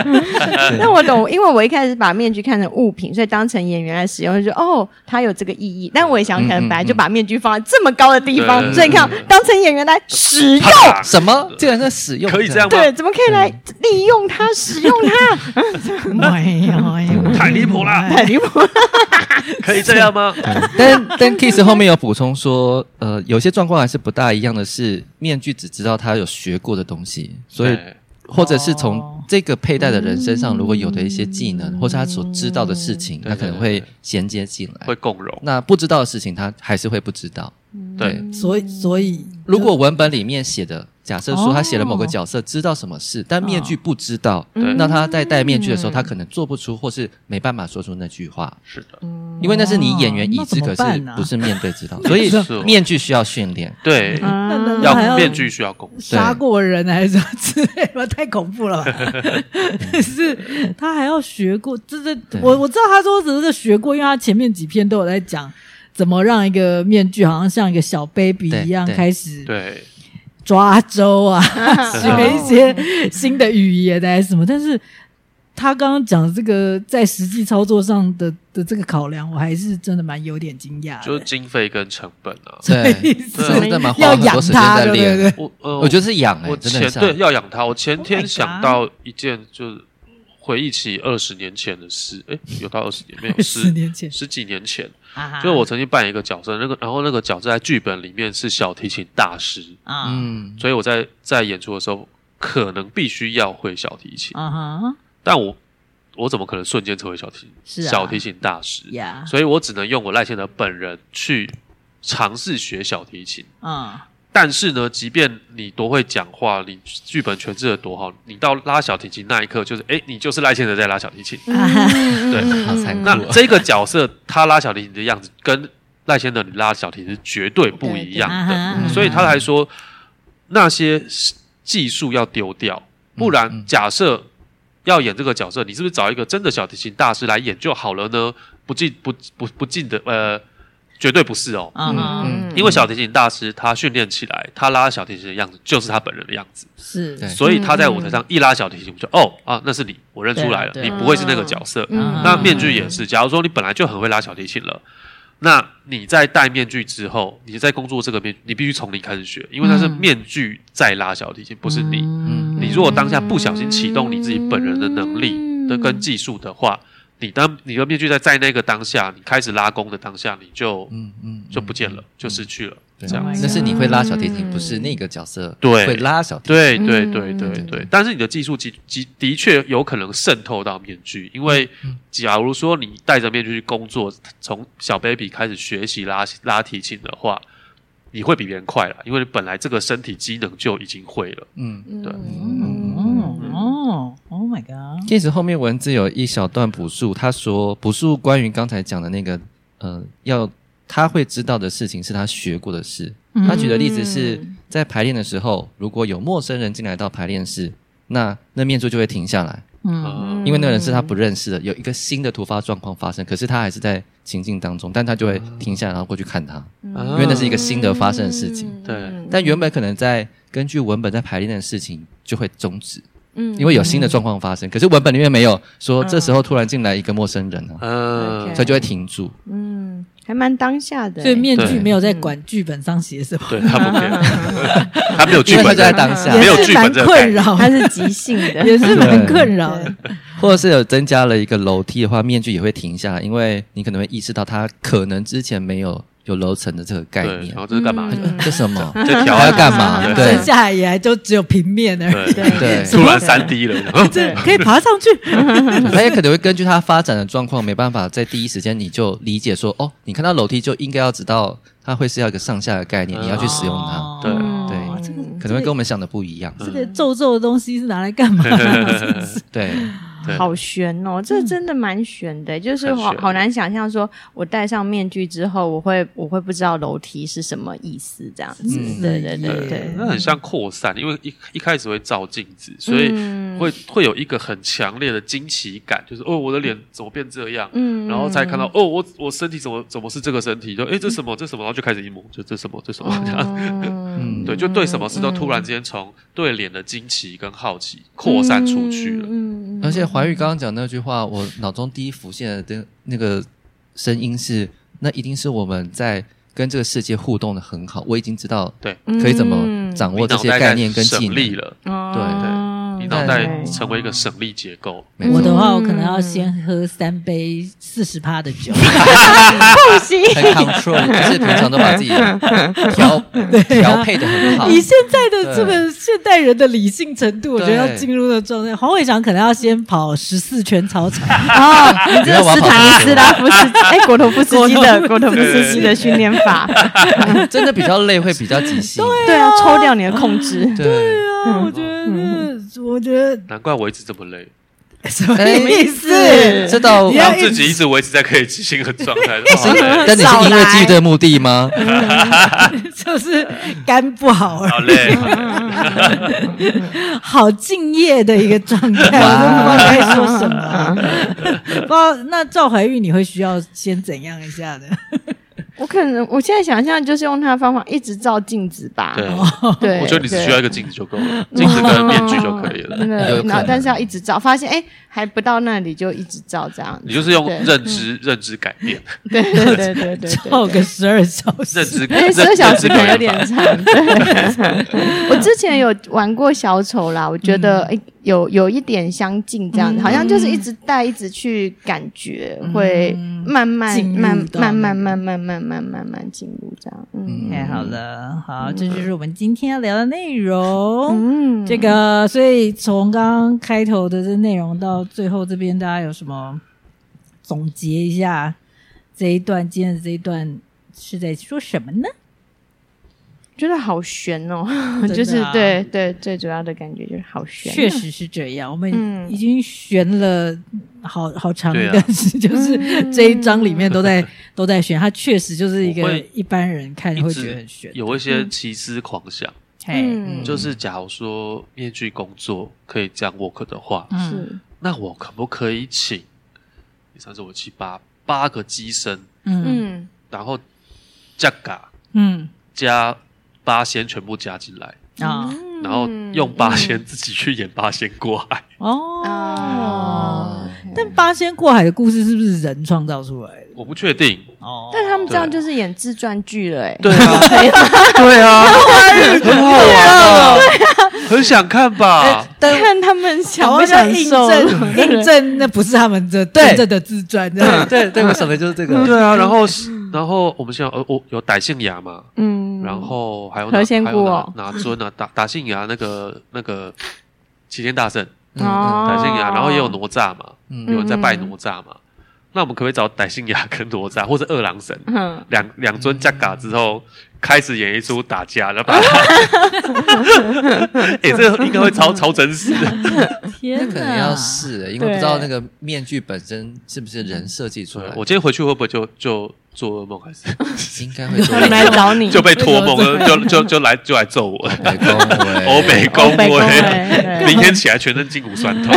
Speaker 2: 嗯那我懂，因为我一开始把面具看成物品，所以当成演员来使用，就觉得哦，它有这个意义。但我也想，
Speaker 3: 嗯
Speaker 2: 可能本来就把面具放在这么高的地
Speaker 1: 嗯
Speaker 2: 方，
Speaker 1: 嗯
Speaker 2: 所以你看当成演员来使用。
Speaker 1: 啪
Speaker 3: 什么？竟然在使用？
Speaker 1: 可以这样吗
Speaker 2: 对，怎么可以来利用它、使用它？
Speaker 4: 没有，
Speaker 1: 太离谱了
Speaker 2: 太离谱了！
Speaker 1: 可以这样吗？
Speaker 3: 但但 Kiss 后面有补充说，呃，有些状况还是不大一样的是，面具只知道他有学过的东西，所以
Speaker 1: 对
Speaker 3: 或者是从
Speaker 4: 哦嗯
Speaker 3: 这个佩戴的人身上，如果有的一些技能、或是他所知道的事情，
Speaker 1: 对
Speaker 3: 他可能会衔接进
Speaker 1: 会
Speaker 3: 来。
Speaker 1: 共融，
Speaker 3: 那不知道的事情，他还是会不知道。
Speaker 4: 嗯
Speaker 1: 对，
Speaker 4: 所以所以
Speaker 3: 如果文本里面写的，假设说他写了某个
Speaker 4: 哦
Speaker 3: 角色知道什么事，但面具不知道，
Speaker 4: 嗯
Speaker 1: 对
Speaker 3: 那他在戴面具的时候，他可能做不出或是没办法说出那句话。
Speaker 1: 是的，
Speaker 3: 因为那是你演员已
Speaker 4: 哦那
Speaker 3: 知，
Speaker 4: 怎么
Speaker 3: 可
Speaker 4: 办
Speaker 3: 是
Speaker 4: 呢
Speaker 3: 不是面对知 道，所以
Speaker 1: 是哦
Speaker 3: 面具需要训练。
Speaker 1: 对，
Speaker 4: 那那那嗯还
Speaker 1: 要
Speaker 4: 要
Speaker 1: 面具需要共，
Speaker 4: 杀过人还是什么之类的，太恐 怖了吧？是他还要学过，这这
Speaker 3: 对
Speaker 4: 我我知道他说只是学过，因为他前面几篇都有在讲怎么让一个面具好像像一个小 baby
Speaker 3: 对
Speaker 4: 一样
Speaker 3: 对
Speaker 4: 开始
Speaker 1: 对，
Speaker 4: 抓周啊，学一
Speaker 1: 哦
Speaker 4: 些新的语言还是什么，但是。他刚刚讲这个在实际操作上的的这个考量，我还是真的蛮有点惊讶的。
Speaker 1: 就是经费跟成本啊，
Speaker 3: 对，
Speaker 1: 对
Speaker 3: 真的蛮花
Speaker 4: 要
Speaker 3: 很多
Speaker 4: 养
Speaker 3: 时间
Speaker 4: 他，
Speaker 3: 在
Speaker 4: 对不
Speaker 3: 练。
Speaker 4: 对？
Speaker 1: 我呃，
Speaker 3: 我觉得是养哎、
Speaker 1: 我
Speaker 3: 真的很
Speaker 1: 前
Speaker 3: 像
Speaker 1: 对。要养它。我前
Speaker 4: Oh my
Speaker 1: 天
Speaker 4: God
Speaker 1: 想到一件，就是回忆起二十年前的事。诶，有到二十年没有？
Speaker 4: 十
Speaker 1: 十
Speaker 4: 年前，啊
Speaker 1: 十几年前，
Speaker 4: 就
Speaker 1: 就是我曾经扮演一个角色，那个然后那个角色在剧本里面是小提琴大师，
Speaker 4: 啊
Speaker 3: 嗯，
Speaker 1: 所以我在在演出的时候可能必须要会小提琴，
Speaker 4: 啊哈
Speaker 1: 但我我怎么可能瞬间成为小提
Speaker 4: 是
Speaker 1: 琴
Speaker 4: 啊
Speaker 1: 小提琴大师？
Speaker 4: 呀，
Speaker 1: 所以我只能用我赖清德本人去尝试学小提琴。
Speaker 4: 嗯，
Speaker 1: 但是呢，即便你多会讲话，你剧本诠释的多好，你到拉小提琴那一刻，就是哎，诶你就是赖先生在拉小提琴。
Speaker 3: 对，好
Speaker 4: 嗯
Speaker 3: 残酷
Speaker 1: 那
Speaker 3: 哦。
Speaker 1: 这个角色他拉小提琴的样子，跟赖先生你拉小提琴是绝对不一样
Speaker 4: 对对
Speaker 1: 的。
Speaker 4: 啊哈
Speaker 1: 所以他来说，那些技术要丢掉，
Speaker 4: 嗯
Speaker 1: 不然假设要演这个角色，你是不是找一个真的小提琴大师来演就好了呢？不尽不不不尽的，呃，绝对不是哦。
Speaker 4: 嗯哼
Speaker 3: 嗯
Speaker 1: 因为小提琴大师他训练起来，他拉小提琴的样子就是他本人的样子，
Speaker 4: 是哦
Speaker 3: 对
Speaker 1: 所以他在舞台上一拉小提琴，我就哦啊，那是你，我认出来了，
Speaker 4: 嗯对
Speaker 1: 你
Speaker 4: 对
Speaker 1: 不会是那个角色。
Speaker 4: 嗯
Speaker 1: 那面具也是，假如说你本来就很会拉小提琴了，那你在戴面具之后，你在工作这个面具，你必须从零开始学，因为那
Speaker 4: 嗯
Speaker 1: 是面具在拉小提琴，不是你。
Speaker 3: 嗯
Speaker 1: 你如果当下不小心启动你自己本人的能力的跟技术的话，你当你的面具在在那个当下，你开始拉弓的当下，你就
Speaker 3: 嗯嗯，
Speaker 1: 就不见了，就失去了。
Speaker 3: 对，
Speaker 1: 这样
Speaker 4: Oh my
Speaker 3: 那是你会拉小提琴，
Speaker 2: God
Speaker 3: 不
Speaker 4: 嗯
Speaker 3: 是那个角色
Speaker 1: 对
Speaker 3: 会拉小提琴。
Speaker 1: 对对
Speaker 2: 嗯
Speaker 1: 对对
Speaker 2: 嗯
Speaker 1: 对，但是你的技术的的的确有可能渗透到面具，因为假如说你戴着面具去工作，从小 baby 开始学习拉拉提琴的话，你会比别人快了，因为你本来这个身体机能就已经会了。
Speaker 3: 嗯，
Speaker 2: 嗯
Speaker 1: 对
Speaker 4: 哦哦，Oh my god！
Speaker 3: 其实后面文字有一小段补述，他说补述关于刚才讲的那个，呃，要他会知道的事情是他学过的事。
Speaker 4: 嗯
Speaker 3: 他举的例子是
Speaker 2: 嗯
Speaker 3: 在排练的时候，如果有陌生人进来到排练室，那那面具就会停下来，
Speaker 4: 嗯
Speaker 1: 嗯，
Speaker 3: 因为那个人是他不认识的，有一个新的突发状况发生，可是他还是在情境当中，但他就会停下来，然后过去看他。
Speaker 1: 因
Speaker 3: 因为那是一个新的发生的事情
Speaker 2: 嗯
Speaker 1: 对
Speaker 3: 但原本可能在根据文本在排练的事情就会终止，
Speaker 2: 嗯
Speaker 3: 因为有新的状况发生。可是文本里面没有说这时候突然进来一个陌生人啊，
Speaker 1: 嗯
Speaker 2: OK
Speaker 3: 所以就会停住。
Speaker 2: 嗯，还蛮当下的欸，
Speaker 4: 所以面具
Speaker 1: 对
Speaker 4: 没有在管剧本上写什么，
Speaker 1: 对他不 care，他没有剧
Speaker 3: 因为他
Speaker 1: 本
Speaker 3: 就在
Speaker 1: 的，
Speaker 3: 当下
Speaker 1: 没有
Speaker 4: 也是
Speaker 1: 剧本
Speaker 4: 蛮
Speaker 1: 这个
Speaker 4: 困扰，
Speaker 2: 它是即兴
Speaker 3: 嗯
Speaker 2: 的，
Speaker 4: 也是蛮
Speaker 3: 对
Speaker 4: 困扰的。
Speaker 3: 或者是有增加了一个楼梯的话，面具也会停下来，因为你可能会意识到它可能之前没有有楼层的这个概
Speaker 1: 对，
Speaker 3: 念
Speaker 1: 然。后这是干嘛？
Speaker 2: 嗯
Speaker 3: 这什么？
Speaker 1: 这调
Speaker 3: 还要干 嘛
Speaker 1: 对
Speaker 3: 对
Speaker 4: 剩下来也就只有平面而已。
Speaker 1: 对，
Speaker 3: 对
Speaker 1: 突然三 D 了， 然后
Speaker 4: 这可以爬上去，
Speaker 3: 它也可能会根据它发展的状况，没办法在第一时间你就理解说，哦，你看到楼梯就应该要知道它会是要一个上下的概念，你要去使用它，嗯
Speaker 4: 哦嗯
Speaker 1: 对
Speaker 3: 对
Speaker 4: 这个
Speaker 3: 可能会跟我们想的不一样。
Speaker 4: 这个皱皱的东西是拿来干嘛？
Speaker 3: 对，
Speaker 1: 对
Speaker 2: 好悬哦，这真的蛮悬的，就是
Speaker 1: 很
Speaker 2: 好
Speaker 1: 悬
Speaker 2: 好难想象，说我戴上面具之后，我会我会不知道楼梯是什么意思，这样子，
Speaker 3: 嗯
Speaker 2: 对对
Speaker 4: 对
Speaker 2: 对对，
Speaker 1: 那很像扩散，因为一一开始会照镜子，所以
Speaker 2: 嗯
Speaker 1: 会会有一个很强烈的惊奇感，就是哦，我的脸怎么变这样？
Speaker 2: 嗯
Speaker 1: 然后才看到哦，我我身体怎么怎么是这个身体？就哎，这什么这什么，然后就开始一摸，就这什么这什么这样。
Speaker 2: 嗯
Speaker 3: 嗯
Speaker 1: 对，就对什么事都突然之间从对脸的惊奇跟好奇扩散出去了。
Speaker 2: 嗯
Speaker 3: 而且怀玉刚刚讲那句话，我脑中第一浮现的那个声音是，那一定是我们在跟这个世界互动的很好，我已经知道
Speaker 1: 对，
Speaker 3: 可以怎么掌握这些概念跟技
Speaker 1: 省力
Speaker 3: 能。
Speaker 1: 了，
Speaker 2: 哦
Speaker 1: 你
Speaker 3: 那
Speaker 1: 脑袋
Speaker 3: 在
Speaker 1: 成为一个省力结构。
Speaker 3: 没
Speaker 4: 我
Speaker 3: 错
Speaker 4: 的话，我可能要先喝三杯四十趴的酒，
Speaker 2: 不行，
Speaker 3: 很 control，就是平常都把自己调调配的很好。
Speaker 4: 以现在的这个现代人的理性程度，我觉得要
Speaker 3: 对
Speaker 4: 进入的状态，黄伟翔可能要先跑十四圈操场，
Speaker 2: 哦，你这
Speaker 3: 要
Speaker 2: 是
Speaker 3: 玩
Speaker 2: 斯
Speaker 3: 跑步
Speaker 2: 坦尼斯拉夫斯基，哎，果陀夫斯基的
Speaker 4: 果
Speaker 2: 果陀
Speaker 4: 陀夫
Speaker 2: 夫
Speaker 1: 斯基
Speaker 2: 斯基的训练法，
Speaker 3: 真的比较累，会比较急性。
Speaker 2: 对啊，抽掉你的控制，
Speaker 3: 对，
Speaker 4: 啊，我觉得
Speaker 3: 嗯
Speaker 4: 这，我觉得
Speaker 1: 难怪我一直这么累，
Speaker 4: 什么
Speaker 3: 哎
Speaker 4: 意思？
Speaker 3: 这倒
Speaker 4: 你要
Speaker 1: 让自己一直维持在可以执行的状 态。
Speaker 2: 哎
Speaker 3: 是
Speaker 1: 好累，
Speaker 3: 啊但你是因为基于这个目的吗？
Speaker 4: 就是肝不好而 已
Speaker 1: 好累，
Speaker 2: 嗯
Speaker 1: 好累
Speaker 4: 好敬业的一个状态，我都不知道该说 什么。不知道那赵怀玉，你会需要先怎样一下的？
Speaker 2: 我可能我现在想象就是用他的方法一直照镜子吧，
Speaker 1: 对。
Speaker 2: 对，
Speaker 1: 我觉得你只
Speaker 2: 哦对嗯
Speaker 1: 需要一个镜子就够了，镜子跟面具就可以了。
Speaker 2: 真
Speaker 3: 有
Speaker 2: 的，
Speaker 3: 可能
Speaker 2: 然后但是要一直照，发现哎还不到那里就一直照这样子，
Speaker 1: 你就是用
Speaker 2: 对嗯
Speaker 1: 认知认知改变，
Speaker 2: 对对对对对对
Speaker 4: 泡个十二小
Speaker 1: 认知
Speaker 4: 时，
Speaker 2: 因为
Speaker 1: 认
Speaker 2: 十二小
Speaker 1: 认
Speaker 2: 时
Speaker 1: 知
Speaker 2: 可能有
Speaker 1: 改
Speaker 2: 点
Speaker 1: 变法。
Speaker 2: 长。对我之前有玩过小丑啦，我觉得诶有有一点相近，这样子，好像就是一直带，一直去感觉，会慢慢
Speaker 4: 进入
Speaker 2: 慢
Speaker 4: 到
Speaker 2: 慢慢
Speaker 4: 那
Speaker 2: 慢慢慢慢慢慢进入这样。嗯
Speaker 4: 太好了，好，这就是我们今天要聊的内容。
Speaker 2: 嗯，
Speaker 4: 这个，所以从刚刚开头的这内容到最后这边，大家有什么总结一下这一段？今天的这一段是在说什么呢？
Speaker 2: 觉得好悬哦，
Speaker 4: 真的啊
Speaker 2: 就是对对，最主要的感觉就是好悬哦，
Speaker 4: 确实是这样，我们
Speaker 2: 嗯
Speaker 4: 已经悬了好好长一
Speaker 1: 对啊
Speaker 4: 段时间， 就是这一章里面都在都在悬，它确实就是一
Speaker 1: 我
Speaker 4: 个
Speaker 1: 会
Speaker 4: 一般人看
Speaker 1: 一
Speaker 4: 会觉得
Speaker 1: 直
Speaker 4: 很悬。
Speaker 1: 有一些奇思狂想，
Speaker 4: 嘿，
Speaker 2: 嗯
Speaker 1: 就是假如说面具工作可以这样 work 的话，
Speaker 4: 嗯
Speaker 2: 是
Speaker 1: 那我可不可以请三四五七八八个机身，
Speaker 4: 嗯
Speaker 2: 嗯
Speaker 1: 然后加嘎
Speaker 4: 嗯
Speaker 1: 加八仙全部加进来，
Speaker 4: 啊
Speaker 2: 嗯
Speaker 1: 然后用八仙自己去演八仙过海，
Speaker 4: 哦
Speaker 2: 哦，
Speaker 4: 但八仙过海的故事是不是人创造出来的？
Speaker 1: 我不确定，
Speaker 4: 哦，
Speaker 2: 但他们这样就是演自传剧了，哎，
Speaker 1: 对啊， 对啊，很好玩啊，很想看吧？
Speaker 4: 但
Speaker 2: 看他们
Speaker 4: 台
Speaker 2: 想不
Speaker 4: 湾
Speaker 2: 想
Speaker 4: 想印
Speaker 2: 受，
Speaker 4: 证印证那不是他们的
Speaker 3: 对
Speaker 4: 真正的自传，这样
Speaker 3: 对对，我想的就是这个。
Speaker 1: 对啊，然后然后我们现在呃，我有打信牙嘛，
Speaker 2: 嗯，
Speaker 1: 然后还有
Speaker 2: 何
Speaker 1: 哪
Speaker 2: 仙
Speaker 1: 还有
Speaker 2: 姑
Speaker 1: 哪
Speaker 2: 哦
Speaker 1: 哪尊啊，打打信牙那个那个齐天大圣，
Speaker 3: 嗯
Speaker 2: 哦
Speaker 1: 打信牙，然后也有哪吒嘛，有
Speaker 3: 嗯，
Speaker 1: 人在拜哪
Speaker 2: 嗯
Speaker 1: 吒嘛，那我们可不可以找打信牙跟哪吒或者二郎神？
Speaker 2: 嗯，
Speaker 1: 两两尊架嘎之后，开始演一出打架，然后把它， 哎、这个应该会超超真实的。
Speaker 4: 天
Speaker 3: 可能
Speaker 4: 哪
Speaker 3: 要试，因为不知道
Speaker 2: 对
Speaker 3: 那个面具本身是不是人设计出来的，
Speaker 1: 我今天回去会不会就就做噩梦， 还是
Speaker 3: 应该会做
Speaker 2: 他 们来找你，
Speaker 1: 就被托梦
Speaker 4: 为什么
Speaker 1: 了，
Speaker 4: 这
Speaker 1: 就就就来就来揍我？
Speaker 3: 美工
Speaker 1: 欧美
Speaker 2: 哦
Speaker 1: 公
Speaker 2: 被恭
Speaker 1: 会，
Speaker 2: 维
Speaker 1: 明天起来全身筋骨酸 痛。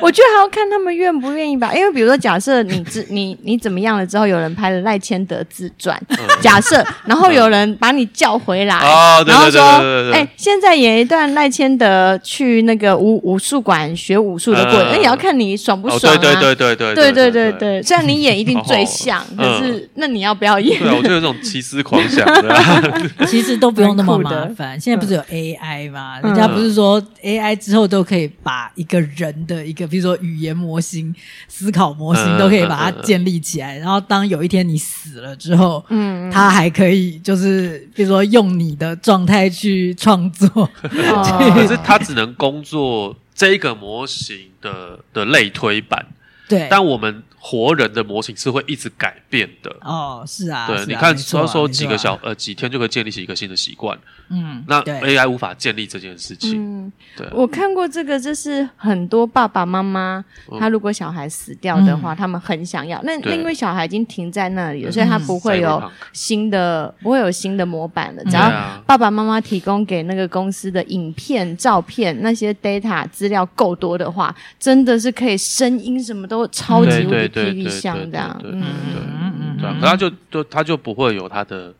Speaker 2: 我觉得还要看他们愿不愿意吧，因为比如说，假设你自你你怎么样了之后，有人拍了赖千德自传，
Speaker 1: 嗯
Speaker 2: 假设，然后有人把你叫回来，
Speaker 1: 哦对
Speaker 2: 然后
Speaker 1: 对对对
Speaker 2: 说
Speaker 1: 对，对
Speaker 2: 哎、现在演一段赖千德去那个武武术馆学武术的过程，
Speaker 1: 嗯
Speaker 2: 那、也要看你爽不
Speaker 1: 哦，
Speaker 2: 爽啊。
Speaker 1: 对对对对对
Speaker 2: 对对
Speaker 1: 对
Speaker 2: 对对，虽然你演一定最像，
Speaker 1: 好好
Speaker 2: 可是那你要不要演？
Speaker 1: 对啊，我就有这种奇思狂想 的。啊
Speaker 4: 其实都不用那么麻
Speaker 2: 蛮酷
Speaker 4: 烦。现在不是有 AI 吗？人家不是说
Speaker 2: 嗯
Speaker 4: AI 之后都可以把一个人的一个，比如说语言模型、思考模型，
Speaker 1: 嗯
Speaker 4: 都可以把它建立起
Speaker 3: 嗯
Speaker 4: 来。然后当有一天你死了之后，
Speaker 2: 嗯，
Speaker 4: 它还可以就是，比如说用你的状态去创 作。
Speaker 1: 可
Speaker 2: 哦
Speaker 1: 是它只能工作这个模型的的类推版，
Speaker 4: 对，
Speaker 1: 但我们活人的模型是会一直改变的。
Speaker 4: 哦，是啊，
Speaker 1: 对，
Speaker 4: 是啊
Speaker 1: 你看，
Speaker 4: 没错啊
Speaker 1: 说说
Speaker 4: 没错啊
Speaker 1: 几个小呃几天就可以建立起一个新的习惯，
Speaker 4: 嗯，
Speaker 1: 那
Speaker 4: 对
Speaker 1: AI 无法建立这件事情。
Speaker 2: 嗯，
Speaker 1: 对啊，
Speaker 2: 我看过这个，就是很多爸爸妈妈，
Speaker 1: 嗯
Speaker 2: 他如果小孩死掉的
Speaker 4: 嗯
Speaker 2: 话，他们很想要。那那
Speaker 1: 对
Speaker 2: 因为小孩已经停在那里了，
Speaker 1: 嗯
Speaker 2: 所以他不会有
Speaker 1: Cyberpunk
Speaker 2: 新的，不会有新的模板
Speaker 4: 嗯
Speaker 2: 了。只
Speaker 1: 对
Speaker 2: 要
Speaker 1: 啊，
Speaker 2: 爸爸妈妈提供给那个公司的影片、照片那些 data 资料够多的话，真的是可以声音什么都超级
Speaker 1: 对
Speaker 2: 无
Speaker 1: 对
Speaker 2: 敌
Speaker 1: 对
Speaker 2: TV
Speaker 1: 对
Speaker 2: 像
Speaker 1: 对
Speaker 2: 这样。
Speaker 1: 对对
Speaker 2: 嗯，
Speaker 1: 对啊，可他就就他就不会有他的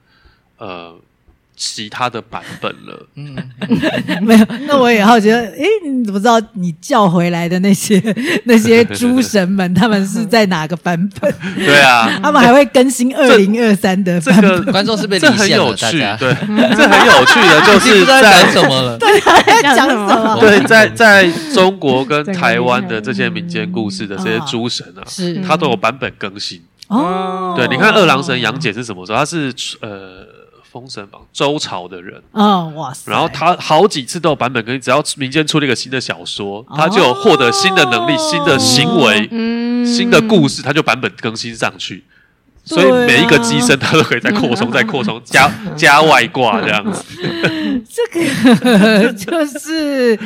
Speaker 1: 呃其他的版本了。
Speaker 3: 嗯，
Speaker 4: 没有。那我也好奇，诶，你怎么知道你叫回来的那些 那些诸神们，他们是在哪个版本？
Speaker 1: 对 啊，
Speaker 4: 他们还会更新二零二三的
Speaker 1: 这
Speaker 4: 版本。
Speaker 1: 个
Speaker 3: 观众是被
Speaker 1: 这
Speaker 3: 离
Speaker 1: 很
Speaker 3: 线
Speaker 1: 有
Speaker 3: 了，大
Speaker 1: 趣，
Speaker 3: 家
Speaker 1: 对，这很有趣的就
Speaker 3: 已经
Speaker 1: 是
Speaker 3: 不知道在
Speaker 1: 在
Speaker 3: 讲什么了。
Speaker 4: 在 讲 什么？
Speaker 1: 对在在中国跟台湾的这些民间故事的这
Speaker 2: 嗯
Speaker 1: 些诸神啊，
Speaker 2: 哦
Speaker 4: 是
Speaker 1: 它都有版本更新。
Speaker 4: 哦，
Speaker 2: 嗯
Speaker 1: 对，你看二郎神杨戬是什么时候？他是呃《封神榜》周朝的人，
Speaker 4: 哦，哇塞！
Speaker 1: 然后 他好几次都有版本更新，只要民间出了一个新的小说，
Speaker 4: 哦
Speaker 1: 他就有获得新的能力、新的行为、
Speaker 2: 嗯
Speaker 1: 新的故事，他就版本更新上去。所以
Speaker 4: 对啊
Speaker 1: 每一个机身，他都可以再扩充、再扩 充、加加外挂这样子。
Speaker 4: 这个就是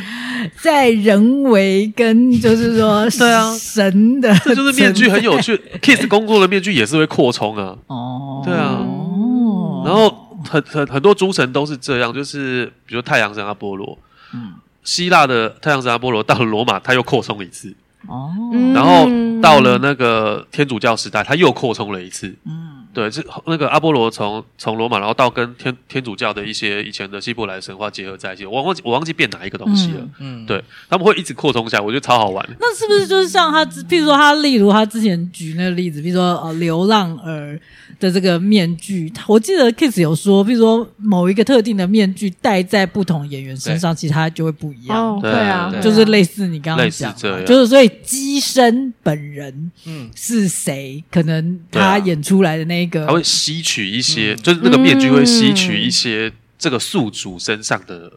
Speaker 4: 在人为跟就是说
Speaker 1: 对啊
Speaker 4: 神的
Speaker 1: 这就是面具很有趣，Kiss 工作的面具也是会扩充啊。
Speaker 4: 哦，
Speaker 1: 对啊
Speaker 2: 嗯
Speaker 4: 哦，
Speaker 1: 然后很很很多诸神都是这样，就是比如太阳神阿波罗，
Speaker 4: 嗯
Speaker 1: 希腊的太阳神阿波罗到了罗马，他又扩充一次，
Speaker 4: 哦，
Speaker 2: 嗯
Speaker 1: 然后到了那个天主教时代，他又扩充了一次。
Speaker 4: 嗯
Speaker 1: 对，这那个阿波罗从从罗马，然后到跟天天主教的一些以前的希伯来神话结合在一起，我忘记我忘记变哪一个东西了。
Speaker 3: 嗯，
Speaker 1: 对，他们会一直扩充下来，我觉得超好玩。
Speaker 4: 那是不是就是像他之，譬如说他，例如他之前举那个例子，譬如说呃，流浪儿的这个面具，我记得 Kiss 有说，譬如说某一个特定的面具戴在不同演员身上，其实它就会不一样，
Speaker 2: 哦，对啊，
Speaker 3: 对
Speaker 4: 就是类似你刚刚
Speaker 1: 类似
Speaker 4: 讲
Speaker 1: 这
Speaker 4: 的，
Speaker 1: 样
Speaker 4: 就是所以机身本人
Speaker 3: 嗯，
Speaker 4: 是谁，可能
Speaker 1: 对啊
Speaker 4: 他演出来的那个，
Speaker 1: 它会吸取一些，就是那个面具会吸取一些这个宿主身上的。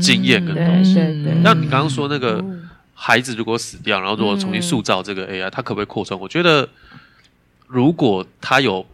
Speaker 1: 经验跟
Speaker 2: 东西对对
Speaker 4: 嗯
Speaker 2: 对嗯
Speaker 1: 那你刚刚说那个孩子如果死掉，然后如果重新塑造这个 AI，、它可不可以扩充？我觉得，如果他有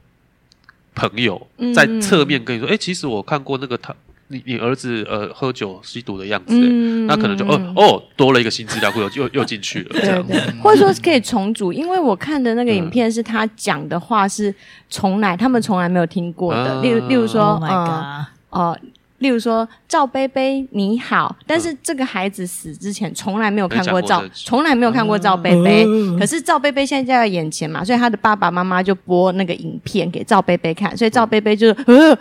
Speaker 1: 朋友
Speaker 2: 嗯
Speaker 1: 在侧面跟你说：“哎、其实我看过那个他，你你儿子呃喝酒吸毒的样子、诶
Speaker 2: 嗯
Speaker 1: 那可能就
Speaker 2: 嗯
Speaker 1: 哦哦多了一个新资料库，又又又进去了这
Speaker 2: 对
Speaker 1: 样子。嗯
Speaker 2: 对，或者说是可以重组，因为我看的那个影片是他讲的话是从来他们从来没有听过的，
Speaker 1: 啊
Speaker 2: 例如例如说
Speaker 4: Oh my
Speaker 2: 呃
Speaker 4: god！
Speaker 2: 呃例如说赵贝贝你好，但是这个孩子死之前从来没有看过
Speaker 1: 没讲过
Speaker 2: 赵
Speaker 1: 这，句
Speaker 2: 从来没有看过赵贝贝。
Speaker 4: 嗯
Speaker 2: 可是赵贝贝现在就在眼前嘛，所以他的爸爸妈妈就播那个影片给赵贝贝看，所以赵贝贝就是呃，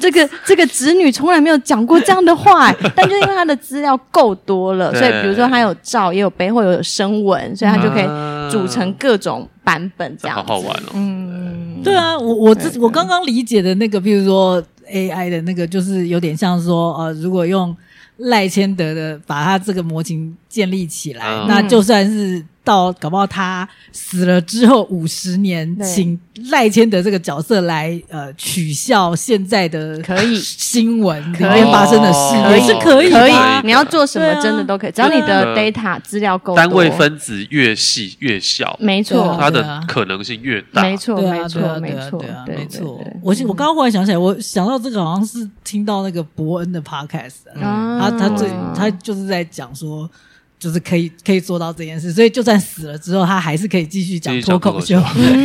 Speaker 2: 这个这个侄女从来没有讲过这样的话、哎但就是因为他的资料够多了，所以比如说他有赵也有贝或有声纹，所以他就可以
Speaker 1: 以
Speaker 2: 组成各种版本这
Speaker 1: 这
Speaker 2: 样子。
Speaker 1: 好好玩哦。
Speaker 2: 嗯，
Speaker 4: 对啊，我我自我刚刚理解的那个，譬如说 AI 的那个，就是有点像说，呃，如果用赖千德的把他这个模型建立起来，
Speaker 1: 嗯
Speaker 4: 那就算是到搞不好他死了之后五十年，
Speaker 2: 对
Speaker 4: 请赖千德这个角色来呃取笑现在的
Speaker 2: 可以
Speaker 4: 新闻里
Speaker 2: 可以
Speaker 4: 面发生的事，
Speaker 1: 可
Speaker 4: 也
Speaker 1: 以啊
Speaker 4: 是哦可以
Speaker 2: 可以
Speaker 4: 吧，
Speaker 2: 你要做什
Speaker 4: 对啊
Speaker 2: 么真的都可以，只要你的 data 资料够多
Speaker 1: 单位，分子越细越小，
Speaker 2: 没
Speaker 4: 对
Speaker 2: 错
Speaker 4: 啊，
Speaker 1: 它的可能性越大。
Speaker 2: 没错，
Speaker 4: 对
Speaker 2: 没
Speaker 4: 啊，对啊
Speaker 2: 错，
Speaker 4: 对
Speaker 2: 没
Speaker 4: 啊
Speaker 2: 错
Speaker 4: 对啊，，
Speaker 2: 对
Speaker 4: 没错
Speaker 2: 对。嗯
Speaker 4: 我我刚刚忽然想起来，我想到这个好像是听到那个伯恩的 podcast，啊、
Speaker 2: 嗯
Speaker 4: 他他最
Speaker 2: 啊
Speaker 4: 他就是在讲说，就是可以可以做到这件事，所以就算死了之后，他还是可以继续讲
Speaker 1: 继续
Speaker 4: 脱
Speaker 1: 讲
Speaker 4: 口
Speaker 1: 脱口
Speaker 4: 秀，
Speaker 2: 嗯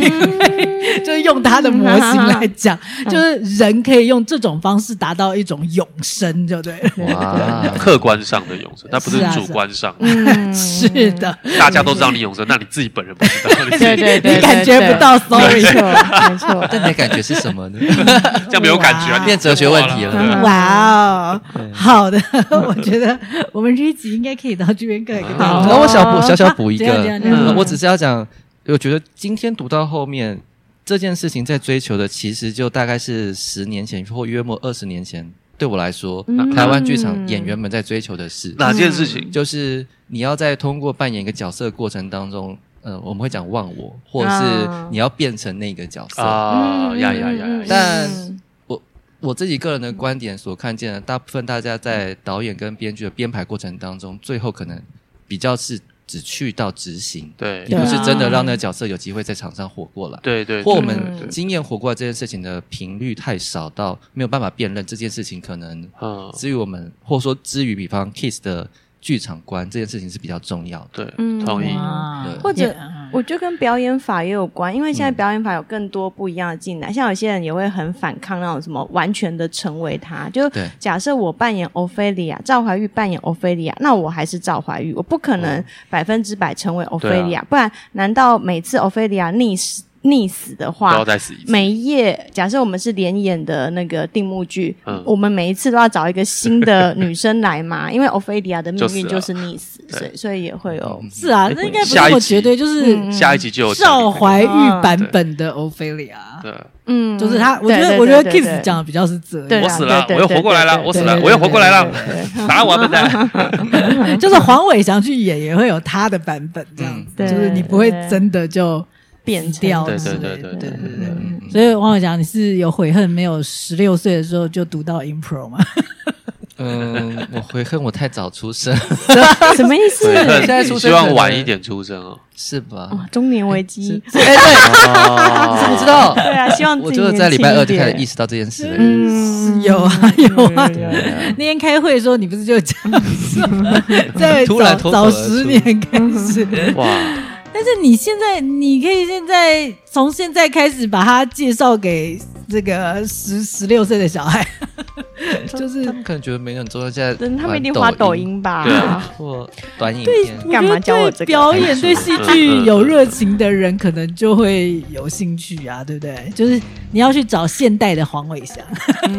Speaker 4: 就是用他的模型来 讲，就是人可以用这种方式达到一种永生，就对了。
Speaker 3: 哇，
Speaker 1: 客观上的永生，它不是
Speaker 4: 是啊
Speaker 1: 主
Speaker 4: 是啊
Speaker 1: 观上的。
Speaker 2: 嗯
Speaker 4: 是的，
Speaker 1: 大家都知道你永生，那你自己本人不知 道，你自己
Speaker 2: 对对对，
Speaker 4: 你感觉不到
Speaker 2: 对对没 错，没错。
Speaker 3: 但你的感觉是什么呢？
Speaker 1: 这样没有感觉啊，
Speaker 4: 哇
Speaker 1: 你
Speaker 3: 变哲学问题
Speaker 1: 对
Speaker 3: 了
Speaker 2: 嗯
Speaker 1: 啊。
Speaker 4: 哇哦，好的， 我觉得我们这一集应该可以到这边告一个段
Speaker 2: 好
Speaker 4: 落。
Speaker 3: 那我小补小小啊补一
Speaker 4: 这样这样
Speaker 3: 个，
Speaker 4: 这样
Speaker 3: 嗯我只是要讲，我觉得今天读到后面这件事情在追求的，其实就大概是十年前或约莫二十年前，对我来说，
Speaker 2: 嗯
Speaker 3: 台湾剧场演员们在追求的事，
Speaker 1: 哪件事情？
Speaker 3: 就是你要在通过扮演一个角色的过程当中，呃，我们会讲忘我，或者是
Speaker 2: 啊
Speaker 3: 你要变成那个角色。
Speaker 1: 啊
Speaker 2: 嗯
Speaker 1: 呀呀呀
Speaker 2: 嗯嗯
Speaker 1: 呀！
Speaker 3: 但
Speaker 2: 嗯
Speaker 3: 我自己个人的观点所看见的，大部分大家在导演跟编剧的编排过程当中，最后可能比较是只去到执行，
Speaker 1: 对
Speaker 3: 也不是真的
Speaker 4: 对啊
Speaker 3: 让那个角色有机会在场上活过来。
Speaker 1: 对对，
Speaker 3: 或我
Speaker 1: 对
Speaker 3: 们
Speaker 1: 对
Speaker 3: 经验活过来这件事情的频率太少到没有办法辨认这件事情，可能
Speaker 1: 嗯
Speaker 3: 至于我们或者说至于比方 Kiss 的剧场观这件事情是比较重要的。
Speaker 1: 对
Speaker 2: 嗯
Speaker 1: 同意。
Speaker 4: 哇
Speaker 3: 对
Speaker 2: 或者
Speaker 4: 嗯
Speaker 2: 我觉得跟表演法也有关，因为现在表演法有更多不一样的
Speaker 1: 嗯
Speaker 2: 进来，像有些人也会很反抗那种什么完全的成为他，就
Speaker 3: 对
Speaker 2: 假设我扮演欧菲利亚，赵怀玉扮演欧菲利亚，那我还是赵怀玉，我不可能
Speaker 1: 嗯
Speaker 2: 百分之百成为欧菲利亚，
Speaker 1: 啊
Speaker 2: 不然难道每次欧菲利亚溺死溺死的
Speaker 1: 都要
Speaker 2: 话？
Speaker 1: 再死一次。
Speaker 2: 每一页，假设我们是连演的那个定目剧，
Speaker 1: 嗯
Speaker 2: 我们每一次都要找一个新的女生来 嘛，因为欧菲利亚的命
Speaker 1: 就死
Speaker 2: 运
Speaker 1: 了
Speaker 2: 就是溺死，
Speaker 1: 对嗯
Speaker 2: 所以所以也会有
Speaker 4: 是啊，那应该不是
Speaker 1: 下一
Speaker 4: 我
Speaker 1: 集
Speaker 4: 绝对，就是
Speaker 2: 嗯
Speaker 1: 下一集就有
Speaker 4: 赵怀玉版
Speaker 1: 嗯
Speaker 4: 本的欧菲利亚，
Speaker 1: 对，
Speaker 2: 嗯，
Speaker 4: 就是他。我
Speaker 2: 对
Speaker 4: 觉得，
Speaker 2: 对
Speaker 4: 我觉得
Speaker 2: 对对
Speaker 4: Kiss 讲的比较是这
Speaker 2: 对
Speaker 1: 我
Speaker 4: 样，
Speaker 2: 啊
Speaker 1: 死了，我
Speaker 2: 对对
Speaker 1: 又活过来了，
Speaker 2: 对
Speaker 1: 我死
Speaker 4: 对
Speaker 1: 了，
Speaker 4: 对
Speaker 1: 我又活过来了
Speaker 2: 对，对对
Speaker 1: 打我笨 蛋！
Speaker 4: 就是黄伟翔去演也会有他的版本这样子，
Speaker 2: 嗯
Speaker 4: 就是你不会真的就
Speaker 2: 变成
Speaker 4: 掉
Speaker 1: 对
Speaker 4: 之
Speaker 1: 对
Speaker 4: 类的
Speaker 1: 对对
Speaker 4: 对
Speaker 1: 对
Speaker 4: 对
Speaker 3: 嗯嗯嗯
Speaker 4: 所以黄伟翔，你是有悔恨没有十六岁的时候就读到 impro 吗？
Speaker 3: 嗯，我悔恨我太早出生，
Speaker 2: 什么意思？
Speaker 1: 对
Speaker 3: 现在出生
Speaker 1: 希望
Speaker 3: 可能
Speaker 1: 晚一点出生哦。
Speaker 3: 是吧？
Speaker 2: 哇，中年危机。
Speaker 3: 是哎、
Speaker 1: 哦
Speaker 3: 对，你怎么知道？
Speaker 2: 对啊，希望自己
Speaker 3: 我就是在礼拜二就开始意
Speaker 2: 识，
Speaker 3: 识到这件事了。
Speaker 2: 嗯，
Speaker 4: 有啊有啊。
Speaker 2: 有有有
Speaker 4: 那天开会的时候，你不是就讲说，在
Speaker 3: 突然
Speaker 4: 早
Speaker 3: 脱口
Speaker 4: 早
Speaker 3: 而
Speaker 4: 十
Speaker 3: 出
Speaker 4: 年开始，
Speaker 1: 哇，
Speaker 4: 但是你现在，你可以现在从现在开始把它介绍给这个十十六岁的小孩， 就是
Speaker 3: 他们可能觉得没人重要，现在
Speaker 2: 真的他们
Speaker 3: 玩
Speaker 2: 一定滑抖
Speaker 3: 抖
Speaker 2: 音吧？
Speaker 1: 对啊
Speaker 3: 或短影片。
Speaker 2: 干嘛教我这
Speaker 4: 觉得
Speaker 2: 个
Speaker 4: 对表演、对戏
Speaker 1: 嗯
Speaker 4: 剧
Speaker 1: 嗯
Speaker 4: 有热情的人，可能就会有兴趣啊，对不对？就是你要去找现代的黄伟翔，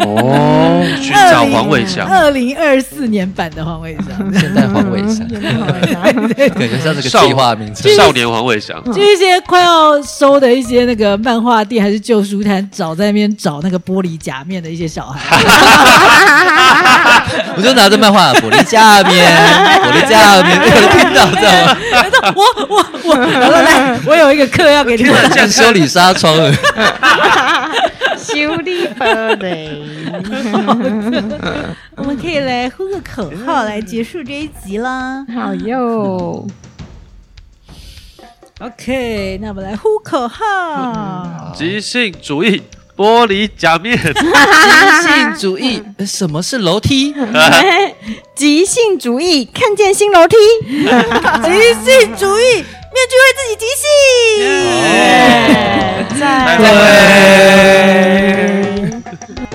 Speaker 1: 哦，寻找黄伟翔，
Speaker 4: 二零二四年版的黄伟 翔，
Speaker 3: 现代黄伟翔，啊感觉像是个
Speaker 1: 少
Speaker 3: 计划名称。
Speaker 1: 少年黄伟
Speaker 2: 嗯
Speaker 1: 翔，
Speaker 4: 就一些快要收的一些那个漫画店还是旧书摊，找在那边找那个玻璃假面的一些小孩。
Speaker 3: 我就拿着漫画，我的下面，我的下面， 听到知道吗？
Speaker 4: 我我我，来来来，我有一个课要给你们。
Speaker 3: 像修理纱窗 了。
Speaker 2: 修理本嘞。
Speaker 4: 我们可以来呼个口号来结束这一集啦。
Speaker 2: 好哟，
Speaker 4: OK，那我们来呼口号。
Speaker 1: 即兴主义，玻璃假 面，
Speaker 3: 即兴主义，呃什么是楼梯？
Speaker 2: 即兴主义，看见新楼梯，
Speaker 4: 即兴主义，面具为自己即兴。
Speaker 1: 耶
Speaker 2: 在。
Speaker 1: 拜拜。